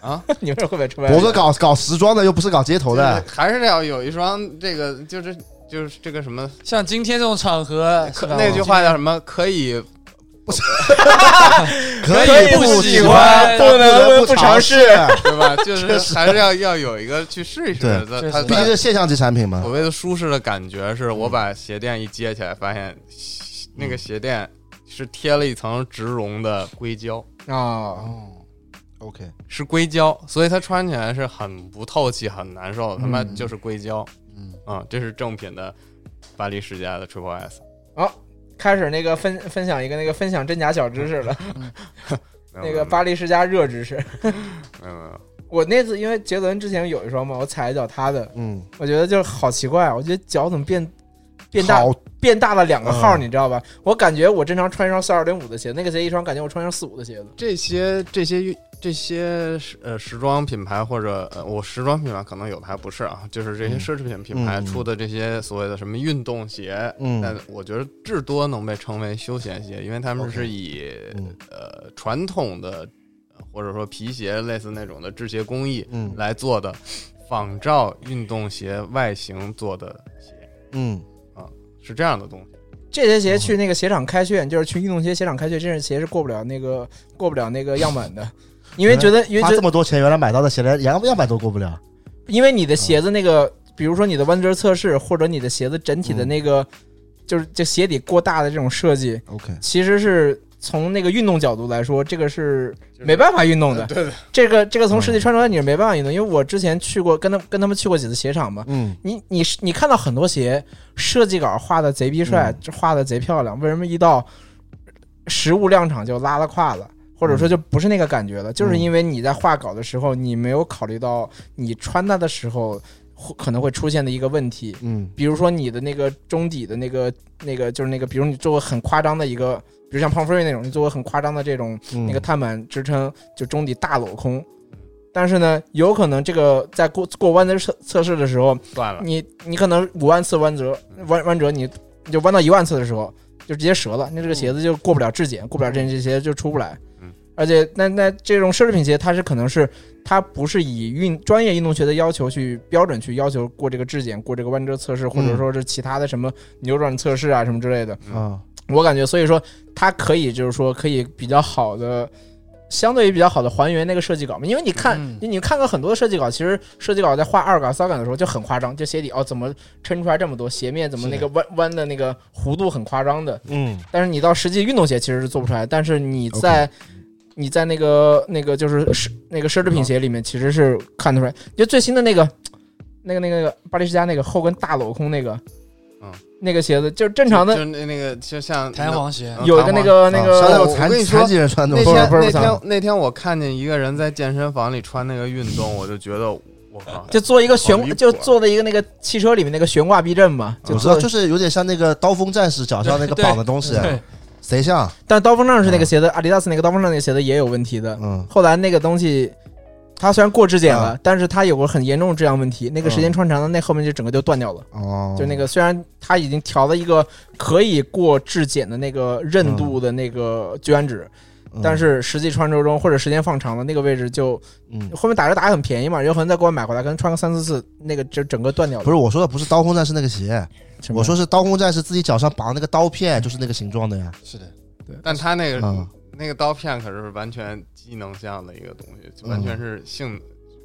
Speaker 4: 啊？
Speaker 1: 你们会买 Triple
Speaker 2: 博哥
Speaker 1: S？
Speaker 2: 搞搞时装的，又不是搞街头的
Speaker 4: 就是，还是要有一双这个就是就是这个什么，
Speaker 3: 像今天这种场合，
Speaker 4: 可
Speaker 3: 是吧
Speaker 4: 那句话叫什么？可以
Speaker 2: 可
Speaker 3: 以
Speaker 2: 不
Speaker 3: 不喜
Speaker 2: 欢，
Speaker 3: 欢
Speaker 2: 不能
Speaker 1: 不
Speaker 2: 尝
Speaker 1: 尝
Speaker 2: 试，
Speaker 4: 对吧？就是
Speaker 2: 确实
Speaker 4: 还是要要有一个去试一试
Speaker 2: 对
Speaker 4: 的，
Speaker 3: 确
Speaker 4: 它
Speaker 3: 实
Speaker 2: 毕
Speaker 4: 它
Speaker 2: 竟是嗯现象级产品嘛
Speaker 4: 所。谓的舒适的感觉是我把鞋垫一揭起来，发现鞋那个
Speaker 2: 嗯
Speaker 4: 鞋垫是贴了一层植绒的硅胶，
Speaker 1: 哦，
Speaker 2: 哦，OK，
Speaker 4: 是硅胶，所以它穿起来是很不透气、很难受的，他妈
Speaker 1: 嗯
Speaker 4: 就是硅胶
Speaker 3: 嗯，
Speaker 4: 啊！这是正品的巴黎世家的 Triple S，
Speaker 1: 开始那个分分享一个那个分享真假小知识 了，
Speaker 4: 没有
Speaker 1: 那个巴
Speaker 4: 黎，
Speaker 1: 黎世家热知识。
Speaker 4: 没有没有，
Speaker 1: 我那次因为杰伦之前有一双嘛，我踩一脚他的，
Speaker 2: 嗯，
Speaker 1: 我觉得就是好奇怪，我觉得脚怎么变变大
Speaker 2: 好
Speaker 1: 变大了两个号，
Speaker 2: 嗯
Speaker 1: 你知道吧？我感觉我正常穿一双四二零五的鞋，那个鞋一双感觉我穿一双四五的鞋子。
Speaker 4: 这些这些这些时呃时装品牌或者呃我时装品牌可能有的还不是啊，就是这些
Speaker 2: 嗯
Speaker 4: 奢侈品品牌
Speaker 2: 嗯
Speaker 4: 出的这些所谓的什么运动鞋，
Speaker 2: 嗯
Speaker 4: 但我觉得至多能被称为休闲鞋，因为他们
Speaker 2: OK
Speaker 4: 是以
Speaker 2: 嗯
Speaker 4: 呃传统的呃或者说皮鞋类似那种的制鞋工艺
Speaker 2: 嗯
Speaker 4: 来做的，仿照运动鞋外形做的鞋
Speaker 2: 嗯，
Speaker 4: 是这样的东西。
Speaker 1: 这些鞋去那个鞋厂开卷，就是去运动鞋鞋厂开卷，这些鞋是过不了那个过不了那个样板的，因为觉得因为
Speaker 2: 花
Speaker 1: 觉
Speaker 2: 这
Speaker 1: 得
Speaker 2: 嗯么多钱，原来买到的鞋连样样板都过不了。
Speaker 1: 因为你的鞋子那
Speaker 2: 嗯
Speaker 1: 个，比如说你的弯折测试或者你的鞋子整体的那个，就是这鞋底过大的这种设计，
Speaker 2: OK，
Speaker 1: 其实是从那个运动角度来说，这个是
Speaker 4: 就是
Speaker 1: 没办法运动的。
Speaker 4: 对对，
Speaker 1: 这个这个从实际穿出来你是没办法运动，因为我之前去过跟他跟他们去过几次鞋厂嘛，
Speaker 2: 嗯，
Speaker 1: 你你是你看到很多鞋设计稿画的贼逼帅，
Speaker 2: 嗯
Speaker 1: 这画的贼漂亮，为什么一到实物量产就拉了胯了？或者说就不是那个感觉了，就是因为你在画稿的时候，你没有考虑到你穿它的时候会可能会出现的一个问题，
Speaker 2: 嗯
Speaker 1: 比如说你的那个中底的那个那个就是那个，比如你做过很夸张的一个，比如像 p o m f r e y 那种，你做过很夸张的这种
Speaker 2: 嗯，
Speaker 1: 那个碳板支撑，就中底大镂空。但是呢，有可能这个在过过弯的测测试的时候，
Speaker 4: 算了，嗯
Speaker 1: 你你可能五万次弯折弯弯折，你你就弯到一万次的时候，就直接折了，那这个鞋子就过不了质检，过不了质检，这鞋就出不来
Speaker 4: 嗯。
Speaker 1: 而且，那那这种奢侈品鞋，它是可能是它不是以运专业运动学的要求去标准去要求过这个质检、过这个弯折测试，或
Speaker 4: 嗯
Speaker 1: 者说是其他的什么扭转测试啊什么之类的。
Speaker 2: 啊，
Speaker 1: 我感觉，所以说它可以就是说可以比较好的，相对于比较好的还原那个设计稿嘛。因为你看，
Speaker 3: 嗯
Speaker 1: 你你看过很多的设计稿，其实设计稿在画二稿、三稿的时候就很夸张，就鞋底哦怎么撑出来这么多，鞋面怎么
Speaker 3: 是
Speaker 1: 那个弯弯的那个弧度很夸张的。
Speaker 2: 嗯
Speaker 1: 但是你到实际运动鞋其实是做不出来，但是你在。你在那个那个就是奢那个奢侈品鞋里面，其实是看得出来。就最新的那个，那个那个那个巴黎世家那个后跟大镂空那个，
Speaker 4: 嗯，
Speaker 1: 那个鞋子就是正常的
Speaker 4: 就，是那那个就像
Speaker 3: 弹簧鞋
Speaker 4: 嗯
Speaker 1: 有一个那个那
Speaker 2: 像那
Speaker 1: 个
Speaker 2: 种残
Speaker 4: 我跟你说
Speaker 2: 残疾人穿的
Speaker 4: 那
Speaker 2: 那种，
Speaker 4: 天
Speaker 1: 不是不
Speaker 4: 那
Speaker 1: 是不是
Speaker 4: 天那天我看见一个人在健身房里穿那个运动，我就觉得我我靠，
Speaker 1: 就做一个悬
Speaker 4: 好离谱，啊
Speaker 1: 就做了一个那个汽车里面那个悬挂避震嘛，就
Speaker 2: 我知道，
Speaker 1: 做。
Speaker 2: 就是有点像那个刀锋战士脚上那个
Speaker 3: 对
Speaker 2: 绑的东西，啊嗯
Speaker 3: 对，
Speaker 2: 贼像。
Speaker 1: 但刀锋杖是那个鞋子，阿迪达斯那个刀锋杖那个鞋子也有问题的。
Speaker 2: 嗯，
Speaker 1: 后来那个东西，它虽然过质检了，
Speaker 2: 啊
Speaker 1: 但是它有过很严重的质量问题。那个时间穿长了，那后面就整个就断掉了。
Speaker 2: 嗯哦，
Speaker 1: 就那个虽然它已经调了一个可以过质检的那个韧度的那个绝缘值，
Speaker 2: 嗯，
Speaker 1: 但是实际穿着中或者时间放长了，那个位置就
Speaker 2: 嗯，
Speaker 1: 后面打折打得很便宜嘛，有可能在国外买回来，可能穿个三四次，那个就整个断掉了。
Speaker 2: 不是我说的，不是刀锋战士那个鞋，
Speaker 1: 什么
Speaker 2: 我说是刀锋战士自己脚上绑那个刀片，就是那个形状的呀。
Speaker 3: 是的，
Speaker 4: 但他那个、
Speaker 2: 嗯
Speaker 4: 那个刀片可是完全机能项的一个东西，
Speaker 2: 嗯
Speaker 4: 完全是性、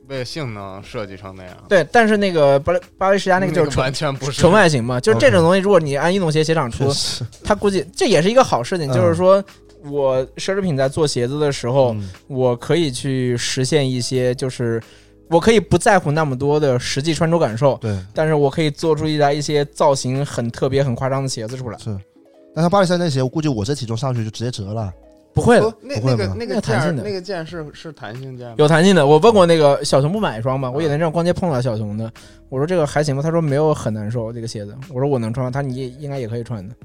Speaker 4: 为性能设计成那样。
Speaker 1: 对，但是那个巴黎巴黎世家那个就是纯
Speaker 4: 完全不是
Speaker 1: 纯外形嘛，就是这
Speaker 2: OK
Speaker 1: 种东西，如果你按运动鞋鞋厂出
Speaker 2: 确， 实，
Speaker 1: 他估计这也是一个好事情，
Speaker 2: 嗯
Speaker 1: 就是说我奢侈品在做鞋子的时候，
Speaker 2: 嗯
Speaker 1: 我可以去实现一些，就是我可以不在乎那么多的实际穿着感受，
Speaker 2: 对，
Speaker 1: 但是我可以做出一来一些造型很特别、很夸张的鞋子出来。
Speaker 2: 是。但他巴黎三那鞋，我估计我这体重上去就直接折了。
Speaker 1: 不会的，
Speaker 4: 不那
Speaker 2: 不会吗
Speaker 4: 那个那
Speaker 1: 那个
Speaker 4: 个
Speaker 1: 弹
Speaker 4: 键
Speaker 1: 性
Speaker 4: 儿
Speaker 1: 的
Speaker 4: 那个键是是弹性键吗？
Speaker 1: 有弹性
Speaker 2: 嗯
Speaker 1: 的。我问过那个小熊不买一双吗？我也能这样逛街碰到小熊的。我说这个还行吧，他说没有很难受这个鞋子。我说我能穿吗？他说你也应该也可以穿的。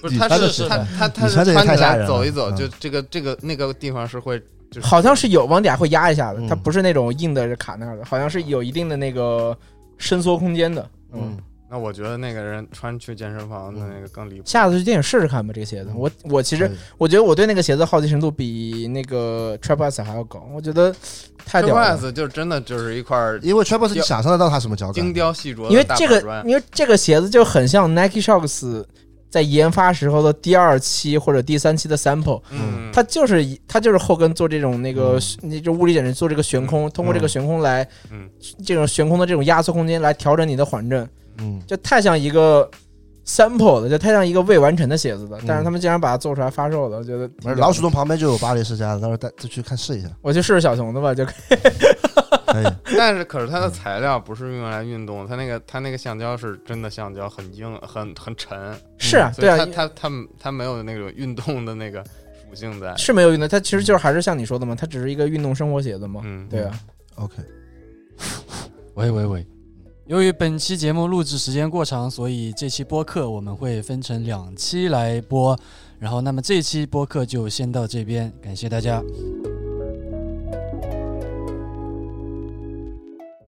Speaker 4: 不是
Speaker 2: 你
Speaker 4: 它
Speaker 2: 穿
Speaker 4: 是
Speaker 2: 的是
Speaker 4: 它它它
Speaker 2: 你
Speaker 4: 是
Speaker 2: 穿这个
Speaker 4: 穿
Speaker 2: 太
Speaker 4: 起
Speaker 2: 吓人了
Speaker 4: 来走一走，
Speaker 2: 嗯
Speaker 4: 就这个这个那个地方是会就是
Speaker 1: 好像是有往底下会压一下的
Speaker 2: 嗯，
Speaker 1: 它不是那种硬的卡那儿的，好像是有一定的那个伸缩空间的。
Speaker 2: 嗯，
Speaker 4: 那我觉得那个人穿去健身房
Speaker 1: 嗯
Speaker 4: 的那个更离谱。
Speaker 1: 下次去店里试试看吧，这个鞋子。
Speaker 2: 嗯
Speaker 1: 我我其实
Speaker 2: 可以
Speaker 1: 我觉得我对那个鞋子好奇程度比那个 Trap S 还要高，我觉得太
Speaker 4: t
Speaker 1: 屌
Speaker 4: r
Speaker 1: 了。
Speaker 4: s 就真的就是一块
Speaker 2: 因为 Travis 你想象得到他什么脚感
Speaker 4: 精？雕细琢
Speaker 1: 因
Speaker 4: 的
Speaker 1: 为
Speaker 4: 大
Speaker 1: 这
Speaker 4: 板
Speaker 1: 个
Speaker 4: 砖，，
Speaker 1: 因为这个鞋子就很像 Nike Shox 在研发时候的第二期或者第三期的 sample，
Speaker 4: 嗯，
Speaker 1: 它就是以它就是后跟做这种那个那就物理减震做这个悬空，通过这个
Speaker 2: 嗯
Speaker 1: 悬空来
Speaker 4: 嗯
Speaker 1: 这种悬空的这种压缩空间来调整你的缓震，
Speaker 2: 嗯，
Speaker 1: 就太像一个 sample 的，就太像一个未完成的鞋子的
Speaker 2: 嗯。
Speaker 1: 但是他们竟然把它做出来发售了，我觉得挺
Speaker 2: 不
Speaker 1: 屌
Speaker 2: 是
Speaker 1: 的
Speaker 2: 老鼠洞旁边就有巴黎世家的，到时候带就去看试一下，
Speaker 1: 我去试试小熊的吧，就
Speaker 2: 可以。
Speaker 4: 但是可是它的材料不是用来运动，它那个它那个橡胶是真的橡胶，很硬，很很沉，
Speaker 1: 是啊，
Speaker 4: 所以
Speaker 1: 对啊
Speaker 4: 它，它它它没有那种运动的那个属性在，
Speaker 1: 是没有运动，它其实就是还是像你说的嘛，它只是一个运动生活鞋子嘛，
Speaker 4: 嗯，
Speaker 1: 对啊，
Speaker 2: OK，
Speaker 3: 喂喂喂。由于本期节目录制时间过长，所以这期播客我们会分成两期来播。然后，那么这期播客就先到这边，感谢大家。